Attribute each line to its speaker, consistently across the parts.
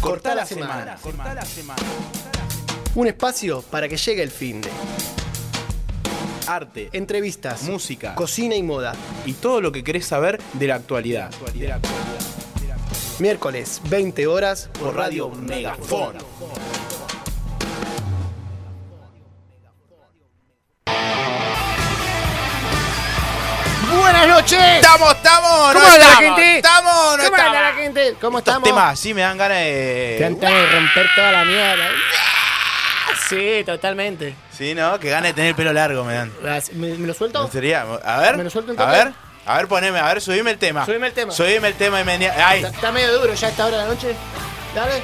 Speaker 1: Cortá la semana. Un espacio para que llegue el fin de.
Speaker 2: Arte,
Speaker 1: Entrevistas,
Speaker 2: música
Speaker 1: cocina y moda.
Speaker 2: y todo lo que querés saber de la actualidad.
Speaker 1: Miércoles, 20 horas,
Speaker 2: Por Radio Megafón.
Speaker 1: ¡Buenas noches!
Speaker 2: ¡Estamos, estamos!
Speaker 1: ¿Cómo
Speaker 2: no
Speaker 1: anda la
Speaker 2: estamos,
Speaker 1: gente?
Speaker 2: ¡Estamos, no
Speaker 1: ¿Cómo anda la
Speaker 2: estamos!
Speaker 1: gente? ¿Cómo
Speaker 2: Estos
Speaker 1: estamos?
Speaker 2: temas así me dan ganas
Speaker 3: Te
Speaker 2: de...
Speaker 3: han de romper toda la mierda. Sí, totalmente.
Speaker 2: Sí, ¿no? Que ganas de tener el pelo largo me dan.
Speaker 3: Las- ¿Me, me lo suelto?
Speaker 2: ¿No sería? A ver,
Speaker 3: ¿Me lo suelto un
Speaker 2: a
Speaker 3: toque?
Speaker 2: ver, a ver, poneme, a ver, subime el tema.
Speaker 3: Subime el tema.
Speaker 2: Subime el tema y me... ¡Ay!
Speaker 3: Está, está medio duro ya a esta hora de la noche. Dale.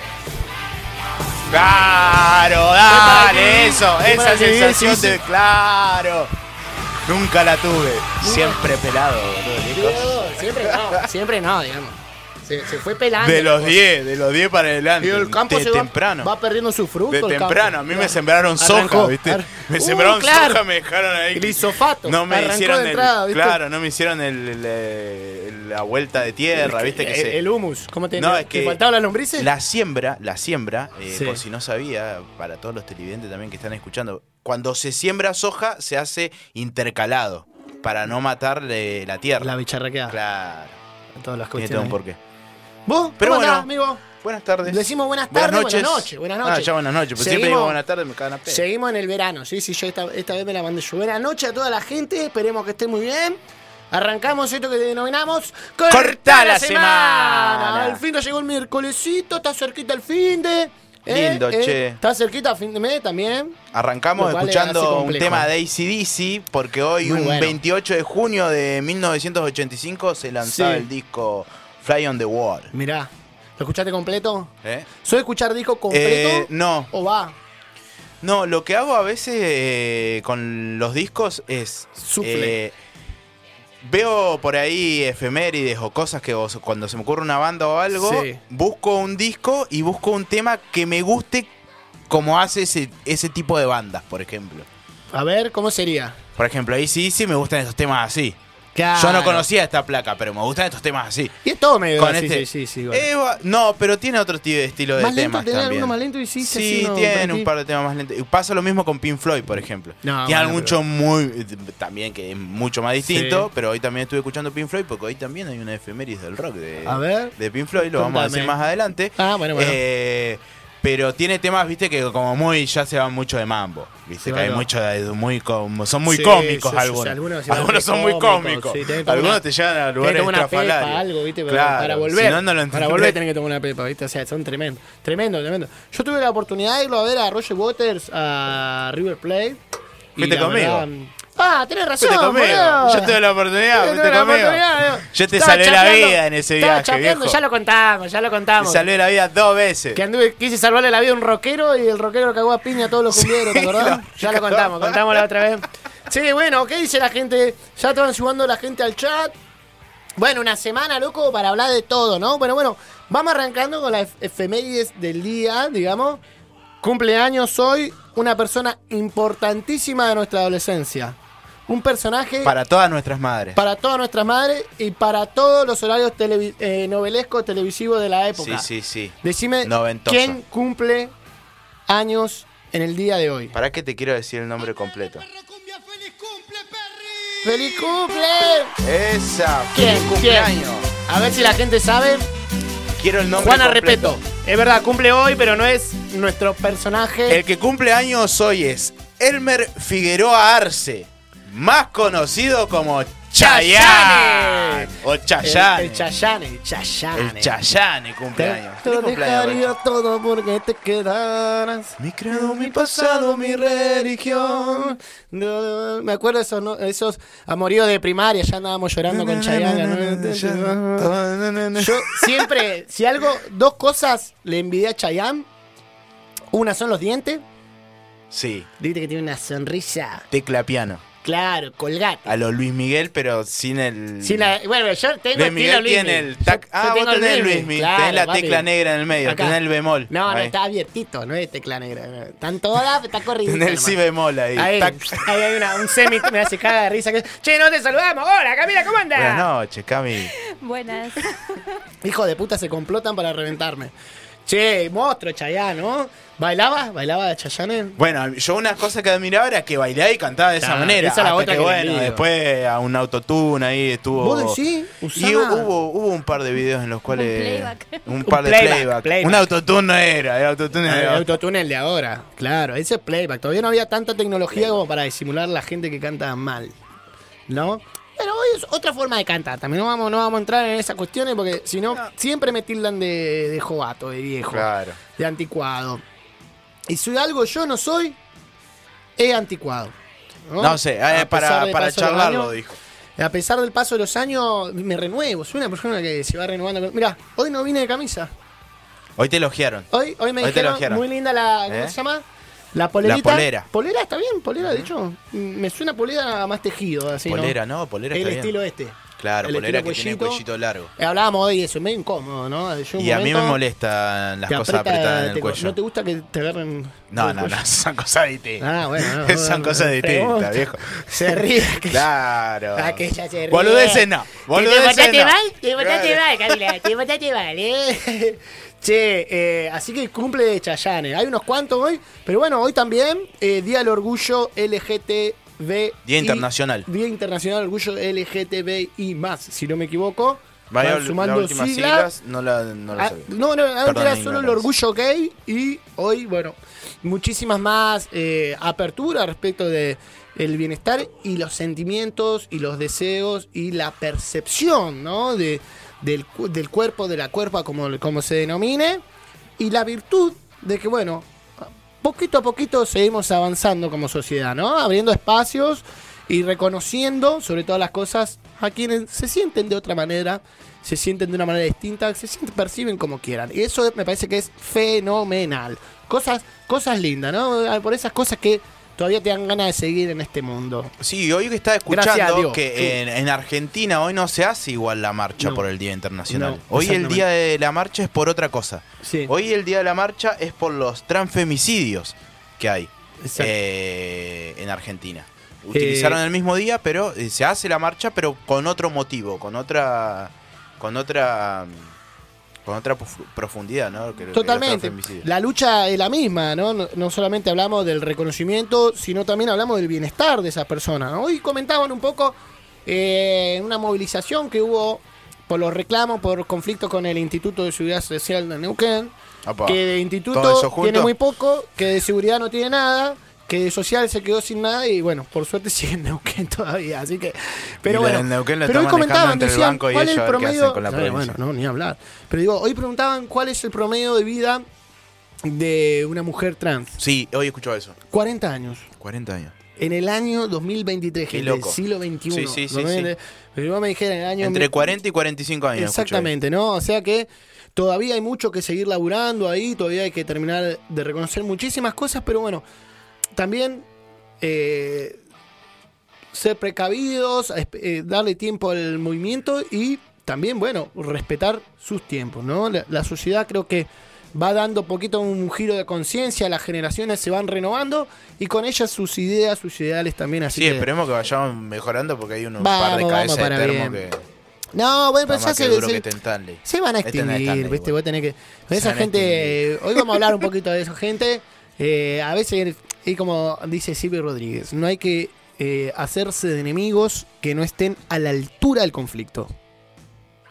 Speaker 2: ¡Claro! ¡Dale! Eso,
Speaker 3: Sí,
Speaker 2: esa
Speaker 3: para que- sí,
Speaker 2: sensación
Speaker 3: sí,
Speaker 2: de... ¡Claro! Nunca la tuve. Siempre pelado, boludo, chicos.
Speaker 3: Diego, Siempre no, siempre no, digamos. Se, se fue pelando.
Speaker 2: De los
Speaker 3: loco.
Speaker 2: 10, de los 10 para adelante.
Speaker 3: Y el campo
Speaker 2: de
Speaker 3: se va-
Speaker 2: temprano.
Speaker 3: Va, perdiendo su fruto.
Speaker 2: de
Speaker 3: el campo.
Speaker 2: temprano, a mí me
Speaker 3: Claro.
Speaker 2: sembraron soja,
Speaker 3: Arrancó.
Speaker 2: ¿viste?
Speaker 3: Ar-
Speaker 2: Me
Speaker 3: Uh,
Speaker 2: sembraron
Speaker 3: claro.
Speaker 2: soja, me dejaron ahí.
Speaker 3: Glisofato.
Speaker 2: No me
Speaker 3: Arrancó
Speaker 2: hicieron
Speaker 3: de
Speaker 2: el-
Speaker 3: entrada, ¿viste?
Speaker 2: Claro, no me hicieron el- el- eh, el- la vuelta de tierra, ¿viste? Que
Speaker 3: el,
Speaker 2: se-
Speaker 3: el humus. ¿Cómo te,
Speaker 2: No,
Speaker 3: te
Speaker 2: es que-
Speaker 3: faltaban las lombrices?
Speaker 2: La siembra, la siembra, eh,
Speaker 3: Sí.
Speaker 2: por si no sabía, para todos los televidentes también que están escuchando, cuando se siembra soja se hace intercalado para no matar eh, la tierra.
Speaker 3: La ¿eh? bicharraqueada.
Speaker 2: Claro,
Speaker 3: Todas las
Speaker 2: tiene
Speaker 3: cuestiones.
Speaker 2: todo un porqué.
Speaker 3: ¿Vos?
Speaker 2: Pero
Speaker 3: ¿Cómo
Speaker 2: bueno.
Speaker 3: andás, amigo?
Speaker 2: Buenas tardes.
Speaker 3: Le decimos buenas
Speaker 2: Buenas
Speaker 3: tardes,
Speaker 2: noches.
Speaker 3: buenas noches, buenas
Speaker 2: Ah,
Speaker 3: noches.
Speaker 2: ya buenas noches, pero siempre
Speaker 3: Seguimos-
Speaker 2: digo buenas tardes, me cagan a pedo.
Speaker 3: Seguimos en el verano, sí, sí, yo esta, esta vez me la mandé yo. Buenas noches a toda la gente, esperemos que esté muy bien. Arrancamos esto que denominamos Corta,
Speaker 2: la semana.
Speaker 3: Al fin nos llegó el miércolesito, está cerquita el fin de. ¿eh?
Speaker 2: Lindo, che.
Speaker 3: Está cerquita el fin de mes también.
Speaker 2: Arrancamos
Speaker 3: Lo cual hace
Speaker 2: escuchando un
Speaker 3: complejo.
Speaker 2: tema de ACDC porque hoy,
Speaker 3: Muy
Speaker 2: un
Speaker 3: bueno.
Speaker 2: 28 de junio de 1985, se lanzaba
Speaker 3: Sí.
Speaker 2: el disco Fly on the Wall.
Speaker 3: Mirá, ¿lo escuchaste completo?
Speaker 2: ¿Eh?
Speaker 3: ¿Soy escuchar disco completo?
Speaker 2: Eh, no,
Speaker 3: ¿O va?
Speaker 2: no, lo que hago a veces eh, con los discos es.
Speaker 3: Suple.
Speaker 2: eh, veo por ahí efemérides o cosas que vos- cuando se me ocurre una banda o algo,
Speaker 3: Sí.
Speaker 2: busco un disco y busco un tema que me guste como hace ese, ese tipo de bandas, por ejemplo.
Speaker 3: A ver, ¿cómo sería?
Speaker 2: Por ejemplo, ahí sí, sí me gustan esos temas así. Yo no
Speaker 3: Claro.
Speaker 2: conocía esta placa, pero me gustan estos temas así.
Speaker 3: Y es todo medio
Speaker 2: Con
Speaker 3: así, sí,
Speaker 2: este.
Speaker 3: sí, sí, bueno.
Speaker 2: Eh, va- no, pero tiene otro tipo de estilo de
Speaker 3: Más lento,
Speaker 2: temas
Speaker 3: tener
Speaker 2: también.
Speaker 3: alguno más lento y sí, se
Speaker 2: Sí,
Speaker 3: hace uno
Speaker 2: tiene
Speaker 3: tranqui.
Speaker 2: un par de temas más lentos. Y Pasa lo mismo con Pink Floyd, por ejemplo.
Speaker 3: No, bueno,
Speaker 2: tiene algún
Speaker 3: pero-
Speaker 2: show muy eh, también que es mucho más distinto,
Speaker 3: Sí.
Speaker 2: pero hoy también estuve escuchando Pink Floyd porque hoy también hay una efemérides del rock de,
Speaker 3: A ver.
Speaker 2: de Pink Floyd, lo vamos a
Speaker 3: Contame.
Speaker 2: decir más adelante.
Speaker 3: Ah, bueno, bueno.
Speaker 2: Eh, pero tiene temas, viste, que como muy ya se van mucho de mambo. Viste,
Speaker 3: Se
Speaker 2: que
Speaker 3: va,
Speaker 2: hay
Speaker 3: va.
Speaker 2: mucho de- muy com- son muy
Speaker 3: Sí,
Speaker 2: cómicos
Speaker 3: sí, sí,
Speaker 2: algunos.
Speaker 3: sí, algunos
Speaker 2: algunos
Speaker 3: se van
Speaker 2: son
Speaker 3: muy
Speaker 2: muy
Speaker 3: cómicos,
Speaker 2: cómicos.
Speaker 3: sí, tenés como
Speaker 2: algunos
Speaker 3: una-
Speaker 2: te llevan a
Speaker 3: Tenés que
Speaker 2: lugares
Speaker 3: tomar una
Speaker 2: estrafalarios.
Speaker 3: pepa, algo, ¿viste? Para,
Speaker 2: Claro,
Speaker 3: para volver.
Speaker 2: si no, no lo
Speaker 3: para
Speaker 2: entendés.
Speaker 3: volver tenés que tomar una pepa, ¿viste? O sea, son tremendo. Tremendo, tremendo. Yo tuve la oportunidad de irlo a ver a Roger Waters, a River Plate. y
Speaker 2: Fuiste
Speaker 3: la
Speaker 2: conmigo.
Speaker 3: verdad, ah, tenés razón.
Speaker 2: Vete conmigo.
Speaker 3: boludo.
Speaker 2: Yo tuve la oportunidad,
Speaker 3: Yo
Speaker 2: vete
Speaker 3: tuve la
Speaker 2: conmigo.
Speaker 3: oportunidad, digo.
Speaker 2: Yo te
Speaker 3: Estaba
Speaker 2: salvé la
Speaker 3: chapeando-
Speaker 2: vida en ese
Speaker 3: estaba
Speaker 2: viaje,
Speaker 3: chapeando,
Speaker 2: viejo.
Speaker 3: ya lo contamos, ya lo
Speaker 2: Me
Speaker 3: contamos.
Speaker 2: salvé la vida dos veces.
Speaker 3: Que anduve, quise salvarle la vida a un rockero y el rockero lo cagó a piña a todos los cumbieros, ¿te acordás?
Speaker 2: lo-
Speaker 3: ya lo contamos, contamos la otra vez. Sí, bueno, ¿qué dice la gente? Ya estaban subando la gente al chat. Bueno, una semana, loco, para hablar de todo, ¿no? Bueno, bueno, vamos arrancando con las ef- efemérides del día, digamos. Cumpleaños hoy, una persona importantísima de nuestra adolescencia. Un personaje
Speaker 2: Para todas nuestras madres.
Speaker 3: para todas nuestras madres y para todos los horarios televi- eh, novelescos televisivos de la
Speaker 2: Sí,
Speaker 3: época.
Speaker 2: sí, sí.
Speaker 3: Decime
Speaker 2: Noventoso.
Speaker 3: quién cumple años en el día de hoy.
Speaker 2: ¿Para qué te quiero decir el nombre completo?
Speaker 3: ¡Feliz cumple!
Speaker 2: Esa.
Speaker 3: ¿Quién?
Speaker 2: feliz
Speaker 3: ¿Quién?
Speaker 2: cumpleaños.
Speaker 3: A ver si la gente sabe.
Speaker 2: Quiero el nombre
Speaker 3: Juana
Speaker 2: completo.
Speaker 3: Repeto. Es verdad, cumple hoy, pero no es nuestro personaje.
Speaker 2: El que cumple años hoy es Elmer Figueroa Arce, más conocido como Chayanne.
Speaker 3: Chayanne.
Speaker 2: O
Speaker 3: El-
Speaker 2: Chayanne.
Speaker 3: El Chayane. El Chayane.
Speaker 2: El Chayanne cumpleaños.
Speaker 3: Te
Speaker 2: Feliz
Speaker 3: lo
Speaker 2: cumpleaños,
Speaker 3: dejaría todo porque te quedaras.
Speaker 2: Mi credo, mi pasado, mi religión.
Speaker 3: No, Me acuerdo esos, ¿no? esos amoríos de primaria, ya andábamos llorando con Chayanne. ¿no? Yo siempre, si algo, dos cosas le envidié a Chayanne. Una son los dientes.
Speaker 2: Sí,
Speaker 3: Viste que tiene una sonrisa.
Speaker 2: tecla piano.
Speaker 3: Claro, colgate.
Speaker 2: A lo Luis Miguel, pero sin el.
Speaker 3: Sí, la- bueno, yo tengo
Speaker 2: Luis
Speaker 3: estilo
Speaker 2: Miguel
Speaker 3: Luismi.
Speaker 2: tiene el
Speaker 3: Yo-
Speaker 2: tac.
Speaker 3: yo
Speaker 2: Ah,
Speaker 3: tengo
Speaker 2: vos
Speaker 3: el
Speaker 2: tenés Luis
Speaker 3: Luismi,
Speaker 2: Miguel.
Speaker 3: claro,
Speaker 2: tenés la
Speaker 3: papi.
Speaker 2: tecla negra en el medio,
Speaker 3: Acá.
Speaker 2: tenés el bemol.
Speaker 3: No, no,
Speaker 2: ahí.
Speaker 3: está abiertito, no es tecla negra. no. Están todas, está corriendo.
Speaker 2: Tenés el si bemol ahí.
Speaker 3: Ahí,
Speaker 2: tac.
Speaker 3: ahí hay una, un semi, me hace caga de risa. Que, che, no te saludamos. Hola, Camila, ¿cómo andas?
Speaker 2: Buenas noches, Cami.
Speaker 4: Buenas.
Speaker 3: Hijo de puta, se complotan para reventarme. Che, monstruo, Chayanne, ¿no? ¿Bailabas? ¿Bailaba Chayanne?
Speaker 2: Bueno, yo una cosa que admiraba era que bailaba y cantaba de esa
Speaker 3: Claro,
Speaker 2: manera.
Speaker 3: esa es la
Speaker 2: Hasta
Speaker 3: otra
Speaker 2: que,
Speaker 3: que le
Speaker 2: bueno,
Speaker 3: digo.
Speaker 2: después a un autotune ahí estuvo.
Speaker 3: ¿Vos decís?
Speaker 2: Y
Speaker 3: Usaba-
Speaker 2: hubo, hubo un par de videos en los cuales.
Speaker 4: playback.
Speaker 2: un par de
Speaker 3: playback,
Speaker 2: playback.
Speaker 3: playback.
Speaker 2: Un autotune no era, era autotune.
Speaker 3: Ah, El
Speaker 2: era-
Speaker 3: autotune de ahora, claro, ese es playback. Todavía no había tanta tecnología como para disimular la gente que canta mal, ¿no? Pero hoy es otra forma de cantar. También no vamos, no vamos a entrar en esas cuestiones porque si no, siempre me tildan de, de jovato, de viejo,
Speaker 2: Claro.
Speaker 3: de anticuado. Y si algo yo no soy, es anticuado. No,
Speaker 2: No sé, eh,
Speaker 3: A pesar
Speaker 2: para,
Speaker 3: del
Speaker 2: para
Speaker 3: paso de los
Speaker 2: charlarlo,
Speaker 3: años,
Speaker 2: dijo.
Speaker 3: A pesar del paso de los años, me renuevo. Soy una persona que se va renovando. Mira, hoy no vine de camisa.
Speaker 2: Hoy te elogiaron.
Speaker 3: Hoy, hoy me
Speaker 2: Hoy te
Speaker 3: dijeron,
Speaker 2: elogiaron.
Speaker 3: muy linda la, ¿cómo
Speaker 2: ¿Eh?
Speaker 3: se llama? La polerita.
Speaker 2: La polera.
Speaker 3: Polera está bien, polera, de hecho. Mm, Me suena polera más tejido, así, ¿no?
Speaker 2: polera, ¿no? Polera
Speaker 3: El
Speaker 2: está bien.
Speaker 3: estilo este.
Speaker 2: Claro,
Speaker 3: el
Speaker 2: polera que
Speaker 3: estilo
Speaker 2: tiene
Speaker 3: cuellito.
Speaker 2: cuellito largo.
Speaker 3: Eh, Hablábamos hoy de eso, es medio incómodo, ¿no? Yo un
Speaker 2: Y a mí me
Speaker 3: momento
Speaker 2: molestan las
Speaker 3: te
Speaker 2: cosas
Speaker 3: aprieta,
Speaker 2: apretadas en
Speaker 3: te-
Speaker 2: el cuello.
Speaker 3: ¿No te gusta que te agarren?
Speaker 2: No,
Speaker 3: el
Speaker 2: no,
Speaker 3: cuello?
Speaker 2: no, son cosas distintas.
Speaker 3: Ah, bueno, no,
Speaker 2: son
Speaker 3: no,
Speaker 2: cosas
Speaker 3: no, pregunta.
Speaker 2: distintas, viejo.
Speaker 3: Se ríe. que-
Speaker 2: Claro.
Speaker 3: Aquella Ah, se ríe.
Speaker 2: Boludeces no.
Speaker 3: ¿Te
Speaker 2: Boludeces
Speaker 3: botaste
Speaker 2: no.
Speaker 3: mal? ¿Te botaste
Speaker 2: Claro.
Speaker 3: mal, Camila? ¿Te botaste mal, eh? Che, eh, así que cumple de Chayanne. Hay unos cuantos hoy, pero bueno, hoy también eh, Día del Orgullo LGTB.
Speaker 2: Día Internacional.
Speaker 3: Día Internacional del Orgullo LGTBI+, más, si no me equivoco.
Speaker 2: Vaya,
Speaker 3: Van sumando
Speaker 2: las últimas
Speaker 3: siglas.
Speaker 2: siglas no la, no la
Speaker 3: Ah,
Speaker 2: sabía.
Speaker 3: no, no, antes
Speaker 2: Perdón,
Speaker 3: era
Speaker 2: mi
Speaker 3: solo el
Speaker 2: ignorancia.
Speaker 3: orgullo gay y hoy, bueno, muchísimas más eh, apertura respecto de el bienestar y los sentimientos y los deseos y la percepción, ¿no? De, del, cu- del cuerpo, de la cuerpa, como, como se denomine, y la virtud de que, bueno, poquito a poquito seguimos avanzando como sociedad, ¿no? Abriendo espacios y reconociendo, sobre todas las cosas, a quienes se sienten de otra manera, se sienten de una manera distinta, se sienten, perciben como quieran. Y eso me parece que es fenomenal. Cosas, cosas lindas, ¿no? Ah, Por esas cosas que todavía te dan ganas de seguir en este mundo.
Speaker 2: Sí, hoy que estaba
Speaker 3: Gracias a
Speaker 2: escuchando
Speaker 3: Dios. Sí.
Speaker 2: que en, en Argentina hoy no se hace igual la marcha
Speaker 3: No.
Speaker 2: por el Día Internacional.
Speaker 3: No,
Speaker 2: hoy el
Speaker 3: exactamente.
Speaker 2: Día de la Marcha es por otra cosa.
Speaker 3: Sí.
Speaker 2: Hoy el Día de la Marcha es por los transfemicidios que hay
Speaker 3: Exacto.
Speaker 2: eh, en Argentina. Utilizaron el mismo día, pero eh, se hace la marcha, pero con otro motivo, con otra, con otra, mm, con otra profu- profundidad, ¿no? Que- que los
Speaker 3: Totalmente.
Speaker 2: transfemicidios.
Speaker 3: La lucha es la misma, ¿no? No, no solamente hablamos del reconocimiento, sino también hablamos del bienestar de esas personas. ¿no? Hoy comentaban un poco eh, una movilización que hubo por los reclamos, por conflicto con el Instituto de Seguridad Social de Neuquén,
Speaker 2: Apa.
Speaker 3: que de
Speaker 2: ¿Todo
Speaker 3: instituto
Speaker 2: eso junto?
Speaker 3: tiene muy poco, que de seguridad no tiene nada, que de social se quedó sin nada y bueno, por suerte sigue en Neuquén todavía, así que... Pero
Speaker 2: Y la de
Speaker 3: bueno,
Speaker 2: Neuquén la
Speaker 3: pero hoy
Speaker 2: están manejando
Speaker 3: comentaban,
Speaker 2: entre el
Speaker 3: decían,
Speaker 2: banco y
Speaker 3: ¿cuál es
Speaker 2: ellos
Speaker 3: el
Speaker 2: a ver qué hacen
Speaker 3: promedio?
Speaker 2: con la
Speaker 3: Ah,
Speaker 2: provincia.
Speaker 3: bueno, no, ni hablar. Pero digo, hoy preguntaban cuál es el promedio de vida de una mujer trans.
Speaker 2: Sí, hoy escuchó eso.
Speaker 3: 40 años.
Speaker 2: 40 años.
Speaker 3: En el año 2023,
Speaker 2: Qué
Speaker 3: gente,
Speaker 2: loco.
Speaker 3: siglo XXI.
Speaker 2: Sí, sí, sí,
Speaker 3: ¿no?
Speaker 2: sí.
Speaker 3: Pero vos me dijeron en el año...
Speaker 2: Entre 40 y 45 años. escuché.
Speaker 3: Exactamente, ¿no? O sea que todavía hay mucho que seguir laburando ahí, todavía hay que terminar de reconocer muchísimas cosas, pero bueno, también eh, ser precavidos, esp- eh, darle tiempo al movimiento y también, bueno, respetar sus tiempos, ¿no? La, la sociedad creo que va dando poquito un giro de conciencia, las generaciones se van renovando y con ellas sus ideas, sus ideales también así.
Speaker 2: Sí,
Speaker 3: que-
Speaker 2: esperemos que vayamos mejorando porque hay unos
Speaker 3: Vamos,
Speaker 2: par de
Speaker 3: vamos
Speaker 2: cabezas de
Speaker 3: para
Speaker 2: termo
Speaker 3: bien.
Speaker 2: que.
Speaker 3: No, bueno,
Speaker 2: está
Speaker 3: pero ya
Speaker 2: más que
Speaker 3: se,
Speaker 2: duro
Speaker 3: se-
Speaker 2: que Tentanley.
Speaker 3: Se van a
Speaker 2: Este no es
Speaker 3: extinguir,
Speaker 2: Stanley,
Speaker 3: ¿viste?
Speaker 2: igual.
Speaker 3: Vos tenés que.
Speaker 2: Se
Speaker 3: Esa
Speaker 2: van a
Speaker 3: gente. Hoy vamos a hablar un poquito de eso, gente. Eh, a veces, y como dice Silvio Rodríguez, no hay que eh, hacerse de enemigos que no estén a la altura del conflicto.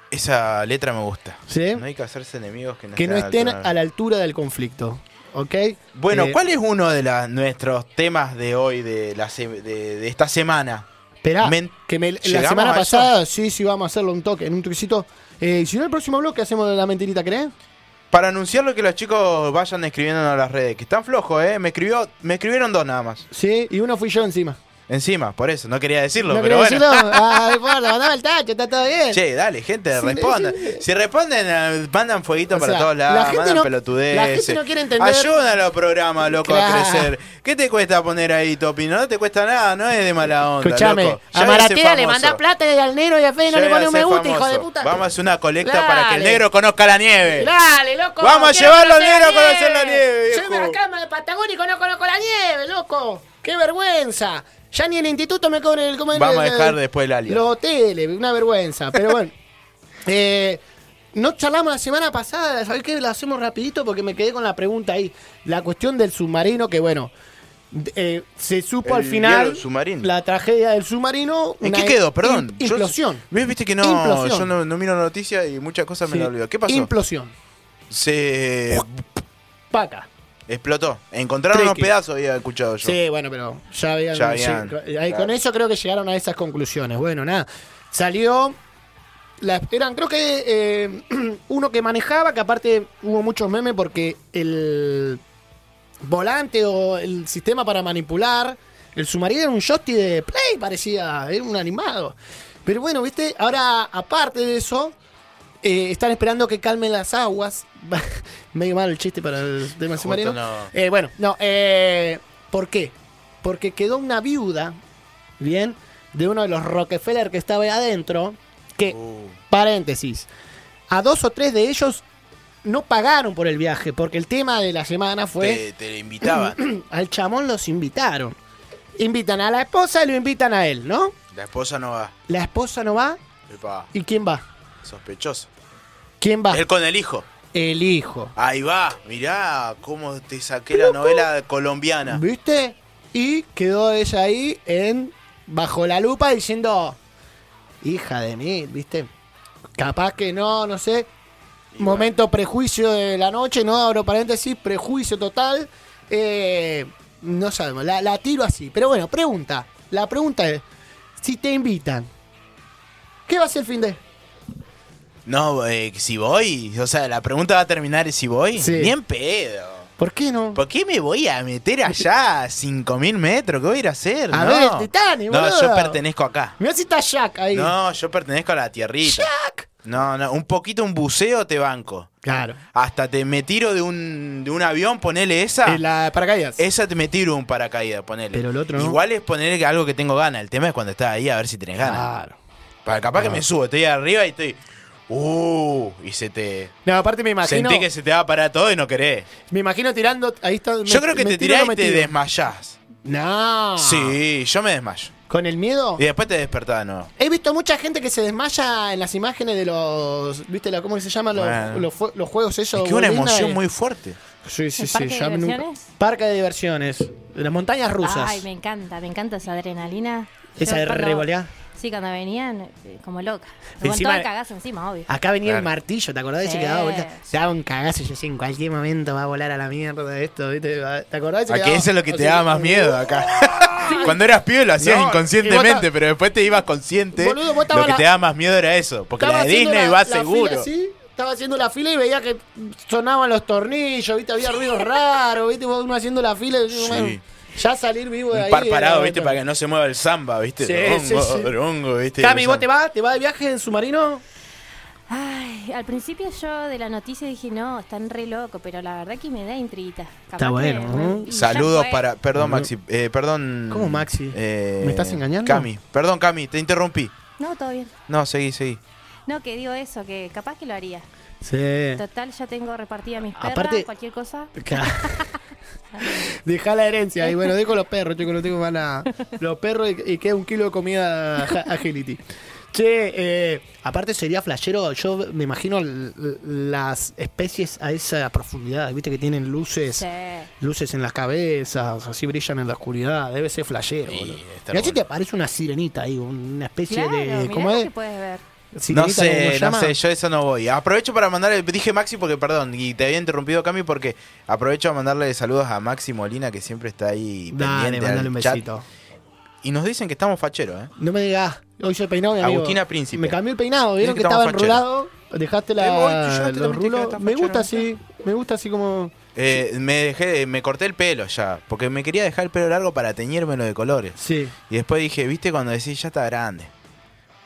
Speaker 2: Esa letra me gusta.
Speaker 3: ¿Sí?
Speaker 2: No hay que hacerse enemigos que no,
Speaker 3: ¿Eh? que no estén
Speaker 2: al-
Speaker 3: a la altura del conflicto. ¿Ok?
Speaker 2: Bueno,
Speaker 3: Eh,
Speaker 2: ¿cuál es uno de la- nuestros temas de hoy, de, la se- de- de esta semana?
Speaker 3: Esperá,
Speaker 2: Men-
Speaker 3: que me- la
Speaker 2: ¿llegamos
Speaker 3: semana
Speaker 2: a eso?
Speaker 3: pasada, sí, sí, vamos a hacerlo un toque, en un toquecito. Eh, si no, el próximo bloque hacemos la mentirita, ¿crees?
Speaker 2: Para anunciarlo que los chicos vayan escribiendo a las redes, que están flojos, ¿eh? Me, escribió, me escribieron dos nada más.
Speaker 3: Sí, y uno fui yo encima.
Speaker 2: Encima, por eso, no quería decirlo,
Speaker 3: ¿No
Speaker 2: pero
Speaker 3: querés
Speaker 2: bueno.
Speaker 3: decirlo? Ah, después la mandaba al tacho, está todo bien.
Speaker 2: Che, dale, gente,
Speaker 3: Sí,
Speaker 2: respondan.
Speaker 3: sí.
Speaker 2: Si responden, eh, mandan fueguito
Speaker 3: O
Speaker 2: para
Speaker 3: sea,
Speaker 2: todos
Speaker 3: la
Speaker 2: lados,
Speaker 3: gente
Speaker 2: mandan
Speaker 3: no-
Speaker 2: pelotudeces.
Speaker 3: la gente no quiere entender-
Speaker 2: Ayudan a los programas, loco,
Speaker 3: Claro.
Speaker 2: a crecer. ¿Qué te cuesta poner ahí tu opinión? No te cuesta nada, no es de mala onda,
Speaker 3: Escuchame,
Speaker 2: loco. Ya
Speaker 3: a
Speaker 2: voy ser
Speaker 3: Maratea le
Speaker 2: famoso.
Speaker 3: manda plata y al negro y a Fede no
Speaker 2: Ya
Speaker 3: le
Speaker 2: voy a
Speaker 3: pone un
Speaker 2: ser
Speaker 3: me gusta, hijo
Speaker 2: famoso.
Speaker 3: de puta.
Speaker 2: Vamos a hacer una colecta
Speaker 3: Dale.
Speaker 2: para que el negro conozca la nieve.
Speaker 3: Dale, loco.
Speaker 2: Vamos a
Speaker 3: quiero
Speaker 2: llevarlo al
Speaker 3: conocer
Speaker 2: negro a conocer la nieve,
Speaker 3: Yo
Speaker 2: viejo.
Speaker 3: me cama de Patagonia y no conozco la nieve, loco. Qué vergüenza. Ya ni en el instituto me cobran el... ¿cómo es?
Speaker 2: Vamos a
Speaker 3: El-
Speaker 2: dejar después el alias.
Speaker 3: Los hoteles, una vergüenza. Pero bueno. Eh, No charlamos la semana pasada, ¿sabés qué? La hacemos rapidito porque me quedé con la pregunta ahí. La cuestión del submarino, que bueno, d- eh, se supo
Speaker 2: El
Speaker 3: al final
Speaker 2: diario del submarino.
Speaker 3: la tragedia del submarino.
Speaker 2: ¿En
Speaker 3: una
Speaker 2: qué quedó? Perdón.
Speaker 3: im-
Speaker 2: Yo-
Speaker 3: Implosión.
Speaker 2: ¿Ves? Viste que no,
Speaker 3: Implosión.
Speaker 2: yo no, no miro noticias y muchas cosas me
Speaker 3: Sí.
Speaker 2: las olvido. ¿Qué pasó?
Speaker 3: Implosión.
Speaker 2: Se
Speaker 3: Paca.
Speaker 2: explotó. Encontraron unos
Speaker 3: Tricky.
Speaker 2: pedazos, había escuchado yo.
Speaker 3: Sí, bueno, pero ya habían.
Speaker 2: Ya habían,
Speaker 3: lleg- ahí
Speaker 2: claro.
Speaker 3: Con eso creo que llegaron a esas conclusiones. Bueno, nada. Salió. la- eran, creo que eh, uno que manejaba, que aparte hubo muchos memes porque el volante o el sistema para manipular el submarino era un joystick de play, parecía, era un animado. Pero bueno, viste, ahora aparte de eso, eh, están esperando que calmen las aguas. Medio mal el chiste para el tema
Speaker 2: Justo
Speaker 3: submarino.
Speaker 2: no.
Speaker 3: Eh, bueno, no. eh, ¿Por qué? Porque quedó una viuda, bien, de uno de los Rockefeller que estaba ahí adentro. Que,
Speaker 2: Uh,
Speaker 3: paréntesis, a dos o tres de ellos no pagaron por el viaje. Porque el tema de la semana fue
Speaker 2: te, te invitaban.
Speaker 3: al chamón los invitaron. Invitan a la esposa y lo invitan a él, ¿no?
Speaker 2: La esposa no va.
Speaker 3: La esposa no va.
Speaker 2: Epa,
Speaker 3: ¿Y quién va?
Speaker 2: sospechoso.
Speaker 3: ¿Quién va?
Speaker 2: Él con el hijo.
Speaker 3: El hijo.
Speaker 2: Ahí va. Mirá cómo te saqué la novela colombiana.
Speaker 3: ¿Viste? Y quedó ella ahí en bajo la lupa diciendo, hija de mí, ¿viste? Capaz que no, no sé.
Speaker 2: Y
Speaker 3: Momento prejuicio de la noche, no abro paréntesis, prejuicio total. Eh, no sabemos, la, la tiro así. Pero bueno, pregunta. La pregunta es, si te invitan, ¿qué va a ser el fin de?
Speaker 2: No, eh, si voy. O sea, la pregunta va a terminar si voy.
Speaker 3: Sí.
Speaker 2: Ni en pedo.
Speaker 3: ¿Por qué no?
Speaker 2: ¿Por qué me voy a meter allá a 5000 metros? ¿Qué voy a ir a hacer?
Speaker 3: A
Speaker 2: no.
Speaker 3: ver, el Titanic,
Speaker 2: No,
Speaker 3: boludo.
Speaker 2: yo pertenezco acá.
Speaker 3: Mira si está Jack ahí.
Speaker 2: No, yo pertenezco a la tierrita.
Speaker 3: Jack.
Speaker 2: No, no, un poquito un buceo te banco.
Speaker 3: Claro.
Speaker 2: Hasta te me tiro de un, de un avión, ponele esa.
Speaker 3: Eh, la de paracaídas.
Speaker 2: Esa te me tiro un paracaídas, ponele.
Speaker 3: Pero el otro no.
Speaker 2: Igual es poner algo que tengo ganas. El tema es cuando estás ahí a ver si tenés ganas.
Speaker 3: Claro.
Speaker 2: Para capaz
Speaker 3: Ah.
Speaker 2: que me subo, estoy arriba y estoy. Uh, y se te.
Speaker 3: No, aparte me imagino.
Speaker 2: Sentí que se te va a parar todo y no querés.
Speaker 3: Me imagino tirando. Ahí está. me-
Speaker 2: Yo creo que
Speaker 3: me
Speaker 2: te
Speaker 3: tiro,
Speaker 2: tirás
Speaker 3: no
Speaker 2: y
Speaker 3: me
Speaker 2: te
Speaker 3: tiro.
Speaker 2: desmayás.
Speaker 3: No.
Speaker 2: Sí, yo me desmayo.
Speaker 3: Con el miedo.
Speaker 2: Y después te despertás de nuevo.
Speaker 3: He visto mucha gente que se desmaya en las imágenes de los. ¿Viste la, cómo se llaman los,
Speaker 2: Bueno.
Speaker 3: los, fue- los juegos esos?
Speaker 2: Es que una
Speaker 3: Walt Disney?
Speaker 2: emoción muy fuerte.
Speaker 3: Sí, sí,
Speaker 4: ¿El
Speaker 3: sí.
Speaker 4: parque de
Speaker 3: ya me nunca-
Speaker 4: diversiones?
Speaker 3: Parque de diversiones. De las montañas rusas.
Speaker 4: Ay, me encanta, me encanta esa adrenalina.
Speaker 3: Esa
Speaker 4: Yo
Speaker 3: de
Speaker 4: cuando-
Speaker 3: revolear.
Speaker 4: Sí, cuando venían, eh, como loca. Me
Speaker 3: Encima Ah.
Speaker 4: aguantaba
Speaker 3: de-
Speaker 4: el cagazo encima, obvio.
Speaker 3: Acá venía el
Speaker 2: Claro.
Speaker 3: martillo, ¿te acordás? Ese que
Speaker 4: Sí.
Speaker 3: daba vuelta. Se daba un cagazo y yo decía, en cualquier momento va a volar a la mierda esto, ¿viste? Va- ¿Te acordás? Ese
Speaker 2: A que
Speaker 3: daba-
Speaker 2: eso es lo que
Speaker 3: o
Speaker 2: te
Speaker 3: sea,
Speaker 2: daba más
Speaker 3: un-
Speaker 2: miedo acá. Cuando eras pibe lo hacías
Speaker 3: No, y vos
Speaker 2: inconscientemente,
Speaker 3: ta-
Speaker 2: pero después te ibas consciente.
Speaker 3: Boludo, vos
Speaker 2: lo
Speaker 3: estabas
Speaker 2: que
Speaker 3: la-
Speaker 2: te daba más miedo era eso. Porque
Speaker 3: Estaba
Speaker 2: la de
Speaker 3: haciendo
Speaker 2: Disney
Speaker 3: la-
Speaker 2: va
Speaker 3: la fila
Speaker 2: seguro.
Speaker 3: así, estaba haciendo la fila y veía que sonaban los tornillos, viste, había ruidos raros, viste, vos uno haciendo la fila y yo,
Speaker 2: Sí.
Speaker 3: bueno, ya salir vivo de
Speaker 2: Un
Speaker 3: ahí.
Speaker 2: par
Speaker 3: era
Speaker 2: parado,
Speaker 3: otra.
Speaker 2: viste, para que no se mueva el samba, viste.
Speaker 3: Sí,
Speaker 2: Dorongo,
Speaker 3: sí, sí.
Speaker 2: dorongo, viste.
Speaker 3: Cami,
Speaker 2: el
Speaker 3: ¿vos
Speaker 2: samba.
Speaker 3: te vas? ¿Te vas de viaje en submarino?
Speaker 4: Ay, al principio yo de la noticia dije, no, están re loco, pero la verdad que me da intriguita. Capaz
Speaker 3: Está
Speaker 4: que-
Speaker 3: bueno, ¿no?
Speaker 4: y ya
Speaker 2: Saludos
Speaker 4: fue.
Speaker 2: para. Perdón,
Speaker 3: Boludo.
Speaker 2: Maxi. eh, perdón.
Speaker 3: ¿Cómo Maxi?
Speaker 2: eh,
Speaker 3: ¿Me estás engañando?
Speaker 2: Cami, perdón, Cami, te interrumpí.
Speaker 4: No, todo bien.
Speaker 2: No, seguí, seguí.
Speaker 4: No, que digo eso, que capaz que lo haría.
Speaker 3: Sí.
Speaker 4: Total, ya tengo repartida mis perras,
Speaker 3: Eh. Aparte-
Speaker 4: cualquier cosa.
Speaker 3: Deja la herencia y bueno, dejo los perros, chicos, no tengo más nada. Los perros y, y queda un kilo de comida ja- agility. Che, eh, aparte sería flashero, yo me imagino l- l- las especies a esa profundidad, viste que tienen luces.
Speaker 4: Sí.
Speaker 3: Luces en las cabezas, así brillan en la oscuridad. Debe ser flashero,
Speaker 2: Sí,
Speaker 3: boludo.
Speaker 2: está
Speaker 3: Y así
Speaker 2: bueno.
Speaker 3: te aparece una sirenita ahí, una especie
Speaker 4: Claro,
Speaker 3: de.
Speaker 4: mirá
Speaker 3: ¿Cómo
Speaker 4: lo
Speaker 3: es?
Speaker 4: que puedes ver.
Speaker 2: No
Speaker 3: Sirenita, ¿cómo
Speaker 2: sé,
Speaker 3: se
Speaker 2: no
Speaker 3: llama?
Speaker 2: sé, yo eso no voy. Aprovecho para mandarle, dije Maxi porque perdón, y te había interrumpido Cami porque aprovecho a mandarle saludos a Maxi Molina que siempre está ahí
Speaker 3: Dale,
Speaker 2: pendiente
Speaker 3: mandale
Speaker 2: al
Speaker 3: un
Speaker 2: chat.
Speaker 3: besito.
Speaker 2: Y nos dicen que estamos facheros, ¿eh?
Speaker 3: No me digas, hoy soy peinado, mi amigo.
Speaker 2: Agustina Príncipe.
Speaker 3: Me cambió el peinado, vieron
Speaker 2: Dicen
Speaker 3: que
Speaker 2: que estamos
Speaker 3: estaba enrulado. Dejaste
Speaker 2: Eh, hoy
Speaker 3: la,
Speaker 2: tú ya te
Speaker 3: los
Speaker 2: también te
Speaker 3: rulos.
Speaker 2: quedaste
Speaker 3: Me gusta
Speaker 2: fachero,
Speaker 3: así, me gusta así como.
Speaker 2: Eh, me dejé, me corté el pelo ya, porque me quería dejar el pelo largo para teñírmelo de colores.
Speaker 3: Sí.
Speaker 2: Y después dije, viste cuando decís ya está grande.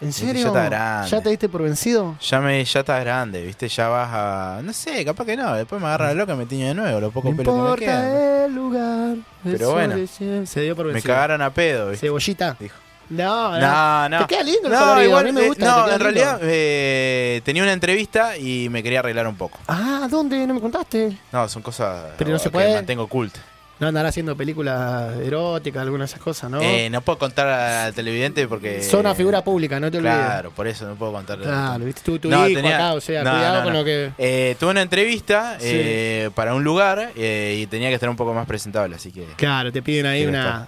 Speaker 3: ¿En
Speaker 2: Sí, ya
Speaker 3: serio?
Speaker 2: está grande.
Speaker 3: ¿Ya te diste por vencido?
Speaker 2: Ya me, ya está grande, viste, ya vas a. No sé, capaz que no, después me agarra la loca y me tiño de nuevo, los
Speaker 3: Mm. No
Speaker 2: pocos pelos que me quedan.
Speaker 3: importa eh. el lugar.
Speaker 2: Pero
Speaker 3: eso
Speaker 2: bueno,
Speaker 3: de siempre. Se dio por
Speaker 2: Me
Speaker 3: vencido.
Speaker 2: cagaron a pedo, viste.
Speaker 3: Cebollita.
Speaker 2: Dijo.
Speaker 3: No,
Speaker 2: No, no.
Speaker 3: Te queda lindo el
Speaker 2: no,
Speaker 3: colorido,
Speaker 2: igual,
Speaker 3: a mí me
Speaker 2: eh,
Speaker 3: gusta,
Speaker 2: no,
Speaker 3: te queda
Speaker 2: en
Speaker 3: lindo.
Speaker 2: realidad eh, tenía una entrevista y me quería arreglar un poco.
Speaker 3: Ah, ¿dónde? No me contaste.
Speaker 2: No, son cosas
Speaker 3: Pero no
Speaker 2: eh,
Speaker 3: se
Speaker 2: que
Speaker 3: puede.
Speaker 2: mantengo oculta.
Speaker 3: No andará haciendo películas eróticas, alguna de esas cosas, ¿no?
Speaker 2: Eh, no puedo contar al televidente porque.
Speaker 3: Son una figura pública, no te olvides.
Speaker 2: Claro, por eso no puedo contar.
Speaker 3: Claro, viste, tu, tu hijo acá, o sea, cuidado con lo que.
Speaker 2: Eh, tuve una entrevista
Speaker 3: Sí.
Speaker 2: eh, para un lugar eh, y tenía que estar un poco más presentable, así que.
Speaker 3: Claro, te piden ahí
Speaker 2: Sí,
Speaker 3: una.
Speaker 2: está.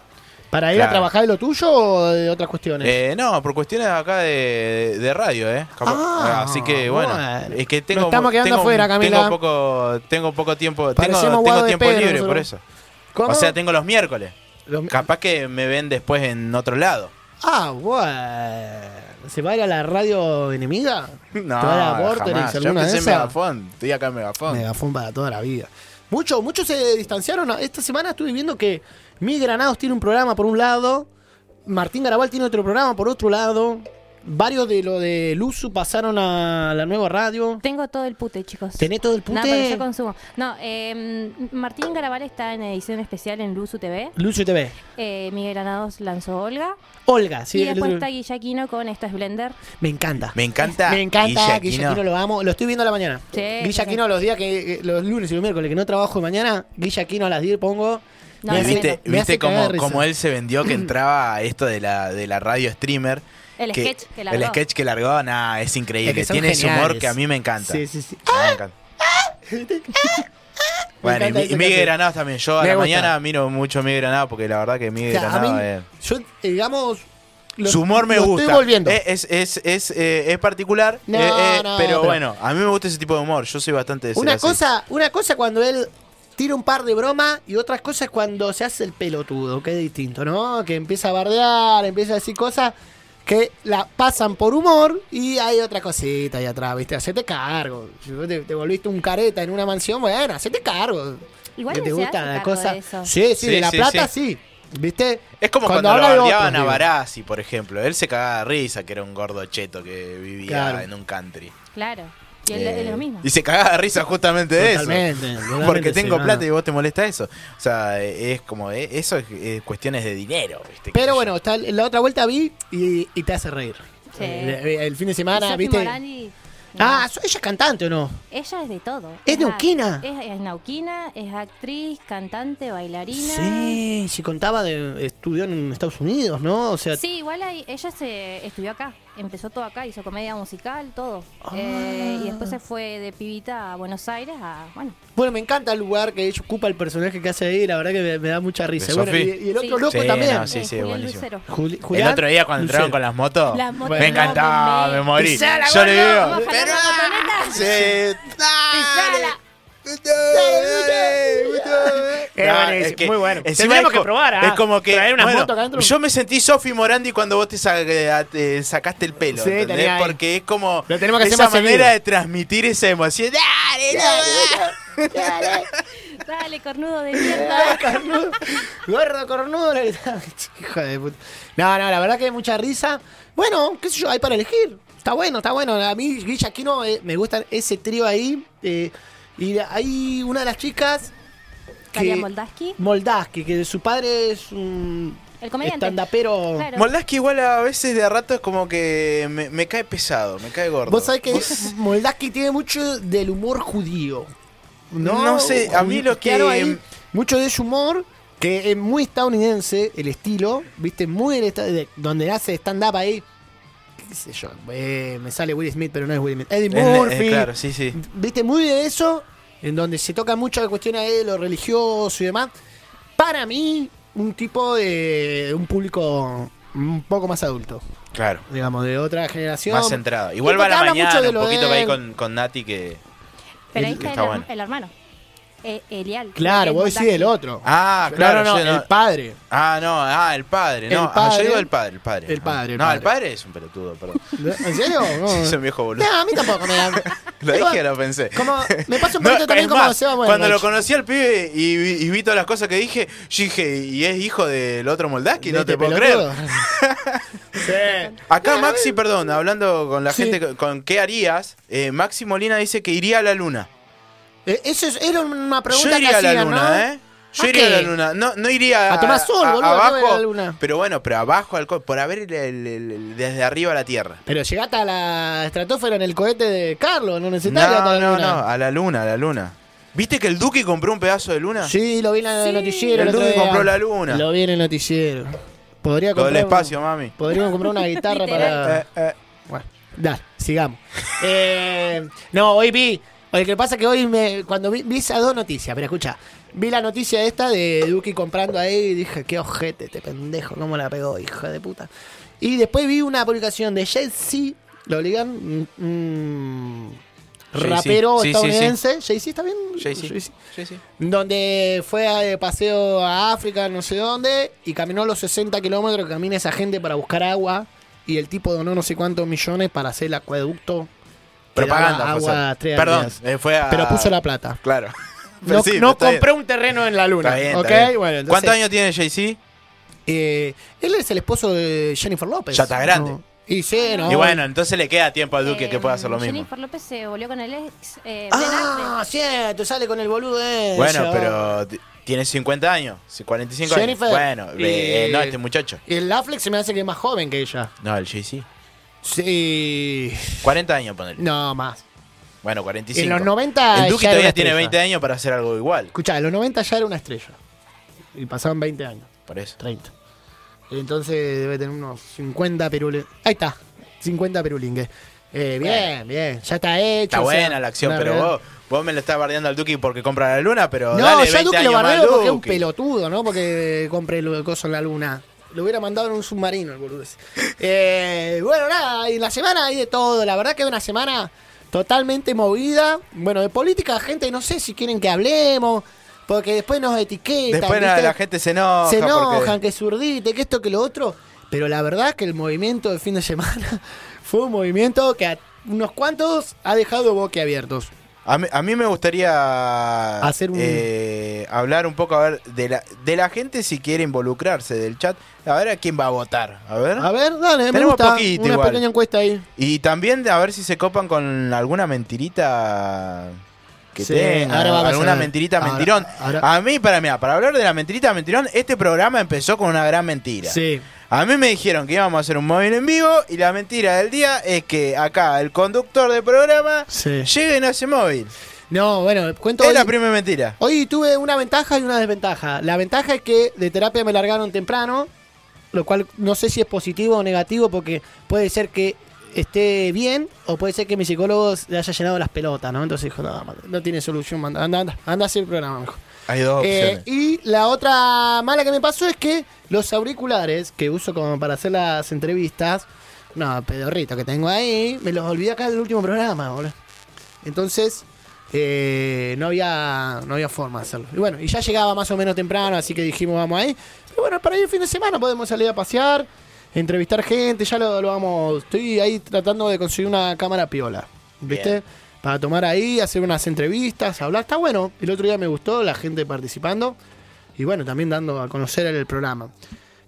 Speaker 3: ¿Para ir a
Speaker 2: Claro.
Speaker 3: trabajar de lo tuyo o de otras cuestiones?
Speaker 2: Eh, no, por cuestiones acá de, de radio, ¿eh? Capaz-
Speaker 3: Ah,
Speaker 2: así que bueno,
Speaker 3: bueno.
Speaker 2: es que tengo.
Speaker 3: Nos estamos quedando
Speaker 2: tengo-
Speaker 3: afuera, Camila.
Speaker 2: Tengo poco, tengo poco tiempo. Tengo,
Speaker 3: Parecemos
Speaker 2: tengo
Speaker 3: Guado de
Speaker 2: tiempo
Speaker 3: Pedro
Speaker 2: libre,
Speaker 3: nosotros.
Speaker 2: por eso.
Speaker 3: ¿Cómo?
Speaker 2: O sea, tengo los miércoles.
Speaker 3: Los-
Speaker 2: Capaz que me ven después en otro lado.
Speaker 3: Ah, bueno. ¿Se va a ir a la radio enemiga?
Speaker 2: No,
Speaker 3: ¿Te va a ir a Vorterix,
Speaker 2: jamás. Yo
Speaker 3: alguna de
Speaker 2: pensé en
Speaker 3: esas?
Speaker 2: Megafon. Estoy acá en Megafon.
Speaker 3: Megafon para toda la vida. Muchos muchos se distanciaron. Esta semana estuve viendo que Mi Granados tiene un programa por un lado, Martín Garabal tiene otro programa por otro lado, varios de lo de Luzu pasaron a la nueva radio.
Speaker 4: Tengo todo el pute, chicos.
Speaker 3: ¿Tenés todo el pute?
Speaker 4: No, pero yo consumo. No, eh, Martín Garabal está en edición especial en Luzu TV.
Speaker 3: Luzu TV.
Speaker 4: Eh, Miguel Granados lanzó Olga.
Speaker 3: Olga, sí.
Speaker 4: y
Speaker 3: el
Speaker 4: después
Speaker 3: otro-
Speaker 4: está Guillaquino con Esto es Blender.
Speaker 3: Me encanta.
Speaker 2: Me encanta.
Speaker 3: Me encanta, Guillaquino.
Speaker 2: Guillaquino.
Speaker 3: lo amo. Lo estoy viendo a la mañana.
Speaker 4: Sí,
Speaker 3: Guillaquino los días que, que- los lunes y los miércoles que no trabajo de mañana, Guillaquino a las 10 pongo.
Speaker 4: No,
Speaker 2: Y
Speaker 4: me
Speaker 2: viste,
Speaker 4: hace-
Speaker 2: viste
Speaker 3: como
Speaker 2: cómo, cómo él se vendió que entraba a esto de la, de la radio streamer.
Speaker 4: El sketch que largó.
Speaker 2: El sketch que largó, nah, es increíble.
Speaker 3: Es que son
Speaker 2: Tiene ese humor
Speaker 3: geniales.
Speaker 2: que a mí me encanta.
Speaker 3: Sí, sí, sí.
Speaker 2: A mí Ah, me encanta. bueno, y
Speaker 3: encanta
Speaker 2: Mi- y,
Speaker 3: ese
Speaker 2: Miguel
Speaker 3: sketch.
Speaker 2: Granado también. Yo a
Speaker 3: Me
Speaker 2: la
Speaker 3: gusta.
Speaker 2: mañana miro mucho Miguel Granado porque la verdad que Miguel
Speaker 3: O sea, a
Speaker 2: Granado
Speaker 3: mí,
Speaker 2: es-
Speaker 3: yo, eh, digamos. lo-
Speaker 2: Su humor me
Speaker 3: lo
Speaker 2: gusta.
Speaker 3: Estoy volviendo.
Speaker 2: Eh, Es, es, es, eh, es particular,
Speaker 3: No,
Speaker 2: eh, eh,
Speaker 3: no,
Speaker 2: pero,
Speaker 3: pero-
Speaker 2: bueno, a mí me gusta ese tipo de humor. Yo soy bastante de ser
Speaker 3: Una
Speaker 2: así.
Speaker 3: cosa, una cosa cuando él tira un par de bromas y otra cosa es cuando se hace el pelotudo, que es distinto, ¿no? Que empieza a bardear, empieza a decir cosas que la pasan por humor y hay otra cosita ahí atrás, ¿viste? Hacete cargo. Si vos te, te volviste un careta en una mansión, bueno, hacete cargo.
Speaker 4: Igual
Speaker 3: Que
Speaker 4: él
Speaker 3: te
Speaker 4: se
Speaker 3: gusta
Speaker 4: hace
Speaker 3: la
Speaker 4: cargo
Speaker 3: cosa.
Speaker 4: de eso.
Speaker 3: Sí, sí,
Speaker 2: Sí,
Speaker 3: de la
Speaker 2: sí,
Speaker 3: plata sí.
Speaker 2: sí.
Speaker 3: ¿Viste?
Speaker 2: Es como cuando,
Speaker 3: habla
Speaker 2: lo
Speaker 3: de
Speaker 2: bardeaban
Speaker 3: otros,
Speaker 2: a
Speaker 3: digo.
Speaker 2: Barassi, por ejemplo. Él se cagaba de risa, que era un gordo cheto que vivía
Speaker 3: Claro.
Speaker 2: en un country.
Speaker 4: Claro. Y él
Speaker 2: Eh,
Speaker 4: es lo mismo.
Speaker 2: Y se cagaba de risa justamente de eso.
Speaker 3: Totalmente, totalmente,
Speaker 2: Porque
Speaker 3: sí,
Speaker 2: tengo
Speaker 3: no,
Speaker 2: plata
Speaker 3: no.
Speaker 2: y vos te molesta eso. O sea, eh, es como, eh, eso es, eh, cuestiones de dinero. ¿viste? Qué sé
Speaker 3: Pero
Speaker 2: yo.
Speaker 3: bueno, está, la otra vuelta vi y, y te hace reír.
Speaker 4: Sí.
Speaker 3: Eh, El, fin de
Speaker 4: Y
Speaker 3: semana,
Speaker 4: Sophie
Speaker 3: ¿viste?
Speaker 4: Morandi,
Speaker 3: Ah,
Speaker 4: no,
Speaker 3: ¿so- ¿ella es cantante o no?
Speaker 4: ella es de todo.
Speaker 3: ¿Es
Speaker 4: act-
Speaker 3: neuquina?
Speaker 4: Es, es nauquina, es actriz, cantante, bailarina.
Speaker 3: Sí, si contaba de estudió en Estados Unidos, ¿no? O sea,
Speaker 4: Sí, igual ahí- ella se estudió acá, empezó todo acá, hizo comedia musical, todo.
Speaker 3: Ah.
Speaker 4: Eh, y después se fue de pibita a Buenos Aires a, bueno,
Speaker 3: bueno, me encanta el lugar que ella ocupa el personaje que hace ahí, la verdad que me, me da mucha risa.
Speaker 2: ¿De
Speaker 3: Bueno, y,
Speaker 2: Sofi?
Speaker 3: y el otro
Speaker 4: Sí.
Speaker 3: loco
Speaker 2: Sí,
Speaker 3: también.
Speaker 2: no, sí,
Speaker 4: eh,
Speaker 2: sí,
Speaker 4: Julián
Speaker 2: buenísimo.
Speaker 4: Lucero.
Speaker 3: Juli-
Speaker 2: El
Speaker 3: Julián
Speaker 2: otro día cuando
Speaker 3: Lucero.
Speaker 2: entraron con las motos,
Speaker 4: Las motos,
Speaker 2: me encantaba,
Speaker 4: no,
Speaker 2: me
Speaker 4: me-
Speaker 2: morí.
Speaker 3: Pisala,
Speaker 2: Yo le
Speaker 3: gordo,
Speaker 2: digo,
Speaker 4: vamos a jalar
Speaker 2: pero-
Speaker 4: la motoneta.
Speaker 2: Sí, dale.
Speaker 4: Pisala.
Speaker 2: Dale, dale.
Speaker 3: Qué
Speaker 2: No,
Speaker 3: buenísimo, muy bueno.
Speaker 2: encima
Speaker 3: Tendríamos
Speaker 2: es
Speaker 3: que
Speaker 2: co-
Speaker 3: probar, ah,
Speaker 2: Es como que.
Speaker 3: traer unas
Speaker 2: bueno,
Speaker 3: motos acá adentro.
Speaker 2: Yo me sentí Sofi Morandi cuando vos te, sa- eh, te sacaste el pelo.
Speaker 3: Sí,
Speaker 2: ¿entendés?
Speaker 3: tenía ahí.
Speaker 2: Porque es como.
Speaker 3: Lo tenemos que hacer
Speaker 2: esa
Speaker 3: más
Speaker 2: manera
Speaker 3: seguido.
Speaker 2: de transmitir esa emoción. Dale, dale.
Speaker 4: dale, cornudo de mierda.
Speaker 3: Cornudo. Gordo, cornudo. le gritaba. Hijo de puta. No, no, la verdad que hay mucha risa. Bueno, qué sé yo, hay para elegir. Está bueno, está bueno. A mí, Guilla Aquino, eh, me gusta ese trío ahí. eh, y hay una de las chicas.
Speaker 4: Katia Moldaski,
Speaker 3: Moldaski, que su padre es un
Speaker 4: el comediante.
Speaker 3: estandapero.
Speaker 4: Claro.
Speaker 2: Moldaski igual a veces de a rato es como que me, me cae pesado, me cae gordo.
Speaker 3: Vos sabés que Moldaski tiene mucho del humor judío.
Speaker 2: No, sé, a mí lo que- em-
Speaker 3: Claro, ahí, mucho de su humor, que es muy estadounidense, el estilo, viste, muy el esta- de- donde hace stand-up ahí. Qué sé yo, eh, me sale Will Smith, pero no es Will Smith. Eddie
Speaker 2: Es- es-
Speaker 3: Murphy.
Speaker 2: claro, sí, sí.
Speaker 3: viste, muy de eso, en donde se toca mucho la cuestión ahí de lo religioso y demás. Para mí, un tipo de un público un poco más adulto,
Speaker 2: Claro.
Speaker 3: digamos, de otra generación.
Speaker 2: Más centrado. Igual
Speaker 3: Tipo
Speaker 2: va a
Speaker 3: que
Speaker 2: la
Speaker 3: habla mucho
Speaker 2: mañana,
Speaker 3: de
Speaker 2: un
Speaker 3: lo
Speaker 2: poquito
Speaker 3: de
Speaker 2: va ahí
Speaker 3: él.
Speaker 2: con, con Nati que.
Speaker 4: Pero ahí está,
Speaker 2: Está
Speaker 4: el, her-
Speaker 2: bueno.
Speaker 4: el hermano, eh, Elial.
Speaker 3: Claro,
Speaker 4: El
Speaker 3: vos decís
Speaker 4: Moldavski.
Speaker 3: el otro.
Speaker 2: Ah,
Speaker 3: No,
Speaker 2: claro,
Speaker 3: no, no,
Speaker 2: yo no-
Speaker 3: el padre.
Speaker 2: Ah, no, ah, el padre, no.
Speaker 3: El
Speaker 2: Ah, yo digo
Speaker 3: padre.
Speaker 2: el padre, el padre.
Speaker 3: El padre, el
Speaker 2: no,
Speaker 3: padre.
Speaker 2: el padre es un pelotudo, perdón.
Speaker 3: ¿En serio? No,
Speaker 2: es un viejo boludo.
Speaker 3: No, a mí tampoco me da.
Speaker 2: Lo
Speaker 3: Igual,
Speaker 2: dije, lo pensé.
Speaker 3: Como, me pasa un
Speaker 2: No,
Speaker 3: poquito también
Speaker 2: es
Speaker 3: como
Speaker 2: más,
Speaker 3: Seba Buenrich.
Speaker 2: Cuando lo conocí al pibe y, vi- y vi todas las cosas que dije, yo dije, y es hijo del otro Moldaski, no
Speaker 3: ¿Viste,
Speaker 2: te puedo
Speaker 3: este pelotudo?
Speaker 2: creer. Acá Maxi, perdón, hablando con la
Speaker 3: Sí.
Speaker 2: gente, con qué harías, eh, Maxi Molina dice que iría a la luna.
Speaker 3: Eh, Eso es, era una pregunta
Speaker 2: Yo iría
Speaker 3: que
Speaker 2: a la
Speaker 3: hacían,
Speaker 2: luna,
Speaker 3: ¿no?
Speaker 2: ¿eh? Yo
Speaker 3: ¿A
Speaker 2: iría a
Speaker 3: qué?
Speaker 2: la luna. No, no iría
Speaker 3: A tomar sol, boludo, no
Speaker 2: abajo,
Speaker 3: a la luna.
Speaker 2: Pero bueno, pero abajo, al co- por haber el- el- el- desde arriba a la Tierra.
Speaker 3: Pero llegaste a la estratosfera en el cohete de Carlos, no necesitas
Speaker 2: No,
Speaker 3: llegar hasta la
Speaker 2: no,
Speaker 3: luna.
Speaker 2: no, a la luna, a la luna. ¿Viste que el Duque compró un pedazo de luna?
Speaker 3: Sí, lo vi en el
Speaker 4: Sí.
Speaker 3: noticiero.
Speaker 2: El
Speaker 3: otro
Speaker 2: Duque
Speaker 3: día.
Speaker 2: compró la luna.
Speaker 3: Lo vi en el noticiero. Podría
Speaker 2: Todo
Speaker 3: comprar.
Speaker 2: el espacio, mami.
Speaker 3: Podríamos comprar una guitarra
Speaker 2: Eh,
Speaker 3: para.
Speaker 2: eh.
Speaker 3: Bueno, dale, sigamos. Eh, no, hoy vi. Lo que pasa es que hoy me, cuando vi, vi esas dos noticias, pero escucha, vi la noticia esta de Duki comprando ahí y dije, qué ojete, este pendejo, cómo la pegó, hija de puta. Y después vi una publicación de Jay-Z, lo obligan, mm, mm,
Speaker 2: Jay-Z,
Speaker 3: rapero
Speaker 2: sí, sí, sí.
Speaker 3: estadounidense. Jay-Z está bien.
Speaker 2: Jay-Z.
Speaker 3: Jay-Z
Speaker 2: Sí, sí.
Speaker 3: donde fue a- de paseo a África, no sé dónde, y caminó los 60 kilómetros que camina esa gente para buscar agua, y el tipo donó no sé cuántos millones para hacer el acueducto. que
Speaker 2: Propaganda.
Speaker 3: daba
Speaker 2: fue a
Speaker 3: agua
Speaker 2: hacer.
Speaker 3: a tres
Speaker 2: Perdón,
Speaker 3: aldeas.
Speaker 2: eh, fue a...
Speaker 3: Pero puso la plata.
Speaker 2: Claro. Pero
Speaker 3: No,
Speaker 2: sí,
Speaker 3: no
Speaker 2: está bien.
Speaker 3: compré un terreno en la luna.
Speaker 2: Está bien, está
Speaker 3: ¿ok?
Speaker 2: bien.
Speaker 3: Bueno, entonces,
Speaker 2: ¿Cuántos años tiene Jay-Z?
Speaker 3: eh, él es el esposo de Jennifer López.
Speaker 2: Ya está grande.
Speaker 3: ¿no? Y sí, no.
Speaker 2: Y bueno, entonces le queda tiempo al Duque
Speaker 4: Eh,
Speaker 2: que pueda hacer lo mismo.
Speaker 4: Jennifer López se volvió con el ex. Eh, Ben
Speaker 3: Ah,
Speaker 4: Affleck.
Speaker 3: cierto, sale con el boludo ese.
Speaker 2: Bueno, pero ti- tiene 50 años, si 45
Speaker 3: Jennifer.
Speaker 2: años. Bueno,
Speaker 3: Y-
Speaker 2: eh, no, este muchacho.
Speaker 3: El Affleck se me hace que es más joven que ella.
Speaker 2: No, el Jay-Z.
Speaker 3: Sí.
Speaker 2: 40 años, ponele.
Speaker 3: No, más.
Speaker 2: Bueno, 45.
Speaker 3: En los 90
Speaker 2: El Duque
Speaker 3: ya era una
Speaker 2: todavía tiene
Speaker 3: estrella.
Speaker 2: 20 años para hacer algo igual.
Speaker 3: Escuchá, en los 90 ya era una estrella. Y pasaban 20 años,
Speaker 2: Por eso.
Speaker 3: 30. Entonces debe tener unos 50 perulingues. Ahí está, 50 perulingues. Eh, bien, bien, ya está hecho.
Speaker 2: Está
Speaker 3: o sea,
Speaker 2: buena la acción,
Speaker 3: una
Speaker 2: pero
Speaker 3: realidad.
Speaker 2: vos, vos me lo estás bardeando al Duque porque compra la luna, pero
Speaker 3: No,
Speaker 2: dale
Speaker 3: ya
Speaker 2: 20
Speaker 3: Duque lo
Speaker 2: años más al
Speaker 3: bardeo porque es un
Speaker 2: Duque.
Speaker 3: pelotudo, ¿no? Porque compré el coso en la luna. Lo hubiera mandado en un submarino el boludo ese. Eh, bueno, nada, y la semana hay de todo. La verdad que es una semana totalmente movida. Bueno, de política, gente, no sé si quieren que hablemos, porque después nos etiquetan.
Speaker 2: Después la,
Speaker 3: ¿viste?
Speaker 2: la gente se enoja.
Speaker 3: se enojan,
Speaker 2: porque-
Speaker 3: que zurdite, que esto, que lo otro. Pero la verdad que el movimiento del fin de semana fue un movimiento que a unos cuantos ha dejado boquiabiertos.
Speaker 2: A mí, a mí me gustaría
Speaker 3: Hacer un-
Speaker 2: eh, hablar un poco a ver de la, de la gente si quiere involucrarse del chat. A ver a quién va a votar. A ver.
Speaker 3: A ver, dale, me
Speaker 2: Tenemos
Speaker 3: gusta.
Speaker 2: poquito
Speaker 3: una
Speaker 2: igual.
Speaker 3: pequeña encuesta ahí.
Speaker 2: Y también de a ver si se copan con alguna mentirita que
Speaker 3: Sí,
Speaker 2: tenga,
Speaker 3: ahora vamos a
Speaker 2: alguna
Speaker 3: ver.
Speaker 2: mentirita
Speaker 3: Ahora-
Speaker 2: mentirón.
Speaker 3: ahora-
Speaker 2: A mí, para mira, para hablar de la mentirita mentirón, este programa empezó con una gran mentira.
Speaker 3: Sí.
Speaker 2: A mí me dijeron que íbamos a hacer un móvil en vivo y la mentira del día es que acá el conductor del programa
Speaker 3: Sí.
Speaker 2: llega y no hace móvil.
Speaker 3: No, bueno, cuento
Speaker 2: es
Speaker 3: hoy,
Speaker 2: la primera mentira.
Speaker 3: hoy tuve una ventaja y una desventaja. La ventaja es que de terapia me largaron temprano, lo cual no sé si es positivo o negativo porque puede ser que esté bien o puede ser que mi psicólogo le haya llenado las pelotas, ¿no? Entonces dijo, no, mate, no tiene solución, manda- anda, anda, anda a hacer el programa mejor.
Speaker 2: Hay dos
Speaker 3: Eh,
Speaker 2: opciones.
Speaker 3: y la otra mala que me pasó es que los auriculares que uso como para hacer las entrevistas, no, pedorrito que tengo ahí, me los olvidé acá en el último programa, boludo. Entonces, eh, no, había, no había forma de hacerlo. Y bueno, y ya llegaba más o menos temprano, así que dijimos, vamos ahí. Pero bueno, para ir el fin de semana podemos salir a pasear, entrevistar gente, ya lo, lo vamos. Estoy ahí tratando de conseguir una cámara piola, ¿viste?
Speaker 2: Bien.
Speaker 3: Para tomar ahí, hacer unas entrevistas, hablar. Está bueno. El otro día me gustó la gente participando y bueno, también dando a conocer el programa.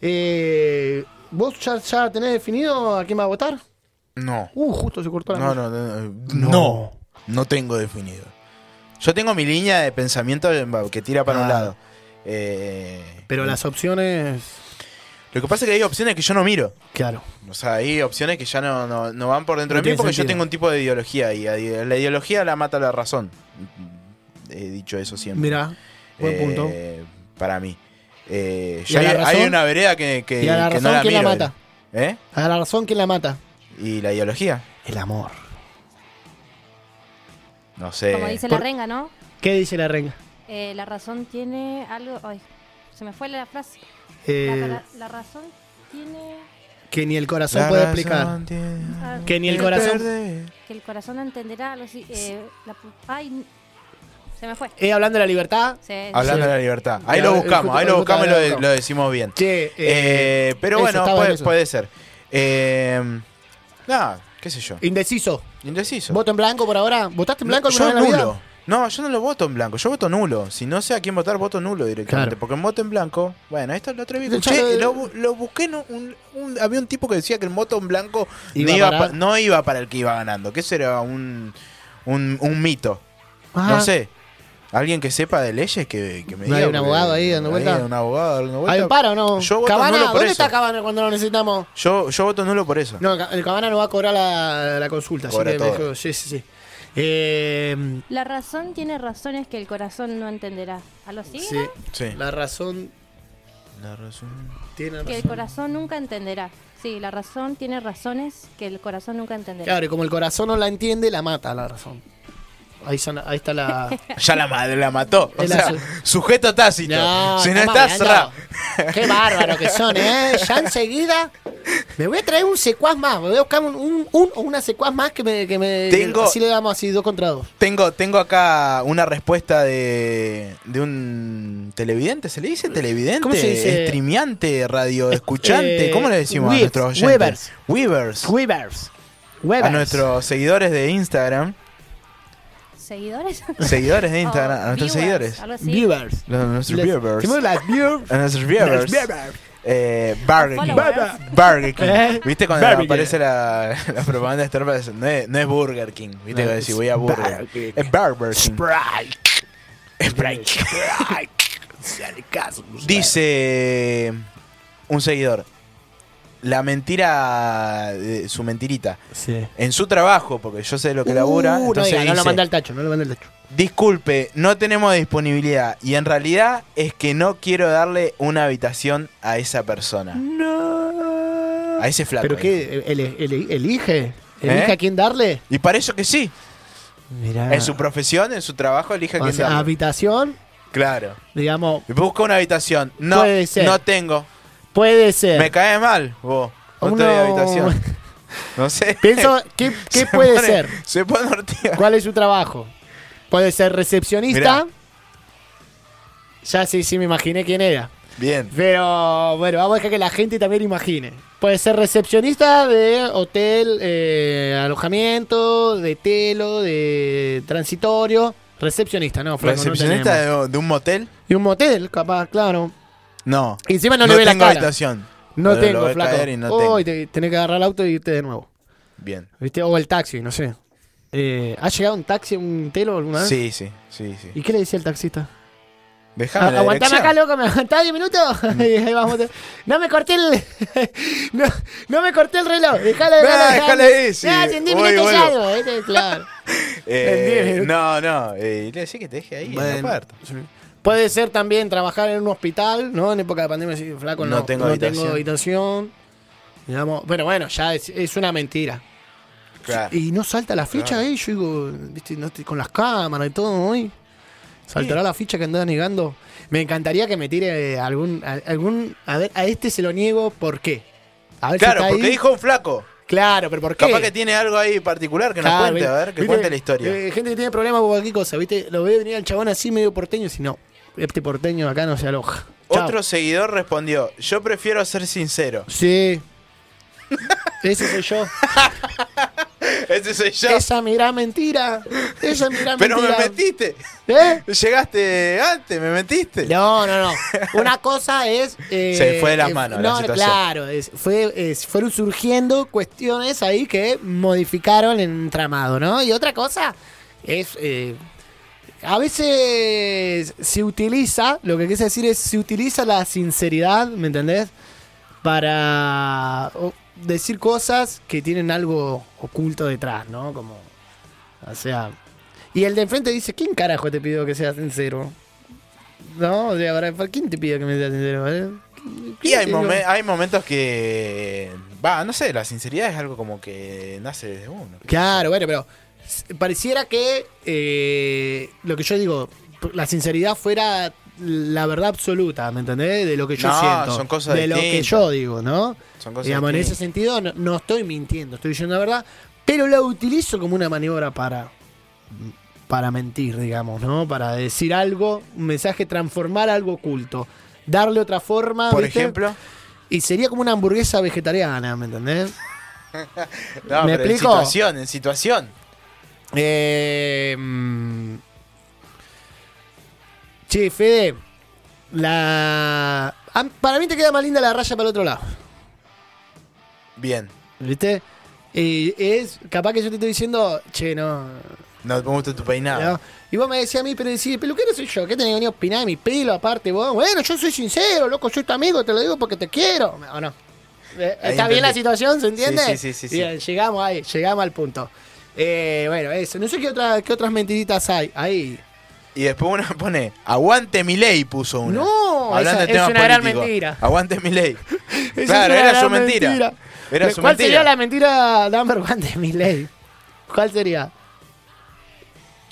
Speaker 3: Eh, ¿Vos ya, ya tenés definido a quién va a votar?
Speaker 2: No.
Speaker 3: Uh, justo se cortó la
Speaker 2: No,
Speaker 3: mano.
Speaker 2: no, no, no. No. No tengo definido. Yo tengo mi línea de pensamiento que tira para un
Speaker 3: Claro.
Speaker 2: lado. Eh,
Speaker 3: Ah. Pero las opciones.
Speaker 2: Lo que pasa es que hay opciones que yo no miro.
Speaker 3: Claro.
Speaker 2: O sea, hay opciones que ya no, no- no van por dentro
Speaker 3: No
Speaker 2: de mí
Speaker 3: tiene
Speaker 2: porque yo
Speaker 3: sentido.
Speaker 2: tengo un tipo de ideología y ade- la ideología la mata la razón. He dicho eso siempre.
Speaker 3: Mirá, buen
Speaker 2: Eh,
Speaker 3: punto.
Speaker 2: Para mí. Eh,
Speaker 3: ¿Y
Speaker 2: ya
Speaker 3: a
Speaker 2: hay,
Speaker 3: la razón?
Speaker 2: hay una vereda que, que-
Speaker 3: ¿Y a la
Speaker 2: que no
Speaker 3: razón
Speaker 2: la
Speaker 3: quién la
Speaker 2: miro.
Speaker 3: mata?
Speaker 2: ¿Eh?
Speaker 3: A la razón, ¿quién la mata?
Speaker 2: ¿Y la ideología?
Speaker 3: El amor.
Speaker 2: No sé.
Speaker 4: Como dice la
Speaker 3: por-
Speaker 4: renga, ¿no?
Speaker 3: ¿Qué dice la renga?
Speaker 4: Eh, la razón tiene algo. Ay, se me fue la frase. La,
Speaker 3: Eh,
Speaker 4: la- la razón tiene.
Speaker 3: que ni el corazón
Speaker 2: La
Speaker 3: puede
Speaker 2: razón
Speaker 3: explicar.
Speaker 2: tiene-
Speaker 4: ah,
Speaker 3: Que ni el
Speaker 4: que-
Speaker 3: corazón.
Speaker 2: Verde.
Speaker 4: Que el corazón entenderá algo así. eh, la pu- ay, n- se me fue.
Speaker 3: Eh, hablando de la libertad.
Speaker 4: Se-
Speaker 2: Hablando
Speaker 3: Sí.
Speaker 2: de la libertad. Ahí
Speaker 3: Ya,
Speaker 2: lo
Speaker 3: el
Speaker 2: buscamos,
Speaker 3: justo-
Speaker 2: ahí
Speaker 3: el
Speaker 2: lo
Speaker 3: justo
Speaker 2: buscamos y
Speaker 3: hablando.
Speaker 2: lo, lo decimos bien.
Speaker 3: Che, eh,
Speaker 2: Eh, pero
Speaker 3: eso,
Speaker 2: bueno,
Speaker 3: estaba en
Speaker 2: puede,
Speaker 3: eso.
Speaker 2: puede ser. Eh, Nada, qué sé yo.
Speaker 3: Indeciso.
Speaker 2: Indeciso.
Speaker 3: ¿Voto en blanco por ahora? ¿Votaste en blanco
Speaker 2: No, yo
Speaker 3: alguna vez en la
Speaker 2: nulo.
Speaker 3: vida?
Speaker 2: No, yo no lo voto en blanco, yo voto nulo. Si no sé a quién votar, voto nulo directamente.
Speaker 3: Claro.
Speaker 2: Porque en voto en blanco, bueno, esto lo atreví.
Speaker 3: Ya
Speaker 2: Escuché,
Speaker 3: lo-
Speaker 2: lo, bu- lo busqué, en un, un- había un tipo que decía que el voto en blanco
Speaker 3: Iba
Speaker 2: no, iba
Speaker 3: para-
Speaker 2: pa- no iba para el que iba ganando, que eso era un, un, un mito.
Speaker 3: Ajá.
Speaker 2: No sé. Alguien que sepa de leyes que, que me
Speaker 3: Ah. ¿No
Speaker 2: diga.
Speaker 3: hay un
Speaker 2: porque
Speaker 3: abogado ahí dando vuelta?
Speaker 2: hay un abogado dando vuelta.
Speaker 3: ¿Hay un paro o no?
Speaker 2: Yo voto
Speaker 3: Cabana,
Speaker 2: nulo por
Speaker 3: ¿dónde
Speaker 2: eso.
Speaker 3: está Cabana cuando lo necesitamos?
Speaker 2: Yo, yo voto nulo por eso.
Speaker 3: No, el Cabana no va a cobrar la, la consulta, así
Speaker 2: Cobra
Speaker 3: que me
Speaker 2: todo.
Speaker 3: dijo, sí, sí, sí. Eh,
Speaker 4: La razón tiene razones que el corazón no entenderá. ¿A los signos?
Speaker 1: Sí.
Speaker 2: Sí.
Speaker 1: La razón
Speaker 2: La razón.
Speaker 1: tiene
Speaker 4: Que el
Speaker 1: razón.
Speaker 4: corazón nunca entenderá. Sí, la razón tiene razones que el corazón nunca entenderá.
Speaker 3: Claro, y como el corazón no la entiende, la mata la razón. Ahí, son- ahí está la.
Speaker 2: Ya la madre la mató. O
Speaker 3: El
Speaker 2: sea,
Speaker 3: azul.
Speaker 2: sujeto tácito. si no
Speaker 3: estamos
Speaker 2: estás
Speaker 3: hablando-
Speaker 2: rap.
Speaker 3: Qué bárbaro que son, ¿eh? Ya enseguida. Me voy a traer un secuaz más. Me voy a buscar un, un, un o una secuaz más que me. Que me
Speaker 2: Tengo-
Speaker 3: Así le damos así, dos contra dos.
Speaker 2: Tengo, tengo acá una respuesta de, de un televidente, ¿se le dice televidente?
Speaker 3: ¿Cómo se dice?
Speaker 2: Streameante, radioescuchante,
Speaker 3: Eh,
Speaker 2: ¿cómo le decimos
Speaker 3: Weebs,
Speaker 2: a nuestros oyentes?
Speaker 3: Weavers.
Speaker 2: Weavers.
Speaker 3: Weavers.
Speaker 2: A nuestros seguidores de Instagram.
Speaker 4: ¿Seguidores?
Speaker 2: Seguidores de Instagram.
Speaker 4: O
Speaker 2: a nuestros
Speaker 4: viewers,
Speaker 2: seguidores.
Speaker 4: algo así.
Speaker 3: Viewers.
Speaker 2: Los- nuestros
Speaker 3: Les-
Speaker 2: viewers.
Speaker 3: Tenemos las viewers.
Speaker 2: A nuestros
Speaker 3: Las
Speaker 2: viewers.
Speaker 3: viewers.
Speaker 2: Eh, Burger King.
Speaker 4: Followers.
Speaker 2: Burger King.
Speaker 3: ¿Eh?
Speaker 2: ¿Viste cuando
Speaker 3: Burger King.
Speaker 2: aparece la, la propaganda de Starbucks? No es, no es Burger King. ¿Viste?
Speaker 3: No,
Speaker 2: que
Speaker 3: es
Speaker 2: si voy a Burger.
Speaker 3: Burger King.
Speaker 2: Es Burger King.
Speaker 3: Sprite.
Speaker 2: Dice eh, un seguidor. La mentira, de- su mentirita.
Speaker 3: Sí.
Speaker 2: En su trabajo, porque yo sé lo que labura.
Speaker 3: Uh, no,
Speaker 2: entonces
Speaker 3: diga, no lo
Speaker 2: dice,
Speaker 3: manda al tacho, no lo manda al tacho.
Speaker 2: Disculpe, no tenemos disponibilidad. Y en realidad es que no quiero darle una habitación a esa persona. A ese flaco.
Speaker 3: Mm. ¿Pero qué? ¿El, el- elige ¿Elige
Speaker 2: ¿Eh?
Speaker 3: a quién darle?
Speaker 2: Y para eso que sí.
Speaker 3: Mirá.
Speaker 2: En su profesión, en su trabajo, elija
Speaker 3: Ah. O
Speaker 2: quién
Speaker 3: sea,
Speaker 2: darle.
Speaker 3: habitación,
Speaker 2: Claro.
Speaker 3: digamos,
Speaker 2: Busca una habitación. No,
Speaker 3: Puede ser.
Speaker 2: no tengo.
Speaker 3: puede ser.
Speaker 2: Me cae mal, vos. No
Speaker 3: Uno-
Speaker 2: te doy habitación. No sé.
Speaker 3: Pienso, ¿qué, qué
Speaker 2: Se
Speaker 3: puede
Speaker 2: pone-
Speaker 3: ser?
Speaker 2: Se pone Ortiga.
Speaker 3: ¿Cuál es su trabajo? Puede ser recepcionista.
Speaker 2: Mirá.
Speaker 3: Ya sí, sí me imaginé quién era.
Speaker 2: Bien.
Speaker 3: Pero bueno, vamos a dejar que la gente también imagine. Puede ser recepcionista de hotel, eh, alojamiento, de telo, de transitorio. Recepcionista, no, flaco, no
Speaker 2: ¿Recepcionista
Speaker 3: tenemos.
Speaker 2: de, de un motel?
Speaker 3: Y un motel, capaz, claro.
Speaker 2: No.
Speaker 3: Y encima no, le ve la
Speaker 2: tengo
Speaker 3: cara.
Speaker 2: habitación.
Speaker 3: No
Speaker 2: Pero lo
Speaker 3: tengo,
Speaker 2: ve
Speaker 3: flaco.
Speaker 2: caer y no
Speaker 3: Uy,
Speaker 2: tengo.
Speaker 3: te- tenés que agarrar el auto y irte de nuevo.
Speaker 2: Bien.
Speaker 3: ¿Viste? O el taxi, no sé. Eh, ¿Ha llegado un taxi, un telo alguna vez?
Speaker 2: Sí, sí, sí, sí.
Speaker 3: ¿Y qué le decía el taxista?
Speaker 2: Dejame
Speaker 3: Ah,
Speaker 2: la
Speaker 3: aguantame
Speaker 2: dirección. Mm.
Speaker 3: acá, loco, me aguantás 10 minutos. Y ahí vamos. No me corté el. no, no me corté el reloj. Dejalo,
Speaker 2: No,
Speaker 3: dejalo.
Speaker 2: dejalo ahí, sí.
Speaker 3: Ah, en 10
Speaker 2: Voy,
Speaker 3: minutos
Speaker 2: vuelvo.
Speaker 3: salgo. ¿viste? Claro.
Speaker 2: Eh,
Speaker 3: Entendí.
Speaker 2: no, no. Eh, le decía que te deje ahí en
Speaker 3: Bueno,
Speaker 2: la puerta.
Speaker 3: Puede ser también trabajar en un hospital, ¿no? En época de pandemia, sí, flaco, no,
Speaker 2: No tengo habitación.
Speaker 3: habitación. Digamos, pero bueno, ya es, es una mentira.
Speaker 2: Claro.
Speaker 3: Y no salta la ficha
Speaker 2: Claro.
Speaker 3: ahí, yo digo, viste, no te- con las cámaras y todo hoy. ¿Saltará la ficha que andaba negando? Me encantaría que me tire eh, algún. a- algún a ver, a este se lo niego, ¿por qué? A ver si
Speaker 2: Claro,
Speaker 3: está
Speaker 2: porque
Speaker 3: ahí.
Speaker 2: dijo un flaco.
Speaker 3: Claro, pero ¿por qué?
Speaker 2: Capaz que tiene algo ahí particular que nos
Speaker 3: Claro,
Speaker 2: cuente, a ver, que
Speaker 3: ¿viste?
Speaker 2: cuente la historia.
Speaker 3: Eh, gente que tiene problemas con cualquier cosa, ¿viste? Lo veo venir al chabón así medio porteño y si no, este porteño acá no se aloja. Chao.
Speaker 2: Otro seguidor respondió, yo prefiero ser sincero.
Speaker 3: Sí. Ese soy yo.
Speaker 2: Ese soy yo.
Speaker 3: Esa mirá mentira. Esa mirá
Speaker 2: Pero
Speaker 3: mentira.
Speaker 2: me metiste.
Speaker 3: ¿Eh?
Speaker 2: Llegaste antes, me metiste.
Speaker 3: No, no, no. Una cosa es. eh,
Speaker 2: Se fue de las
Speaker 3: eh,
Speaker 2: manos la
Speaker 3: No,
Speaker 2: situación.
Speaker 3: claro. es- fue, es- fueron surgiendo cuestiones ahí que modificaron el entramado, ¿no? Y otra cosa es. eh, a veces se utiliza, lo que quise decir es, se utiliza la sinceridad, ¿me entendés? Para o, decir cosas que tienen algo oculto detrás, ¿no? Como. O sea. Y el de enfrente dice: ¿Quién carajo te pidió que seas sincero? No, o sea, ahora, ¿por ¿quién te pide que me seas sincero? eh?
Speaker 2: Y
Speaker 3: ¿Quién
Speaker 2: hay,
Speaker 3: te-
Speaker 2: momen- hay momentos que... Va, no sé, la sinceridad es algo como que nace desde uno.
Speaker 3: Claro, bueno, pero s- pareciera que eh, lo que yo digo, p- la sinceridad fuera la verdad absoluta, ¿me entendés? De lo que yo
Speaker 2: No,
Speaker 3: siento.
Speaker 2: son cosas
Speaker 3: De lo que
Speaker 2: distintas.
Speaker 3: yo digo, ¿no?
Speaker 2: Son cosas
Speaker 3: Digamos, en ese
Speaker 2: distintas.
Speaker 3: sentido no, no estoy mintiendo, estoy diciendo la verdad, pero la utilizo como una maniobra para para mentir, digamos, ¿no? Para decir algo, un mensaje, transformar algo oculto, darle otra forma,
Speaker 2: Por
Speaker 3: ¿viste?
Speaker 2: ejemplo...
Speaker 3: y sería como una hamburguesa vegetariana, ¿me entendés?
Speaker 2: No,
Speaker 3: ¿Me
Speaker 2: pero en
Speaker 3: explico?
Speaker 2: situación, en situación.
Speaker 3: Eh, mm. che, Fede, la... a- Para mí te queda más linda la raya para el otro lado,
Speaker 2: Bien.
Speaker 3: ¿viste? Y es capaz que yo te estoy diciendo, che, no...
Speaker 2: No me gusta tu peinado.
Speaker 3: no. Y vos me decías a mí, pero decís, peluquero soy yo, ¿qué tenés que venir a opinar de mi pelo aparte vos? Bueno, yo soy sincero, loco, soy tu amigo, te lo digo porque te quiero. ¿O no? Eh,
Speaker 2: Ahí
Speaker 3: ¿Está bien
Speaker 2: entendí.
Speaker 3: la situación, se entiende?
Speaker 2: Sí, sí, sí, sí, sí.
Speaker 3: Bien, llegamos ahí, llegamos al punto. Eh, bueno, eso. No sé qué, otra, qué otras mentiritas hay. Ahí.
Speaker 2: Y después una pone, aguante mi ley, puso una.
Speaker 3: No, esa es una gran mentira.
Speaker 2: Aguante mi ley.
Speaker 3: Esa
Speaker 2: claro,
Speaker 3: es una
Speaker 2: era su
Speaker 3: gran
Speaker 2: mentira. Era su
Speaker 3: ¿Cuál
Speaker 2: mentira.
Speaker 3: sería la mentira number one de Miley? ¿Cuál sería?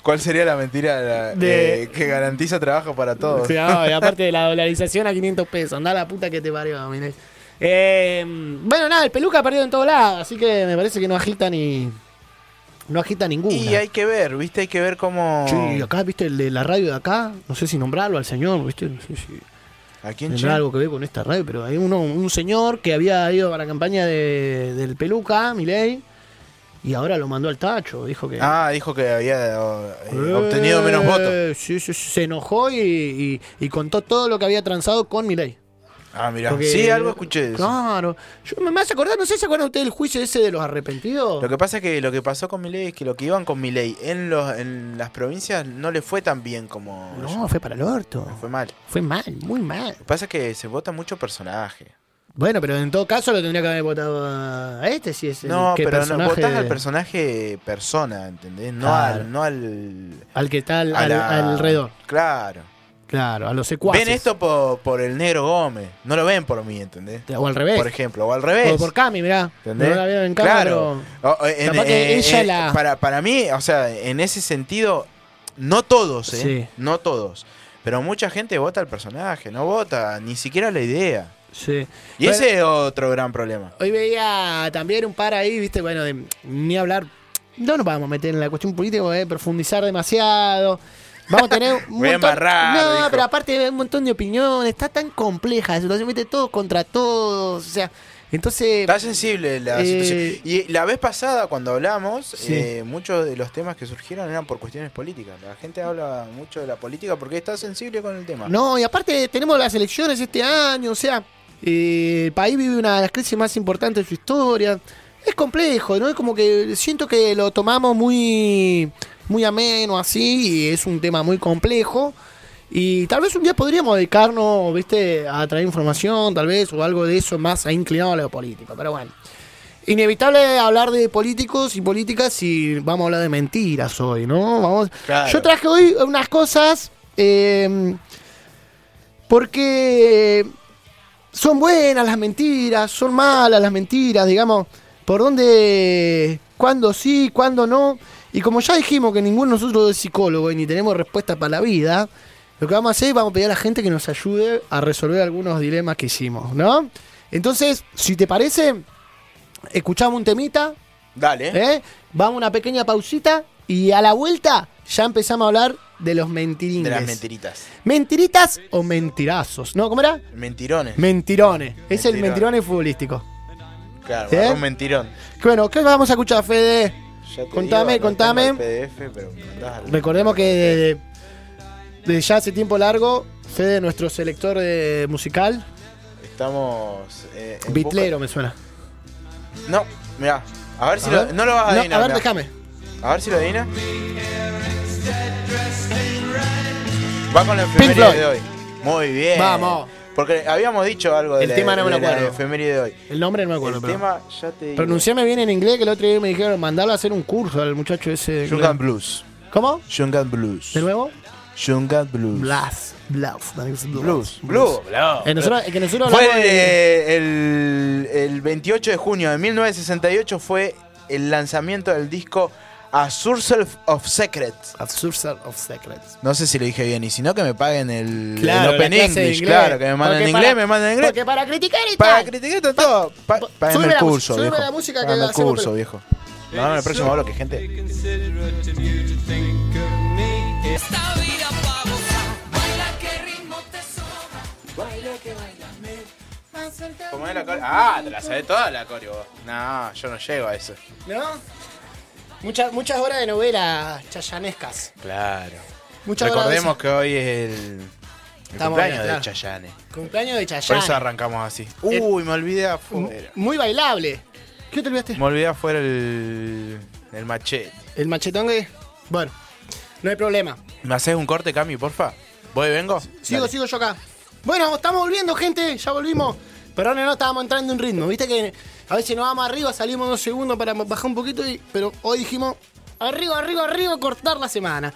Speaker 2: ¿Cuál sería la mentira la-
Speaker 3: De-
Speaker 2: eh, que garantiza trabajo para todos?
Speaker 3: Sí, no, y aparte de la dolarización a 500 pesos. Anda la puta que te parió, Miley. Eh, bueno, nada, el peluca ha perdido en todos lados, así que me parece que no agita ni. No agita ninguna.
Speaker 2: Y hay que ver, ¿viste? Hay que ver cómo...
Speaker 3: Sí, acá, viste, el de la radio de acá, no sé si nombrarlo al señor, viste, no sé si
Speaker 2: ¿A quién che?
Speaker 3: tendrá algo que ver con esta radio, pero hay uno, un señor que había ido para la campaña de- del Peluca, Milei, y ahora lo mandó al tacho, dijo que...
Speaker 2: Ah, dijo que había oh, eh,
Speaker 3: Eh,
Speaker 2: obtenido menos votos.
Speaker 3: sí, sí, sí, se enojó y, y- y contó todo lo que había transado con Milei.
Speaker 2: Ah, mirá.
Speaker 3: Porque-
Speaker 2: Sí, algo escuché de eso.
Speaker 3: Claro. Yo me, me hace acordar, no sé si se acuerdan ustedes del juicio ese de los arrepentidos.
Speaker 2: Lo que pasa es que lo que pasó con Milei es que lo que iban con Milei en, los, en las provincias no le fue tan bien como...
Speaker 3: No, fue para el orto.
Speaker 2: Fue mal. Lo
Speaker 3: Fue mal, muy mal.
Speaker 2: que pasa es que se vota mucho personaje.
Speaker 3: Bueno, pero en todo caso lo tendría que haber votado a este, si es el
Speaker 2: No,
Speaker 3: que
Speaker 2: pero no,
Speaker 3: personaje-
Speaker 2: votás al personaje persona, ¿entendés? No
Speaker 3: Claro.
Speaker 2: al... No al
Speaker 3: Al que está al,
Speaker 2: a
Speaker 3: al-
Speaker 2: la-
Speaker 3: alrededor.
Speaker 2: Claro.
Speaker 3: Claro, a los secuaces.
Speaker 2: Ven esto por, por el negro Gómez. No lo ven por mí, ¿entendés?
Speaker 3: O al revés.
Speaker 2: Por ejemplo, o al revés.
Speaker 3: O por Cami, mirá.
Speaker 2: ¿Entendés?
Speaker 3: No la veo en Cami,
Speaker 2: claro. O- o- en-
Speaker 3: capaz que
Speaker 2: eh,
Speaker 3: ella
Speaker 2: eh,
Speaker 3: la-
Speaker 2: para, para mí, o sea, en ese sentido, no todos, ¿eh?
Speaker 3: Sí.
Speaker 2: No todos. Pero mucha gente vota al personaje, no vota ni siquiera la idea.
Speaker 3: pero- Sí.
Speaker 2: Y
Speaker 3: Bueno,
Speaker 2: ese es otro gran problema.
Speaker 3: Hoy veía también un par ahí, viste, bueno, de- ni hablar. No nos vamos a meter en la cuestión política, porque, eh, profundizar demasiado. Vamos a tener un
Speaker 2: Voy a embarrar,
Speaker 3: No,
Speaker 2: dijo.
Speaker 3: pero aparte hay un montón de opiniones. Está tan compleja la situación, viste, todos contra todos. O sea, entonces...
Speaker 2: Está sensible la
Speaker 3: eh,
Speaker 2: situación. Y la vez pasada, cuando hablamos,
Speaker 3: Sí.
Speaker 2: eh, muchos de los temas que surgieron eran por cuestiones políticas. La gente habla mucho de la política porque está sensible con el tema.
Speaker 3: No, y aparte tenemos las elecciones este año, o sea, eh, el país vive una de las crisis más importantes de su historia. Es complejo, ¿no? Es como que siento que lo tomamos muy, muy ameno así, y es un tema muy complejo. Y tal vez un día podríamos dedicarnos, viste, a traer información, tal vez, o algo de eso más inclinado a lo político, pero bueno. Inevitable hablar de políticos y políticas y vamos a hablar de mentiras hoy, ¿no? Vamos.
Speaker 2: Claro.
Speaker 3: Yo traje hoy unas cosas eh, porque son buenas las mentiras, son malas las mentiras, digamos, por dónde, cuándo sí, cuándo no. Y como ya dijimos que ninguno de nosotros es psicólogo y ni tenemos respuesta para la vida, lo que vamos a hacer es vamos a pedir a la gente que nos ayude a resolver algunos dilemas que hicimos, ¿no? Entonces, si te parece, escuchamos un temita,
Speaker 2: Dale.
Speaker 3: ¿eh? Vamos a una pequeña pausita y a la vuelta ya empezamos a hablar de los mentiringues.
Speaker 2: De las mentiritas.
Speaker 3: ¿Mentiritas o mentirazos? ¿No? ¿Cómo era?
Speaker 2: Mentirones.
Speaker 3: Mentirones. Es el
Speaker 2: Mentirones.
Speaker 3: mentirone futbolístico.
Speaker 2: claro,
Speaker 3: ¿Eh?
Speaker 2: agarró un mentirón.
Speaker 3: Bueno, ¿qué vamos a escuchar, Fede?
Speaker 2: Ya te
Speaker 3: Contame,
Speaker 2: digo, no
Speaker 3: contame.
Speaker 2: tengo el PDF, pero me mandás al-
Speaker 3: Recordemos que de, de ya hace tiempo largo, Fede, nuestro selector eh, musical,
Speaker 2: Estamos. eh, en
Speaker 3: bitlero me suena.
Speaker 2: busca- No, mirá. A ver si
Speaker 3: A
Speaker 2: lo.
Speaker 3: ver.
Speaker 2: No lo vas a
Speaker 3: No,
Speaker 2: adivinar.
Speaker 3: a ver,
Speaker 2: mirá.
Speaker 3: déjame.
Speaker 2: A ver si lo adivina. Va con la
Speaker 3: Pink
Speaker 2: efeméride
Speaker 3: Floyd.
Speaker 2: de hoy. Muy bien.
Speaker 3: Vamos.
Speaker 2: Porque habíamos dicho algo de
Speaker 3: El
Speaker 2: la,
Speaker 3: tema no me lo
Speaker 2: de la
Speaker 3: acuerdo.
Speaker 2: efeméride de hoy.
Speaker 3: El nombre no me acuerdo,
Speaker 2: el
Speaker 3: pero.
Speaker 2: tema ya te digo.
Speaker 3: Pronunciame bien en inglés, que el otro día me dijeron mandarlo a hacer un curso al muchacho ese.
Speaker 2: Jungan Blues.
Speaker 3: ¿Cómo?
Speaker 2: Jungan Blues.
Speaker 3: ¿De nuevo?
Speaker 2: Jungan Blues.
Speaker 3: Blas. Blas.
Speaker 2: Blues. Blues.
Speaker 3: Eh, nosotros, eh, que nosotros
Speaker 2: Fue
Speaker 3: hablamos de-
Speaker 2: el, eh, el- el 28 de junio de 1968 fue el lanzamiento del disco A Source of Secrets.
Speaker 3: Absurd of Secrets.
Speaker 2: No sé si lo dije bien, y si no, que me paguen el,
Speaker 3: Claro,
Speaker 2: el Open
Speaker 3: la clase de
Speaker 2: English.
Speaker 3: inglés.
Speaker 2: Claro, que me manden
Speaker 3: Porque
Speaker 2: en inglés,
Speaker 3: para-
Speaker 2: me manden en inglés.
Speaker 3: Porque para criticar y
Speaker 2: Para
Speaker 3: tal.
Speaker 2: criticar está todo. Pa,
Speaker 3: pa-
Speaker 2: págame
Speaker 3: sube
Speaker 2: el
Speaker 3: la mu-
Speaker 2: curso,
Speaker 3: sube
Speaker 2: viejo.
Speaker 3: la música que
Speaker 2: Págame el
Speaker 3: hacemos,
Speaker 2: curso,
Speaker 3: pero-
Speaker 2: viejo. Nos vemos en el próximo bloque, gente.
Speaker 5: Esta vida babosa, baila que ritmo te sobra.
Speaker 2: ¿Cómo es la coreo? Ah, te la sabés toda la coreo. vos. No, yo no llego a eso.
Speaker 3: ¿No? Muchas, muchas horas de novela chayanescas.
Speaker 2: Claro.
Speaker 3: Muchas
Speaker 2: Recordemos
Speaker 3: horas
Speaker 2: que hoy es el, el
Speaker 3: Estamos
Speaker 2: cumpleaños
Speaker 3: bien,
Speaker 2: de
Speaker 3: claro. Eh,
Speaker 2: Chayane.
Speaker 3: de cumpleaños de Chayán.
Speaker 2: Por eso arrancamos así. Uy, me olvidé afuera.
Speaker 3: Muy bailable. ¿Qué te olvidaste?
Speaker 2: Me olvidé afuera el, el machete.
Speaker 3: ¿El machetón que? Bueno, no hay problema.
Speaker 2: ¿Me haces un corte, Cami, porfa? ¿Voy y vengo?
Speaker 3: Sigo,
Speaker 2: Dale.
Speaker 3: sigo yo acá. Bueno, estamos volviendo, gente. Ya volvimos. Pero no, no estábamos entrando en ritmo. Viste que a veces nos vamos arriba, salimos dos segundos para bajar un poquito. y- pero hoy dijimos, Arriba, arriba, arriba, cortar la semana.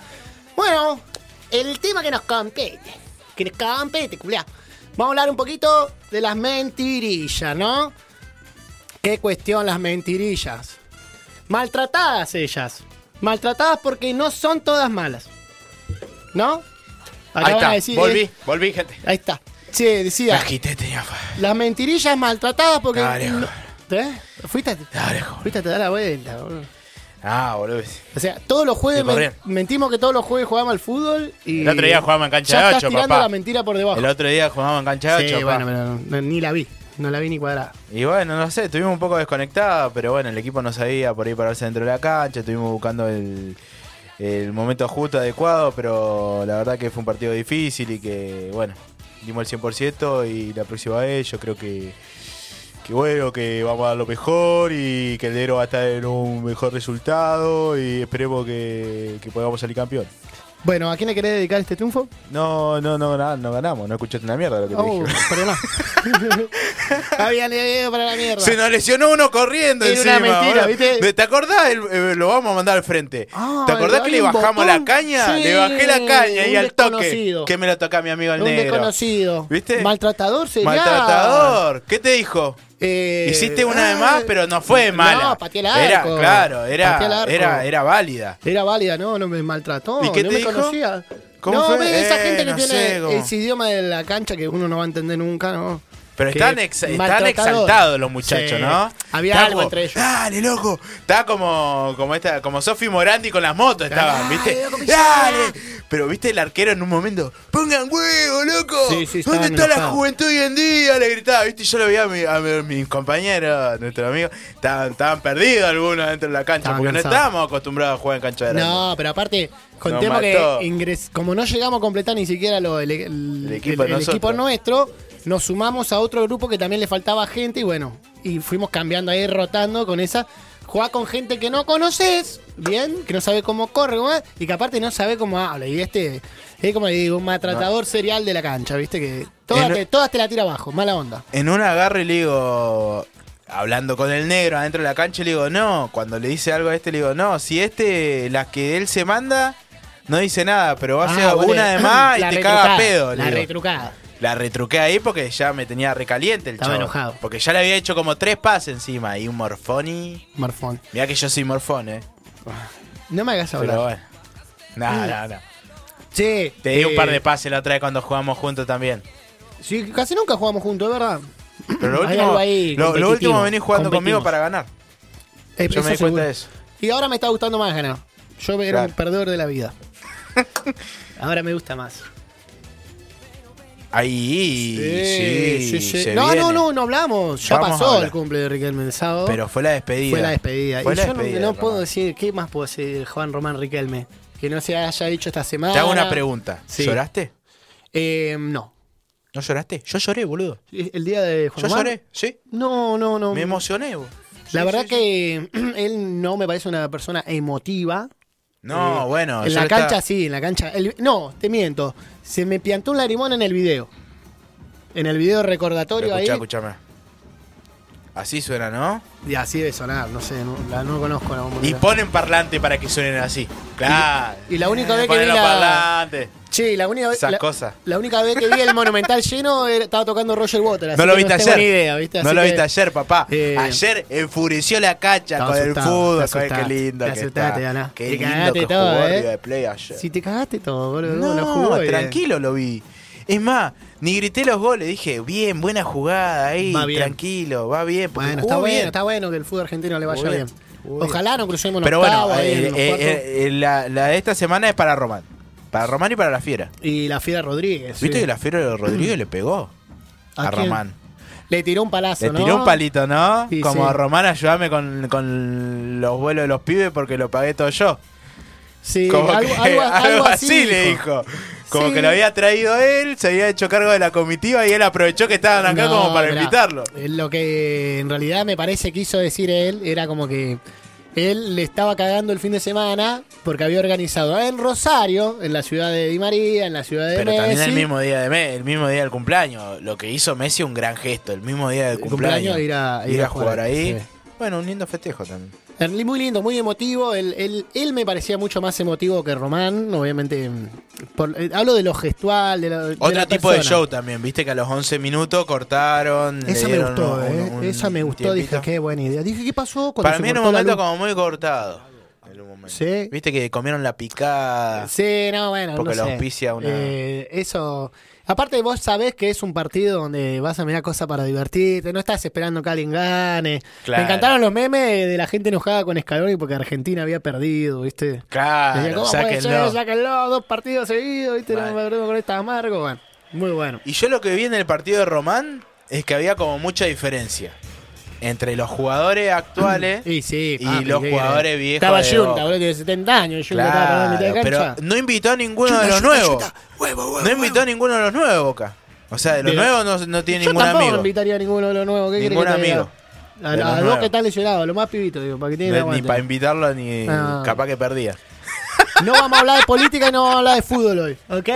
Speaker 3: Bueno, el tema que nos compete. Que nos compete, culiá. Vamos a hablar un poquito de las mentirillas, ¿no? ¿Qué cuestión las mentirillas? Maltratadas ellas. Maltratadas porque no son todas malas. ¿No?
Speaker 2: Ahí
Speaker 3: Acá van a
Speaker 2: está,
Speaker 3: decir,
Speaker 2: volví,
Speaker 3: eh,
Speaker 2: volví, gente.
Speaker 3: ahí está. Sí, decía.
Speaker 2: La agité, tenía fa-
Speaker 3: Las mentirillas maltratadas porque.
Speaker 2: Dale,
Speaker 3: no-
Speaker 2: joder.
Speaker 3: ¿Eh? Fuiste a,
Speaker 2: Dale, joder.
Speaker 3: fuiste a te dar la vuelta, boludo.
Speaker 2: Ah, boludo.
Speaker 3: O sea, todos los jueves
Speaker 2: Sí, por
Speaker 3: men-
Speaker 2: bien.
Speaker 3: mentimos que todos los jueves jugábamos al fútbol y.
Speaker 2: El otro día jugábamos en cancha
Speaker 3: ya
Speaker 2: de
Speaker 3: estás
Speaker 2: ocho,
Speaker 3: tirando
Speaker 2: papá.
Speaker 3: la mentira por debajo.
Speaker 2: El otro día jugábamos en cancha de
Speaker 3: Sí,
Speaker 2: 8,
Speaker 3: bueno, pero no- ni la vi. No la vi ni cuadrada.
Speaker 2: Y bueno, no sé, estuvimos un poco desconectados, pero bueno, el equipo no sabía por ahí pararse dentro de la cancha, estuvimos buscando el, el momento justo, adecuado, pero la verdad que fue un partido difícil y que, bueno, dimos el 100% y la próxima vez yo creo que, que bueno, que vamos a dar lo mejor y que el Dero va a estar en un mejor resultado y esperemos que, que podamos salir campeón.
Speaker 3: Bueno, ¿a quién le querés dedicar este triunfo?
Speaker 2: No, no, no, no, no ganamos, no escuchaste una mierda lo que te
Speaker 3: Oh,
Speaker 2: dije.
Speaker 3: perdón. Habían ido para la mierda.
Speaker 2: Se nos lesionó uno corriendo
Speaker 3: Era una
Speaker 2: encima.
Speaker 3: mentira,
Speaker 2: boludo.
Speaker 3: ¿viste?
Speaker 2: ¿Te acordás? El- eh, lo vamos a mandar al frente.
Speaker 3: Ah,
Speaker 2: ¿Te acordás
Speaker 3: hay
Speaker 2: que le
Speaker 3: un
Speaker 2: bajamos
Speaker 3: botón.
Speaker 2: la caña?
Speaker 3: Sí,
Speaker 2: le bajé la caña y
Speaker 3: un
Speaker 2: al toque.
Speaker 3: desconocido.
Speaker 2: Que me lo toca mi amigo el
Speaker 3: Un
Speaker 2: negro.
Speaker 3: desconocido.
Speaker 2: ¿Viste?
Speaker 3: Maltratador sería.
Speaker 2: Maltratador. ¿Qué te dijo?
Speaker 3: Eh,
Speaker 2: Hiciste una de más,
Speaker 3: ah,
Speaker 2: pero no fue mala.
Speaker 3: No, pateé el arco.
Speaker 2: Era, claro,
Speaker 3: Pateé el
Speaker 2: era,
Speaker 3: arco.
Speaker 2: era, era válida.
Speaker 3: Era válida, no, no me maltrató.
Speaker 2: ¿Y qué
Speaker 3: no
Speaker 2: te
Speaker 3: me
Speaker 2: dijo?
Speaker 3: conocía.
Speaker 2: ¿Cómo
Speaker 3: no,
Speaker 2: fue?
Speaker 3: ve, esa
Speaker 2: Eh,
Speaker 3: gente que
Speaker 2: no
Speaker 3: tiene
Speaker 2: sé, como-
Speaker 3: ese idioma de la cancha que uno no va a entender nunca, ¿no?
Speaker 2: Pero
Speaker 3: Que
Speaker 2: están, ex- están
Speaker 3: maltratador.
Speaker 2: exaltados los muchachos,
Speaker 3: Sí.
Speaker 2: ¿no?
Speaker 3: Había
Speaker 2: Estaba
Speaker 3: algo
Speaker 2: como,
Speaker 3: entre ellos.
Speaker 2: Dale, loco. Estaba como, como esta, como Sofi Morandi con las motos estaban,
Speaker 3: Dale,
Speaker 2: ¿viste?
Speaker 3: loco, pisá.
Speaker 2: Dale. Pero viste el arquero en un momento, pongan huevo, loco.
Speaker 3: Sí, sí,
Speaker 2: ¿Dónde
Speaker 3: estaban
Speaker 2: está la
Speaker 3: enojados.
Speaker 2: juventud hoy en día? Le gritaba, viste, Y yo lo veía a, mi- a mi- mis compañeros, nuestros amigos, estaban, estaban perdidos algunos dentro de la cancha,
Speaker 3: Estaban
Speaker 2: porque
Speaker 3: cansados.
Speaker 2: no estábamos acostumbrados a jugar en cancha de
Speaker 3: No, pero aparte, contemos
Speaker 2: Nos
Speaker 3: que
Speaker 2: mató.
Speaker 3: ingres- como no llegamos a completar ni siquiera lo, el, el-
Speaker 2: El equipo
Speaker 3: el- el
Speaker 2: nosotros.
Speaker 3: equipo nuestro, nos sumamos a otro grupo que también le faltaba gente y bueno, y fuimos cambiando ahí, rotando con esa. Jugar con gente que no conoces, bien, que no sabe cómo corre cómo es, y que aparte no sabe cómo habla. Y este es como le digo, un maltratador serial de la cancha, ¿viste? Que todas,
Speaker 2: Es lo-
Speaker 3: te, todas te la tira abajo, mala onda.
Speaker 2: En un agarre le digo, hablando con el negro adentro de la cancha, le digo, no. Cuando le dice algo a este, le digo, no. Si este, las que él se manda, no dice nada, pero va a ser
Speaker 3: Ah, vos
Speaker 2: una
Speaker 3: le-
Speaker 2: de más y
Speaker 3: la
Speaker 2: te
Speaker 3: retrucada,
Speaker 2: caga pedo.
Speaker 3: La
Speaker 2: le digo.
Speaker 3: retrucada.
Speaker 2: La retruqué ahí porque ya me tenía recaliente el
Speaker 3: Estaba
Speaker 2: chavo.
Speaker 3: enojado.
Speaker 2: Porque ya le había hecho como tres pases encima y un morfoni.
Speaker 3: Marfón.
Speaker 2: Mirá que yo soy morfón, eh.
Speaker 3: No me hagas
Speaker 2: Pero
Speaker 3: hablar.
Speaker 2: bueno. No, no, no.
Speaker 3: Sí.
Speaker 2: Te di
Speaker 3: Mm.
Speaker 2: un
Speaker 3: eh,
Speaker 2: par de pases la otra vez cuando jugamos juntos también.
Speaker 3: Sí, casi nunca jugamos juntos, es verdad.
Speaker 2: Pero lo
Speaker 3: Hay
Speaker 2: último,
Speaker 3: algo ahí
Speaker 2: lo- lo
Speaker 3: competitivo,
Speaker 2: último venís jugando conmigo
Speaker 3: competimos.
Speaker 2: para ganar.
Speaker 3: Eh,
Speaker 2: Yo me di
Speaker 3: seguro.
Speaker 2: cuenta de eso.
Speaker 3: Y ahora me está gustando más ganar. Yo era
Speaker 2: Claro.
Speaker 3: un perdedor de la vida. ahora me gusta más.
Speaker 2: Ahí, sí, se
Speaker 3: No,
Speaker 2: viene.
Speaker 3: no, no, no hablamos. Ya
Speaker 2: Vamos a
Speaker 3: pasó
Speaker 2: hablar.
Speaker 3: el cumple de Riquelme el sábado.
Speaker 2: Pero fue la despedida.
Speaker 3: fue la despedida.
Speaker 2: Fue
Speaker 3: y
Speaker 2: la
Speaker 3: yo no-
Speaker 2: despedida,
Speaker 3: no,
Speaker 2: Román.
Speaker 3: puedo decir, ¿qué más puedo decir, Juan Román Riquelme? Que no se haya dicho esta semana.
Speaker 2: Te hago una pregunta.
Speaker 3: Sí.
Speaker 2: ¿Lloraste?
Speaker 3: Eh, no.
Speaker 2: ¿No lloraste? Yo lloré, boludo.
Speaker 3: El día de Juan
Speaker 2: Yo
Speaker 3: Román.
Speaker 2: lloré, sí.
Speaker 3: No, no, no.
Speaker 2: Me emocioné, boludo. Sí,
Speaker 3: La verdad
Speaker 2: sí, sí.
Speaker 3: que él no me parece una persona emotiva.
Speaker 2: No,
Speaker 3: Eh,
Speaker 2: bueno.
Speaker 3: En
Speaker 2: yo
Speaker 3: la
Speaker 2: lo
Speaker 3: cancha
Speaker 2: estaba-
Speaker 3: sí, en la cancha. El- no, te miento. Se me piantó un lagrimón en el video. En el video
Speaker 2: Pero
Speaker 3: recordatorio ahí.
Speaker 2: Escuchá, escuchame. Así suena, ¿no?
Speaker 3: Y así debe sonar, no sé, no, la, no conozco la
Speaker 2: Y
Speaker 3: bombonera.
Speaker 2: ponen parlante para que suenen así. Claro.
Speaker 3: y la única vez que
Speaker 2: Ponen
Speaker 3: vi
Speaker 2: los
Speaker 3: la-
Speaker 2: parlantes.
Speaker 3: Che, la única, vez-
Speaker 2: Esas
Speaker 3: la,
Speaker 2: cosas.
Speaker 3: la única vez que vi el Monumental lleno era- estaba tocando Roger Waters.
Speaker 2: No
Speaker 3: así
Speaker 2: lo
Speaker 3: que
Speaker 2: viste
Speaker 3: tengo
Speaker 2: ayer.
Speaker 3: ni idea, ¿viste?
Speaker 2: No
Speaker 3: Así
Speaker 2: lo
Speaker 3: que-
Speaker 2: viste ayer, papá.
Speaker 3: Eh,
Speaker 2: ayer enfureció la cacha
Speaker 3: Estaba
Speaker 2: con el
Speaker 3: asustado,
Speaker 2: fútbol.
Speaker 3: te
Speaker 2: con el- Qué
Speaker 3: asustaste,
Speaker 2: lindo
Speaker 3: te
Speaker 2: que
Speaker 3: asustaste,
Speaker 2: está.
Speaker 3: Ana.
Speaker 2: Qué
Speaker 3: Te
Speaker 2: lindo
Speaker 3: cagaste
Speaker 2: que
Speaker 3: todo,
Speaker 2: jugó
Speaker 3: eh.
Speaker 2: River Plate ayer.
Speaker 3: Si te cagaste todo, boludo.
Speaker 2: No,
Speaker 3: lo jugó, eh. bien.
Speaker 2: tranquilo lo vi. Es más, ni grité los goles, dije, bien, buena jugada ahí,
Speaker 3: Va bien.
Speaker 2: tranquilo, va bien. porque
Speaker 3: Bueno,
Speaker 2: jugó
Speaker 3: está
Speaker 2: bien.
Speaker 3: bueno, está bueno que el fútbol argentino le vaya
Speaker 2: Jugó bien,
Speaker 3: bien.
Speaker 2: jugó
Speaker 3: Ojalá no crucemos en
Speaker 2: Pero
Speaker 3: octavo,
Speaker 2: bueno,
Speaker 3: ahí
Speaker 2: eh,
Speaker 3: en los
Speaker 2: eh,
Speaker 3: cuartos.
Speaker 2: eh, eh, la, la de esta semana es para Román. Para Román y para la fiera.
Speaker 3: y la Fiera Rodríguez.
Speaker 2: ¿Viste
Speaker 3: sí.
Speaker 2: que la fiera de Rodríguez le pegó?
Speaker 3: ¿A
Speaker 2: A,
Speaker 3: quién?
Speaker 2: Román.
Speaker 3: Le tiró un palazo,
Speaker 2: Le
Speaker 3: ¿no?
Speaker 2: tiró un palito, ¿no?
Speaker 3: Sí,
Speaker 2: Como
Speaker 3: sí.
Speaker 2: a Román, ayúdame con, con los vuelos de los pibes porque lo pagué todo yo.
Speaker 3: Sí,
Speaker 2: Como
Speaker 3: algo,
Speaker 2: que
Speaker 3: algo- algo así,
Speaker 2: le dijo. Como
Speaker 3: Sí.
Speaker 2: que lo había traído él, se había hecho cargo de la comitiva y él aprovechó que estaban acá
Speaker 3: No,
Speaker 2: como para
Speaker 3: mirá,
Speaker 2: invitarlo.
Speaker 3: eh, Lo que en realidad me parece que quiso decir él era como que él le estaba cagando el fin de semana porque había organizado en Rosario, en la ciudad de Di María, en la ciudad de
Speaker 2: Pero también
Speaker 3: Messi,
Speaker 2: el mismo día de Me- el mismo día del cumpleaños, lo que hizo Messi un gran gesto, el mismo día del
Speaker 3: El cumpleaños,
Speaker 2: cumpleaños,
Speaker 3: ir a- ir a
Speaker 2: jugar
Speaker 3: jugar,
Speaker 2: ahí.
Speaker 3: sí.
Speaker 2: Bueno, un lindo festejo también.
Speaker 3: Er- Muy lindo, muy emotivo. Él, él- él me parecía mucho más emotivo que Román, obviamente. mm, por- eh, hablo de lo gestual, de la- de
Speaker 2: Otro
Speaker 3: la
Speaker 2: tipo de
Speaker 3: persona.
Speaker 2: show también, viste que a los 11 minutos cortaron. le
Speaker 3: Esa me
Speaker 2: dieron
Speaker 3: gustó,
Speaker 2: un-
Speaker 3: ¿eh?
Speaker 2: un
Speaker 3: Esa me gustó.
Speaker 2: tiempito.
Speaker 3: Dije, qué buena idea. Dije, ¿qué pasó? Cuando
Speaker 2: Para
Speaker 3: se
Speaker 2: mí en un
Speaker 3: cortó la
Speaker 2: momento
Speaker 3: luz?
Speaker 2: como muy cortado. en un momento.
Speaker 3: Sí.
Speaker 2: Viste que comieron la picada.
Speaker 3: Sí, no, bueno,
Speaker 2: Ah. Porque
Speaker 3: no
Speaker 2: la
Speaker 3: sé.
Speaker 2: auspicia una-
Speaker 3: Eh, eso... Aparte vos sabés que es un partido donde vas a mirar cosas para divertirte, no estás esperando que alguien gane.
Speaker 2: Claro.
Speaker 3: Me encantaron los memes de la gente enojada con Scaloni porque Argentina había perdido, ¿viste? Decía,
Speaker 2: Claro,
Speaker 3: ¿cómo puede ser?
Speaker 2: sáquenlo.
Speaker 3: Sáquenlo, dos partidos seguidos, ¿viste? No
Speaker 2: Vale.
Speaker 3: me perdemos con esta amargo. Bueno, muy bueno.
Speaker 2: Y yo lo que vi en el partido de Román es que había como mucha diferencia entre los jugadores actuales
Speaker 3: Y sí,
Speaker 2: Y
Speaker 3: papi,
Speaker 2: los
Speaker 3: ¿qué
Speaker 2: jugadores
Speaker 3: querés?
Speaker 2: viejos
Speaker 3: Estaba
Speaker 2: de
Speaker 3: Junta,
Speaker 2: Boca.
Speaker 3: boludo, tiene 70 años. Junta estaba parado en
Speaker 2: Claro,
Speaker 3: mitad de
Speaker 2: pero
Speaker 3: cancha.
Speaker 2: no invitó a ninguno de los nuevos. No invitó a ninguno de los nuevos, Boca. O sea, de los
Speaker 3: De-
Speaker 2: nuevos no, no tiene
Speaker 3: Yo
Speaker 2: ningún
Speaker 3: tampoco
Speaker 2: amigo.
Speaker 3: invitaría a ninguno de los nuevos. ¿qué
Speaker 2: Ningún
Speaker 3: querés que te
Speaker 2: amigo.
Speaker 3: diga?
Speaker 2: De los
Speaker 3: A, a vos
Speaker 2: nuevos.
Speaker 3: que estás lesionado, lo más pibito, digo, para que tiene
Speaker 2: No- ni para invitarlo ni
Speaker 3: No.
Speaker 2: capaz que perdía.
Speaker 3: No vamos a hablar de política y no vamos a hablar de fútbol hoy, ¿ok?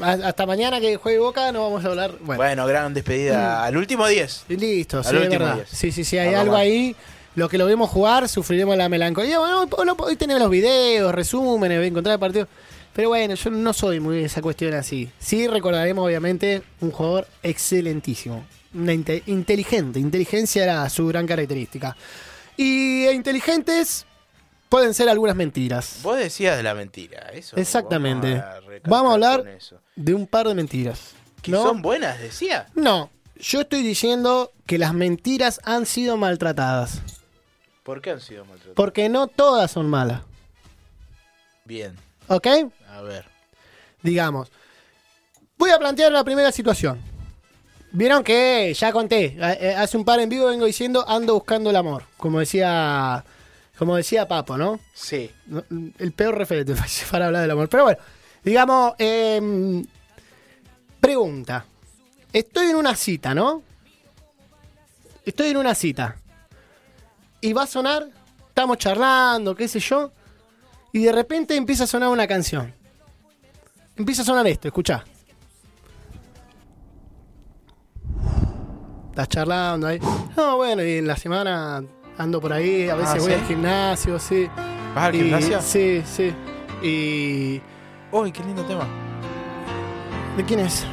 Speaker 3: A- Hasta mañana que juegue Boca no vamos a hablar. Bueno, Mm.
Speaker 2: Bueno, gran despedida al último 10.
Speaker 3: listo,
Speaker 2: al
Speaker 3: sí, es
Speaker 2: último
Speaker 3: verdad.
Speaker 2: diez.
Speaker 3: Sí, sí, sí, hay
Speaker 2: Algo
Speaker 3: algo
Speaker 2: más.
Speaker 3: ahí. Lo que lo vemos jugar, sufriremos la melancolía. Bueno, hoy, hoy- hoy tenemos los videos, resúmenes, voy a encontrar el partido. Pero bueno, yo no soy muy de esa cuestión así. Sí recordaremos, obviamente, un jugador excelentísimo. Una inte- inteligente. Inteligencia era su gran característica. Y e inteligentes pueden ser algunas mentiras.
Speaker 2: Vos decías de la mentira, eso.
Speaker 3: Exactamente.
Speaker 2: recalcar
Speaker 3: Vamos a hablar
Speaker 2: con eso.
Speaker 3: de un par de mentiras.
Speaker 2: Que
Speaker 3: ¿No?
Speaker 2: son buenas, decía.
Speaker 3: no, yo estoy diciendo que las mentiras han sido maltratadas.
Speaker 2: ¿Por qué han sido maltratados?
Speaker 3: Porque no todas son malas.
Speaker 2: Bien,
Speaker 3: ¿Ok?
Speaker 2: a ver.
Speaker 3: Digamos. Voy a plantear la primera situación. Vieron que ya conté. eh, eh, Hace un par en vivo vengo diciendo ando buscando el amor. Como decía. Como decía Papo, ¿no?
Speaker 2: Sí.
Speaker 3: No, El peor referente para hablar del amor. Pero bueno, digamos, eh, pregunta. Estoy en una cita, ¿no? Estoy en una cita. Y va a sonar, estamos charlando, qué sé yo. Y de repente empieza a sonar una canción. Empieza a sonar esto, escuchá. Estás charlando ahí. No, bueno, y en la semana ando por ahí, a veces
Speaker 2: Ah,
Speaker 3: voy
Speaker 2: ¿sí?
Speaker 3: al gimnasio, sí.
Speaker 2: ¿Vas al
Speaker 3: Y-
Speaker 2: gimnasio?
Speaker 3: Sí, sí. Y.
Speaker 2: Uy, qué lindo tema.
Speaker 3: ¿De quién es?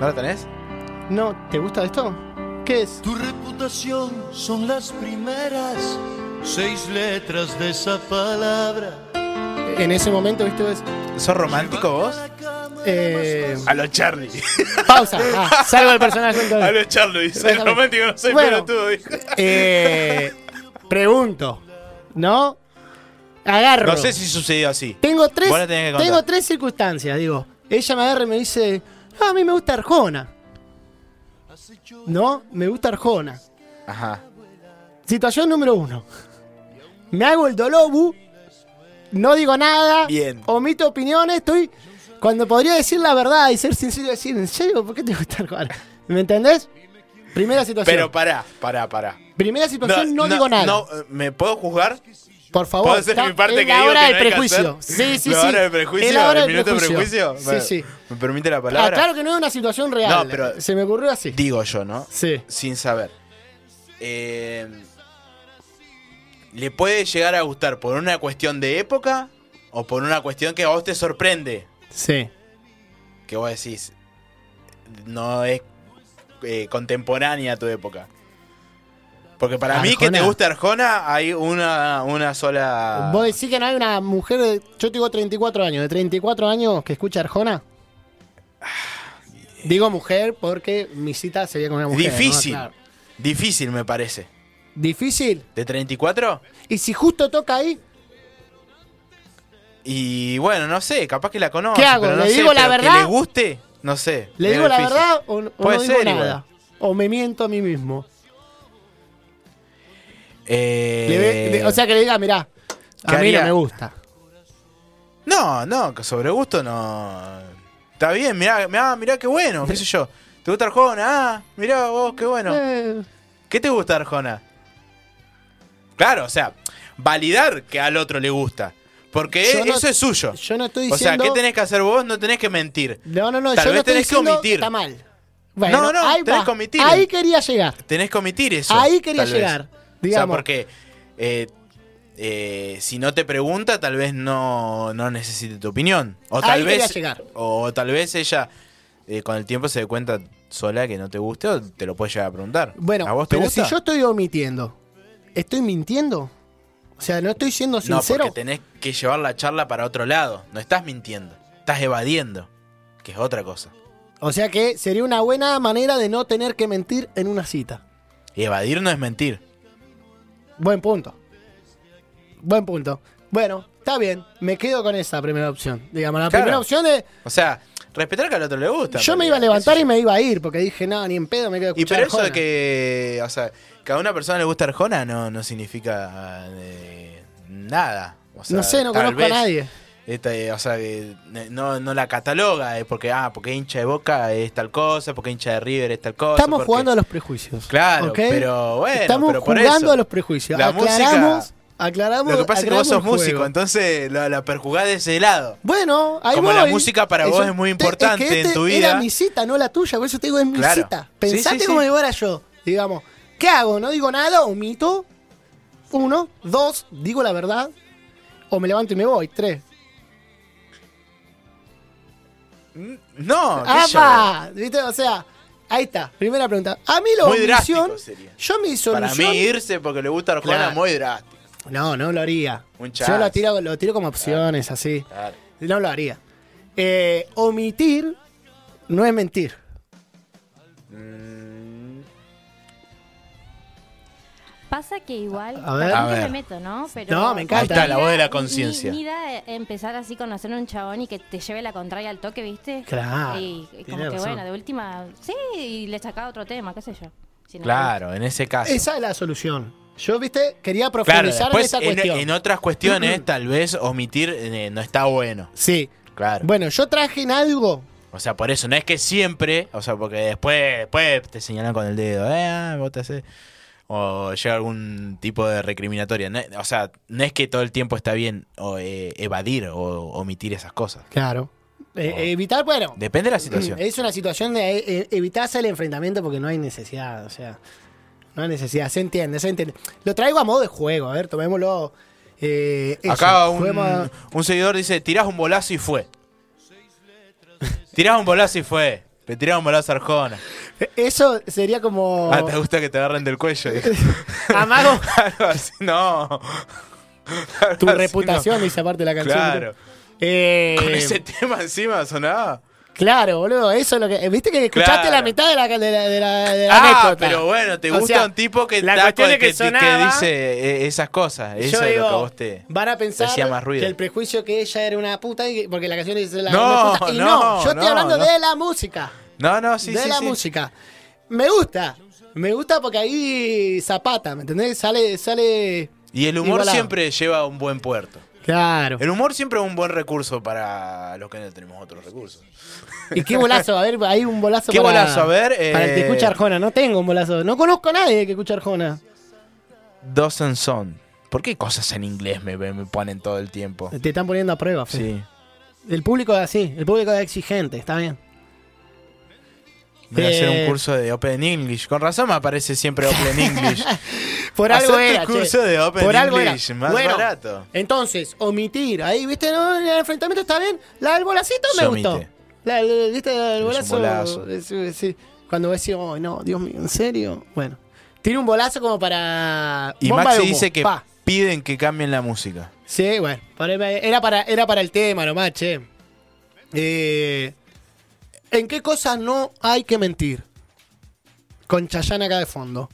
Speaker 2: ¿No lo tenés?
Speaker 3: No, ¿te gusta esto? ¿Qué es?
Speaker 6: Tu reputación son las primeras seis letras de esa palabra.
Speaker 3: En ese momento, ¿viste? Es,
Speaker 2: ¿Sos romántico vos?
Speaker 3: eh,
Speaker 2: A los Charlie.
Speaker 3: pausa. Ah, salgo del personaje. entonces.
Speaker 2: los Charlie. Soy
Speaker 3: Déjame.
Speaker 2: romántico, no soy
Speaker 3: Bueno.
Speaker 2: pelotudo.
Speaker 3: Eh, pregunto, ¿no? Agarro.
Speaker 2: No sé si sucedió así.
Speaker 3: Tengo tres,
Speaker 2: Vos la tenés que contar.
Speaker 3: tengo tres circunstancias, digo. Ella me agarra y me dice, "Ah, a mí me gusta Arjona. ¿No? Me gusta Arjona.
Speaker 2: Ajá.
Speaker 3: Situación número uno. Me hago el dolobu, no digo nada,
Speaker 2: Bien.
Speaker 3: omito opiniones, estoy... Cuando podría decir la verdad y ser sincero y decir, ¿en serio? ¿Por qué te gusta Arjona? ¿Me entendés? Primera situación.
Speaker 2: Pero pará, pará, pará.
Speaker 3: Primera situación, no, digo nada.
Speaker 2: no, eh, ¿Me puedo juzgar?
Speaker 3: Por favor.
Speaker 2: ¿Puedo hacer
Speaker 3: está-
Speaker 2: mi parte
Speaker 3: es
Speaker 2: que
Speaker 3: la
Speaker 2: digo
Speaker 3: hora
Speaker 2: que
Speaker 3: del
Speaker 2: no hay que
Speaker 3: prejuicio.
Speaker 2: hacer?
Speaker 3: sí, sí,
Speaker 2: ¿La
Speaker 3: sí.
Speaker 2: hora del prejuicio?
Speaker 3: Es la hora
Speaker 2: ¿El
Speaker 3: del
Speaker 2: minuto del prejuicio?
Speaker 3: Sí,
Speaker 2: Bueno,
Speaker 3: sí.
Speaker 2: ¿Me permite la
Speaker 3: Ah,
Speaker 2: palabra?
Speaker 3: claro que no es una situación real.
Speaker 2: No, pero-
Speaker 3: Se me ocurrió así.
Speaker 2: Digo yo, ¿no?
Speaker 3: Sí.
Speaker 2: Sin saber. Eh, ¿Le puede llegar a gustar por una cuestión de época o por una cuestión que a vos te sorprende?
Speaker 3: Sí.
Speaker 2: Que vos decís, no es eh, contemporánea a tu época. Porque para mí que
Speaker 3: Arjona.
Speaker 2: te gusta Arjona hay una, una sola...
Speaker 3: Vos decís que no hay una mujer de. Yo tengo 34 años. De 34 años que escucha Arjona.
Speaker 2: Ah,
Speaker 3: Digo mujer porque mi cita sería con una mujer. ¿no?
Speaker 2: Difícil.
Speaker 3: Claro.
Speaker 2: Difícil me parece.
Speaker 3: Difícil.
Speaker 2: ¿De 34?
Speaker 3: Y si justo toca ahí,
Speaker 2: Y bueno, no sé, capaz que la conozco.
Speaker 3: ¿Qué hago?
Speaker 2: Pero no
Speaker 3: ¿Le
Speaker 2: sé,
Speaker 3: digo la
Speaker 2: pero
Speaker 3: verdad?
Speaker 2: Que le guste, no sé.
Speaker 3: le
Speaker 2: es
Speaker 3: digo la
Speaker 2: difícil.
Speaker 3: verdad o, o
Speaker 2: Puede
Speaker 3: no digo
Speaker 2: ser igual.
Speaker 3: nada. O me miento a mí mismo.
Speaker 2: Eh,
Speaker 3: Le ve- de- o sea que le diga, mirá,
Speaker 2: ¿qué
Speaker 3: a mí
Speaker 2: haría?
Speaker 3: no me gusta.
Speaker 2: No, no, que sobre gusto no. Está bien, mirá, mirá, mirá qué bueno, qué sé yo. ¿Te gusta Arjona? Ah, mirá vos, qué bueno.
Speaker 3: Eh,
Speaker 2: ¿Qué te gusta Arjona? Claro, o sea, validar que al otro le gusta. Porque e,
Speaker 3: Yo no-
Speaker 2: eso es suyo.
Speaker 3: yo no estoy
Speaker 2: o sea,
Speaker 3: diciendo-
Speaker 2: ¿qué tenés que hacer vos? No tenés que mentir.
Speaker 3: No, no, no,
Speaker 2: Tal
Speaker 3: yo
Speaker 2: vez
Speaker 3: no estoy
Speaker 2: tenés que
Speaker 3: diciendo
Speaker 2: omitir.
Speaker 3: Está mal. Bueno,
Speaker 2: No, no,
Speaker 3: ahí
Speaker 2: tenés
Speaker 3: va.
Speaker 2: que omitir.
Speaker 3: Ahí quería llegar.
Speaker 2: Tenés que omitir eso.
Speaker 3: ahí quería
Speaker 2: tal vez.
Speaker 3: llegar. Digamos.
Speaker 2: O sea, porque eh, eh, si no te pregunta, tal vez no, no necesite tu opinión. O tal
Speaker 3: Ahí quería
Speaker 2: vez.
Speaker 3: llegar.
Speaker 2: O tal vez ella eh, con el tiempo se dé cuenta sola que no te guste o te lo puede llegar a preguntar.
Speaker 3: Bueno,
Speaker 2: ¿a vos te
Speaker 3: pero
Speaker 2: gusta?
Speaker 3: si yo estoy omitiendo, ¿estoy mintiendo? O sea, ¿no estoy siendo
Speaker 2: no,
Speaker 3: sincero?
Speaker 2: porque tenés que llevar la charla para otro lado. No estás mintiendo, estás evadiendo, que es otra cosa.
Speaker 3: O sea que sería una buena manera de no tener que mentir en una cita.
Speaker 2: Y evadir no es mentir.
Speaker 3: Buen punto. Buen punto. Bueno, está bien. Me quedo con esa primera opción. Digamos, la
Speaker 2: Claro.
Speaker 3: primera opción es...
Speaker 2: O sea, respetar que al otro le gusta.
Speaker 3: Yo me
Speaker 2: porque-
Speaker 3: iba a levantar
Speaker 2: qué sé
Speaker 3: y me iba a ir porque dije, no, ni en pedo me quedo
Speaker 2: yo. Y
Speaker 3: escuchando.
Speaker 2: pero eso de que, o sea, que a una persona le gusta Arjona no, no significa eh, nada. O sea,
Speaker 3: No sé, no
Speaker 2: tal
Speaker 3: conozco a
Speaker 2: vez,
Speaker 3: nadie.
Speaker 2: esta, eh, o sea, que no, no la cataloga, es porque, ah, porque hincha de Boca es tal cosa, porque hincha de River es tal cosa.
Speaker 3: Estamos
Speaker 2: porque-
Speaker 3: jugando a los prejuicios.
Speaker 2: Claro,
Speaker 3: ¿ok?
Speaker 2: pero bueno,
Speaker 3: Estamos
Speaker 2: pero por
Speaker 3: jugando
Speaker 2: eso,
Speaker 3: a los prejuicios.
Speaker 2: la
Speaker 3: aclaramos,
Speaker 2: música-
Speaker 3: aclaramos.
Speaker 2: Lo que pasa es que vos
Speaker 3: aclaramos el
Speaker 2: sos
Speaker 3: juego.
Speaker 2: músico, entonces la, la perjugás de ese lado.
Speaker 3: Bueno, ahí
Speaker 2: Como
Speaker 3: voy.
Speaker 2: la música para vos es
Speaker 3: te-
Speaker 2: muy importante
Speaker 3: que este
Speaker 2: en tu
Speaker 3: Era
Speaker 2: vida.
Speaker 3: mi cita, no la tuya, por eso te digo, es mi
Speaker 2: Claro.
Speaker 3: cita.
Speaker 2: Sí,
Speaker 3: Pensate
Speaker 2: sí, sí.
Speaker 3: cómo me fuera yo, digamos. ¿Qué hago? ¿No digo nada? ¿Omito? Uno. Dos, digo la verdad. O me levanto y me voy. Tres.
Speaker 2: No, qué sé yo.
Speaker 3: ¡Apa! ¿Viste? O sea, ahí está. Primera pregunta. A mí la
Speaker 2: Muy
Speaker 3: omisión...
Speaker 2: drástico sería.
Speaker 3: Yo mi
Speaker 2: Para
Speaker 3: solución...
Speaker 2: mí eh. irse porque le gusta Arjona
Speaker 3: Claro.
Speaker 2: muy drástico.
Speaker 3: No, no lo haría.
Speaker 2: Un chance.
Speaker 3: Yo lo tiro, lo tiro como opciones, así.
Speaker 2: Claro.
Speaker 3: No lo haría. Eh, omitir no es mentir.
Speaker 4: Pasa que igual.
Speaker 3: A ver.
Speaker 4: perdón
Speaker 2: A
Speaker 4: que
Speaker 2: ver.
Speaker 4: me meto, ¿no? Pero
Speaker 3: No, me encanta. Ahí
Speaker 2: está, la voz de la
Speaker 4: Ni-
Speaker 2: conciencia.
Speaker 4: Ni, da eh, empezar así con hacer un chabón y que te lleve la contraria al toque, ¿viste?
Speaker 3: Claro,
Speaker 4: Y, y como
Speaker 3: tiene
Speaker 4: que
Speaker 3: razón.
Speaker 4: bueno, de última. Sí, y le sacaba otro tema, qué sé yo. Si no-
Speaker 2: Claro, en ese caso.
Speaker 3: Esa es la solución. Yo, viste, quería
Speaker 2: Claro,
Speaker 3: profundizar
Speaker 2: después
Speaker 3: en esa
Speaker 2: en,
Speaker 3: cuestión.
Speaker 2: en otras cuestiones tal vez omitir eh, no está bueno.
Speaker 3: Sí.
Speaker 2: Claro.
Speaker 3: Bueno, yo traje en algo.
Speaker 2: O sea, por eso, no es que siempre, o sea, porque después, después te señalan con el dedo, eh, ah, vos te hacés- O llega algún tipo de recriminatoria. No es- o sea, no es que todo el tiempo está bien o, eh, evadir o omitir esas cosas.
Speaker 3: Claro. eh, evitar, bueno.
Speaker 2: Depende de la situación.
Speaker 3: Es una situación de eh, evitarse el enfrentamiento porque no hay necesidad, o sea, no hay necesidad, se entiende, se entiende. Lo traigo a modo de juego, a ver, tomémoslo. eh, eso,
Speaker 2: Acá
Speaker 3: juguemos-
Speaker 2: un, un seguidor dice, tirás un bolazo y fue. Tirás un bolazo y fue. Le tirás un bolazo a Arjona.
Speaker 3: Eso sería como
Speaker 2: Ah, te gusta que te agarren del cuello. dijo.
Speaker 3: amago
Speaker 2: Algo así, no.
Speaker 3: tu
Speaker 2: Algo así,
Speaker 3: reputación, dice aparte la
Speaker 2: no.
Speaker 3: canción.
Speaker 2: Claro.
Speaker 3: Eh,
Speaker 2: Con ese tema encima sonaba.
Speaker 3: Claro, boludo, eso es lo que. eh, Viste que escuchaste
Speaker 2: Claro.
Speaker 3: la mitad de la, de la, de la- de la
Speaker 2: Ah,
Speaker 3: anécdota.
Speaker 2: pero bueno, te
Speaker 3: O
Speaker 2: gusta
Speaker 3: sea,
Speaker 2: un tipo que,
Speaker 3: la
Speaker 2: está
Speaker 3: cuestión
Speaker 2: con-
Speaker 3: es que sonaba,
Speaker 2: que dice eh, esas cosas. Eso
Speaker 3: yo
Speaker 2: es lo que
Speaker 3: digo,
Speaker 2: a vos te.
Speaker 3: van a pensar
Speaker 2: hacía más ruido.
Speaker 3: que el prejuicio que ella era una puta y que- porque la canción dice la
Speaker 2: No,
Speaker 3: una puta y no,
Speaker 2: no,
Speaker 3: yo estoy
Speaker 2: no,
Speaker 3: hablando
Speaker 2: no.
Speaker 3: de la música,
Speaker 2: No, no, sí,
Speaker 3: de
Speaker 2: sí.
Speaker 3: la
Speaker 2: sí.
Speaker 3: música. Me gusta, me gusta porque ahí zapata, ¿me entendés? Sale sale
Speaker 2: Y el humor
Speaker 3: Igualado.
Speaker 2: siempre lleva a un buen puerto.
Speaker 3: Claro.
Speaker 2: El humor siempre es un buen recurso para los que no tenemos otros recursos.
Speaker 3: ¿Y qué bolazo? A ver, hay un bolazo
Speaker 2: ¿Qué
Speaker 3: para,
Speaker 2: bolazo? A ver,
Speaker 3: para el que
Speaker 2: eh,
Speaker 3: escucha Arjona. No tengo un bolazo. No conozco a nadie que escucha Arjona.
Speaker 2: Dos and son. ¿Por qué cosas en inglés me, me ponen todo el tiempo?
Speaker 3: Te están poniendo a prueba, Fe.
Speaker 2: Sí.
Speaker 3: El público es así, el público es exigente, está bien.
Speaker 2: Voy a hacer
Speaker 3: Eh.
Speaker 2: un curso de Open English. Con razón me aparece siempre Open English.
Speaker 3: Por
Speaker 2: Hacete
Speaker 3: algo
Speaker 2: el
Speaker 3: era. che.
Speaker 2: curso de Open
Speaker 3: Por algo era.
Speaker 2: English, más
Speaker 3: Bueno,
Speaker 2: barato.
Speaker 3: Entonces, omitir. Ahí, viste, no, el enfrentamiento está bien. La del bolacito me
Speaker 2: Se
Speaker 3: gustó.
Speaker 2: omite.
Speaker 3: La, la- viste, el
Speaker 2: un
Speaker 3: bolazo.
Speaker 2: bolazo.
Speaker 3: es- es- sí. Cuando vos decís, oh, no, Dios mío, ¿en serio? Bueno. Tira un bolazo como para.
Speaker 2: Y
Speaker 3: bomba
Speaker 2: Maxi
Speaker 3: de humo,
Speaker 2: dice que
Speaker 3: pa.
Speaker 2: piden que cambien la música.
Speaker 3: Sí, bueno. para- Era para, era para el tema nomás, che. Eh, ¿En qué cosas no hay que mentir? Con Chayanne acá de fondo.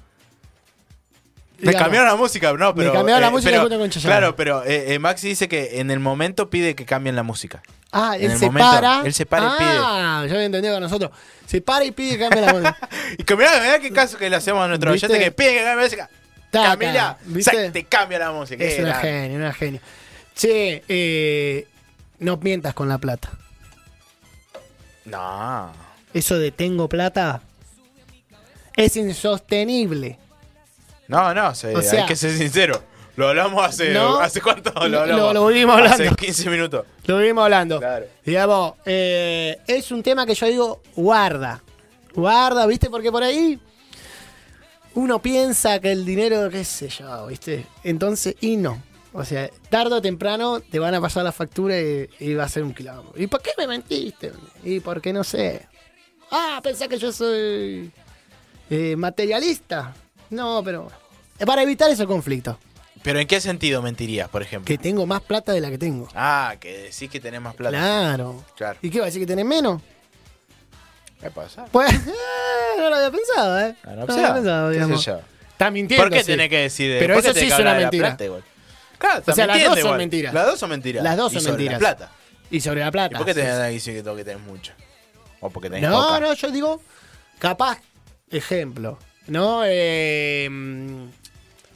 Speaker 2: Me
Speaker 3: Digamos.
Speaker 2: cambiaron la música, no, pero.
Speaker 3: cambiaron la música y junto con Chayanne.
Speaker 2: Claro, pero eh, eh, Maxi dice que en el momento pide que cambien la música.
Speaker 3: Ah,
Speaker 2: en
Speaker 3: él
Speaker 2: el
Speaker 3: se
Speaker 2: momento,
Speaker 3: para.
Speaker 2: él se para y pide.
Speaker 3: Ah, yo había entendido con nosotros. Se para y pide que cambie la música.
Speaker 2: Y que mirá, mirá qué caso que le hacemos a nuestro
Speaker 3: ¿Viste?
Speaker 2: oyente que pide que cambie la música.
Speaker 3: Taca,
Speaker 2: Camila,
Speaker 3: ¿viste?
Speaker 2: sa- te cambia la música.
Speaker 3: es
Speaker 2: eh,
Speaker 3: una
Speaker 2: la-
Speaker 3: genia, una genia. Che, eh, no mientas con la plata.
Speaker 2: No.
Speaker 3: Eso de tengo plata es insostenible.
Speaker 2: No, no, se-
Speaker 3: O sea-
Speaker 2: hay que ser sincero. Lo hablamos hace.
Speaker 3: No.
Speaker 2: ¿Hace cuánto?
Speaker 3: Lo-
Speaker 2: Lo hablamos.
Speaker 3: lo volvimos hablando.
Speaker 2: Hace 15 minutos.
Speaker 3: Lo vivimos hablando.
Speaker 2: Claro.
Speaker 3: Digamos, eh, es un tema que yo digo, guarda. Guarda, ¿viste? Porque por ahí uno piensa que el dinero, qué sé yo, ¿viste? Entonces, y no. O sea, tarde o temprano te van a pasar la factura y, y va a ser un quilombo. ¿Y por qué me mentiste? ¿Y por qué no sé? Ah, pensás que yo soy eh, materialista. No, pero... es Para evitar esos conflictos.
Speaker 2: Pero ¿en qué sentido mentirías, por ejemplo?
Speaker 3: Que tengo más plata de la que tengo.
Speaker 2: Ah, que decís que tenés más plata.
Speaker 3: Claro.
Speaker 2: Claro.
Speaker 3: ¿Y qué va a decir que tenés menos?
Speaker 2: ¿Qué pasa?
Speaker 3: Pues no lo había pensado, ¿eh? No
Speaker 2: Ah, no,
Speaker 3: lo
Speaker 2: o sea,
Speaker 3: había pensado,
Speaker 2: qué sé
Speaker 3: digamos.
Speaker 2: yo.
Speaker 3: Está mintiendo.
Speaker 2: ¿Por qué
Speaker 3: sí.
Speaker 2: tenés que decir?
Speaker 3: Pero
Speaker 2: ¿por qué
Speaker 3: eso
Speaker 2: tenés
Speaker 3: sí
Speaker 2: que
Speaker 3: es una
Speaker 2: hablar de la
Speaker 3: mentira.
Speaker 2: plata igual? Claro,
Speaker 3: O sea, las
Speaker 2: mintiendo
Speaker 3: dos son
Speaker 2: igual.
Speaker 3: mentiras.
Speaker 2: Las dos son mentiras.
Speaker 3: Las dos
Speaker 2: Y
Speaker 3: son
Speaker 2: sobre
Speaker 3: mentiras.
Speaker 2: La plata.
Speaker 3: Y sobre la
Speaker 2: ¿Y
Speaker 3: plata.
Speaker 2: por qué tenés que decir que tengo que tener mucho? ¿O porque tenés
Speaker 3: no,
Speaker 2: poca?
Speaker 3: no, yo digo, capaz, ejemplo, ¿no? Eh, mm,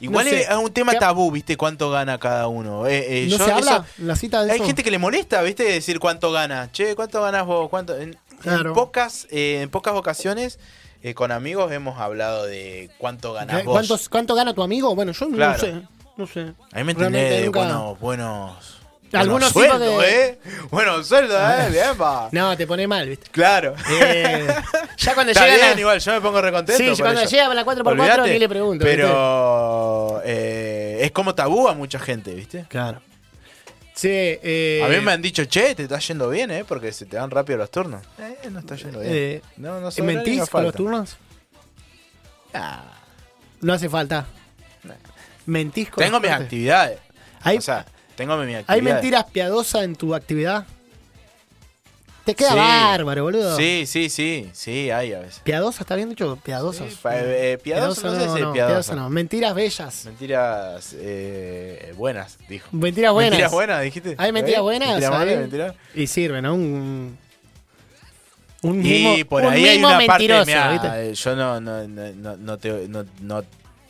Speaker 2: Igual
Speaker 3: no sé.
Speaker 2: es un tema
Speaker 3: ¿Qué-
Speaker 2: tabú, ¿viste? ¿Cuánto gana cada uno? Eh, eh,
Speaker 3: ¿No
Speaker 2: yo
Speaker 3: se habla
Speaker 2: eso-
Speaker 3: en la cita de
Speaker 2: Hay
Speaker 3: eso?
Speaker 2: gente que le molesta, ¿viste? Decir cuánto gana. Che, ¿cuánto ganas vos? ¿Cuánto? En, en
Speaker 3: Claro.
Speaker 2: pocas, eh, en pocas ocasiones, eh, con amigos hemos hablado de cuánto
Speaker 3: ¿Qué-
Speaker 2: ganás vos.
Speaker 3: Eh, ¿cuántos- ¿Cuánto gana tu amigo? Bueno, yo
Speaker 2: Claro.
Speaker 3: no sé, no sé.
Speaker 2: A mí me
Speaker 3: Realmente
Speaker 2: entendés de
Speaker 3: nunca-
Speaker 2: buenos, buenos,
Speaker 3: Algunos
Speaker 2: buenos
Speaker 3: tipos
Speaker 2: sueldos,
Speaker 3: de-
Speaker 2: ¿eh? Buenos sueldos, ¿eh? Bien, va.
Speaker 3: No, te pone mal, ¿viste?
Speaker 2: Claro.
Speaker 3: Eh, ya cuando
Speaker 2: Está
Speaker 3: llega
Speaker 2: bien,
Speaker 3: la-
Speaker 2: igual, yo me pongo recontento.
Speaker 3: Sí,
Speaker 2: por
Speaker 3: cuando
Speaker 2: ello.
Speaker 3: llega la 4x4
Speaker 2: Olvídate,
Speaker 3: ni le pregunto,
Speaker 2: Pero eh, es como tabú a mucha gente, ¿viste?
Speaker 3: Claro. Sí, eh,
Speaker 2: a mí me han dicho, che, te está yendo bien, ¿eh? Porque se te dan rápido los turnos. Eh, no está yendo bien.
Speaker 3: Eh,
Speaker 2: no, no
Speaker 3: ¿eh,
Speaker 2: sobra ni
Speaker 3: ¿Mentís
Speaker 2: no
Speaker 3: con los
Speaker 2: falta. Ah.
Speaker 3: turnos? No hace falta. ¿Mentís con
Speaker 2: Tengo
Speaker 3: los
Speaker 2: mis
Speaker 3: turnos?
Speaker 2: actividades.
Speaker 3: Hay-
Speaker 2: o sea, tengo mis actividades.
Speaker 3: ¿Hay mentiras piadosas en tu actividad? Te queda
Speaker 2: Sí.
Speaker 3: bárbaro, boludo.
Speaker 2: Sí, sí, sí, sí, hay a veces.
Speaker 3: ¿Piadosa está bien dicho? Piadosas.
Speaker 2: Sí, pa- eh, piadoso, no sé si piadosa.
Speaker 3: piadosa no. Mentiras bellas.
Speaker 2: Mentiras eh, buenas, dijo.
Speaker 3: Mentiras buenas.
Speaker 2: Mentiras buenas, dijiste.
Speaker 3: Hay mentiras
Speaker 2: ¿Eh?
Speaker 3: buenas.
Speaker 2: Mentiras malas,
Speaker 3: hay-
Speaker 2: mentiras-
Speaker 3: Y sirve, ¿no? Un. Un
Speaker 2: Y
Speaker 3: mimo-
Speaker 2: por
Speaker 3: un
Speaker 2: ahí hay
Speaker 3: mimo
Speaker 2: una
Speaker 3: mentiroso,
Speaker 2: parte. mirá,
Speaker 3: ¿viste?
Speaker 2: eh, yo no, no, no, no- no te- no- no-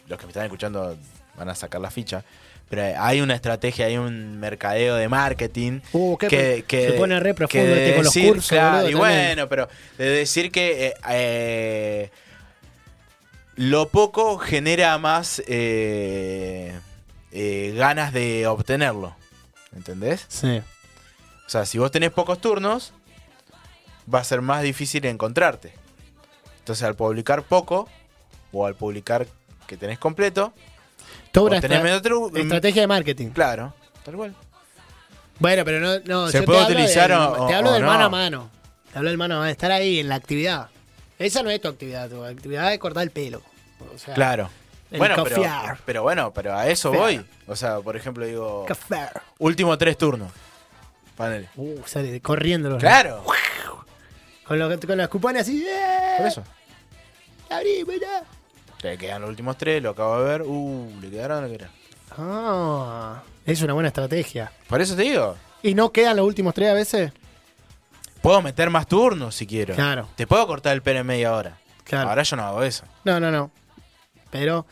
Speaker 2: Los que me están escuchando van a sacar la ficha. Pero eh, hay una estrategia, hay un mercadeo de marketing.
Speaker 3: Uh, qué
Speaker 2: que,
Speaker 3: pro-
Speaker 2: que-
Speaker 3: se pone re
Speaker 2: que
Speaker 3: profundo este
Speaker 2: de
Speaker 3: con los cursos,
Speaker 2: claro,
Speaker 3: boludo,
Speaker 2: y
Speaker 3: también.
Speaker 2: bueno, pero de decir que eh, eh, lo poco genera más eh, eh, ganas de obtenerlo. ¿Entendés?
Speaker 3: Sí.
Speaker 2: O sea, si vos tenés pocos turnos, va a ser más difícil encontrarte. Entonces, al publicar poco, o al publicar que tenés completo,
Speaker 3: Toda una
Speaker 2: o tenés mm,
Speaker 3: estra-
Speaker 2: menos tru-
Speaker 3: estrategia de marketing.
Speaker 2: Claro, tal cual.
Speaker 3: Bueno, pero no. no
Speaker 2: ¿Se
Speaker 3: yo
Speaker 2: puede
Speaker 3: te hablo
Speaker 2: utilizar
Speaker 3: del-
Speaker 2: o-
Speaker 3: Te hablo
Speaker 2: o
Speaker 3: del
Speaker 2: no?
Speaker 3: mano a mano. Te hablo del mano a mano. Estar ahí en la actividad. Esa no es tu actividad. Tu actividad es cortar el pelo. O sea,
Speaker 2: Claro.
Speaker 3: El
Speaker 2: Bueno, pero,
Speaker 3: confiar.
Speaker 2: pero bueno, pero a eso
Speaker 3: Confiar.
Speaker 2: voy. O sea, por ejemplo, digo,
Speaker 3: Café.
Speaker 2: último tres turnos. Panel.
Speaker 3: Uh, sale corriendo los.
Speaker 2: Claro,
Speaker 3: Con los, con los cupones así. ¡eh!
Speaker 2: por eso.
Speaker 3: Abrí, mirá.
Speaker 2: Le quedan los últimos tres, lo acabo de ver. Uh, le quedaron, le quedaron.
Speaker 3: Ah, es una buena estrategia.
Speaker 2: Por eso te digo,
Speaker 3: ¿Y no quedan los últimos tres a veces?
Speaker 2: puedo meter más turnos si quiero.
Speaker 3: Claro.
Speaker 2: Te puedo cortar el pelo en media hora.
Speaker 3: Claro.
Speaker 2: Ahora yo no hago eso.
Speaker 3: No, no, no. Pero,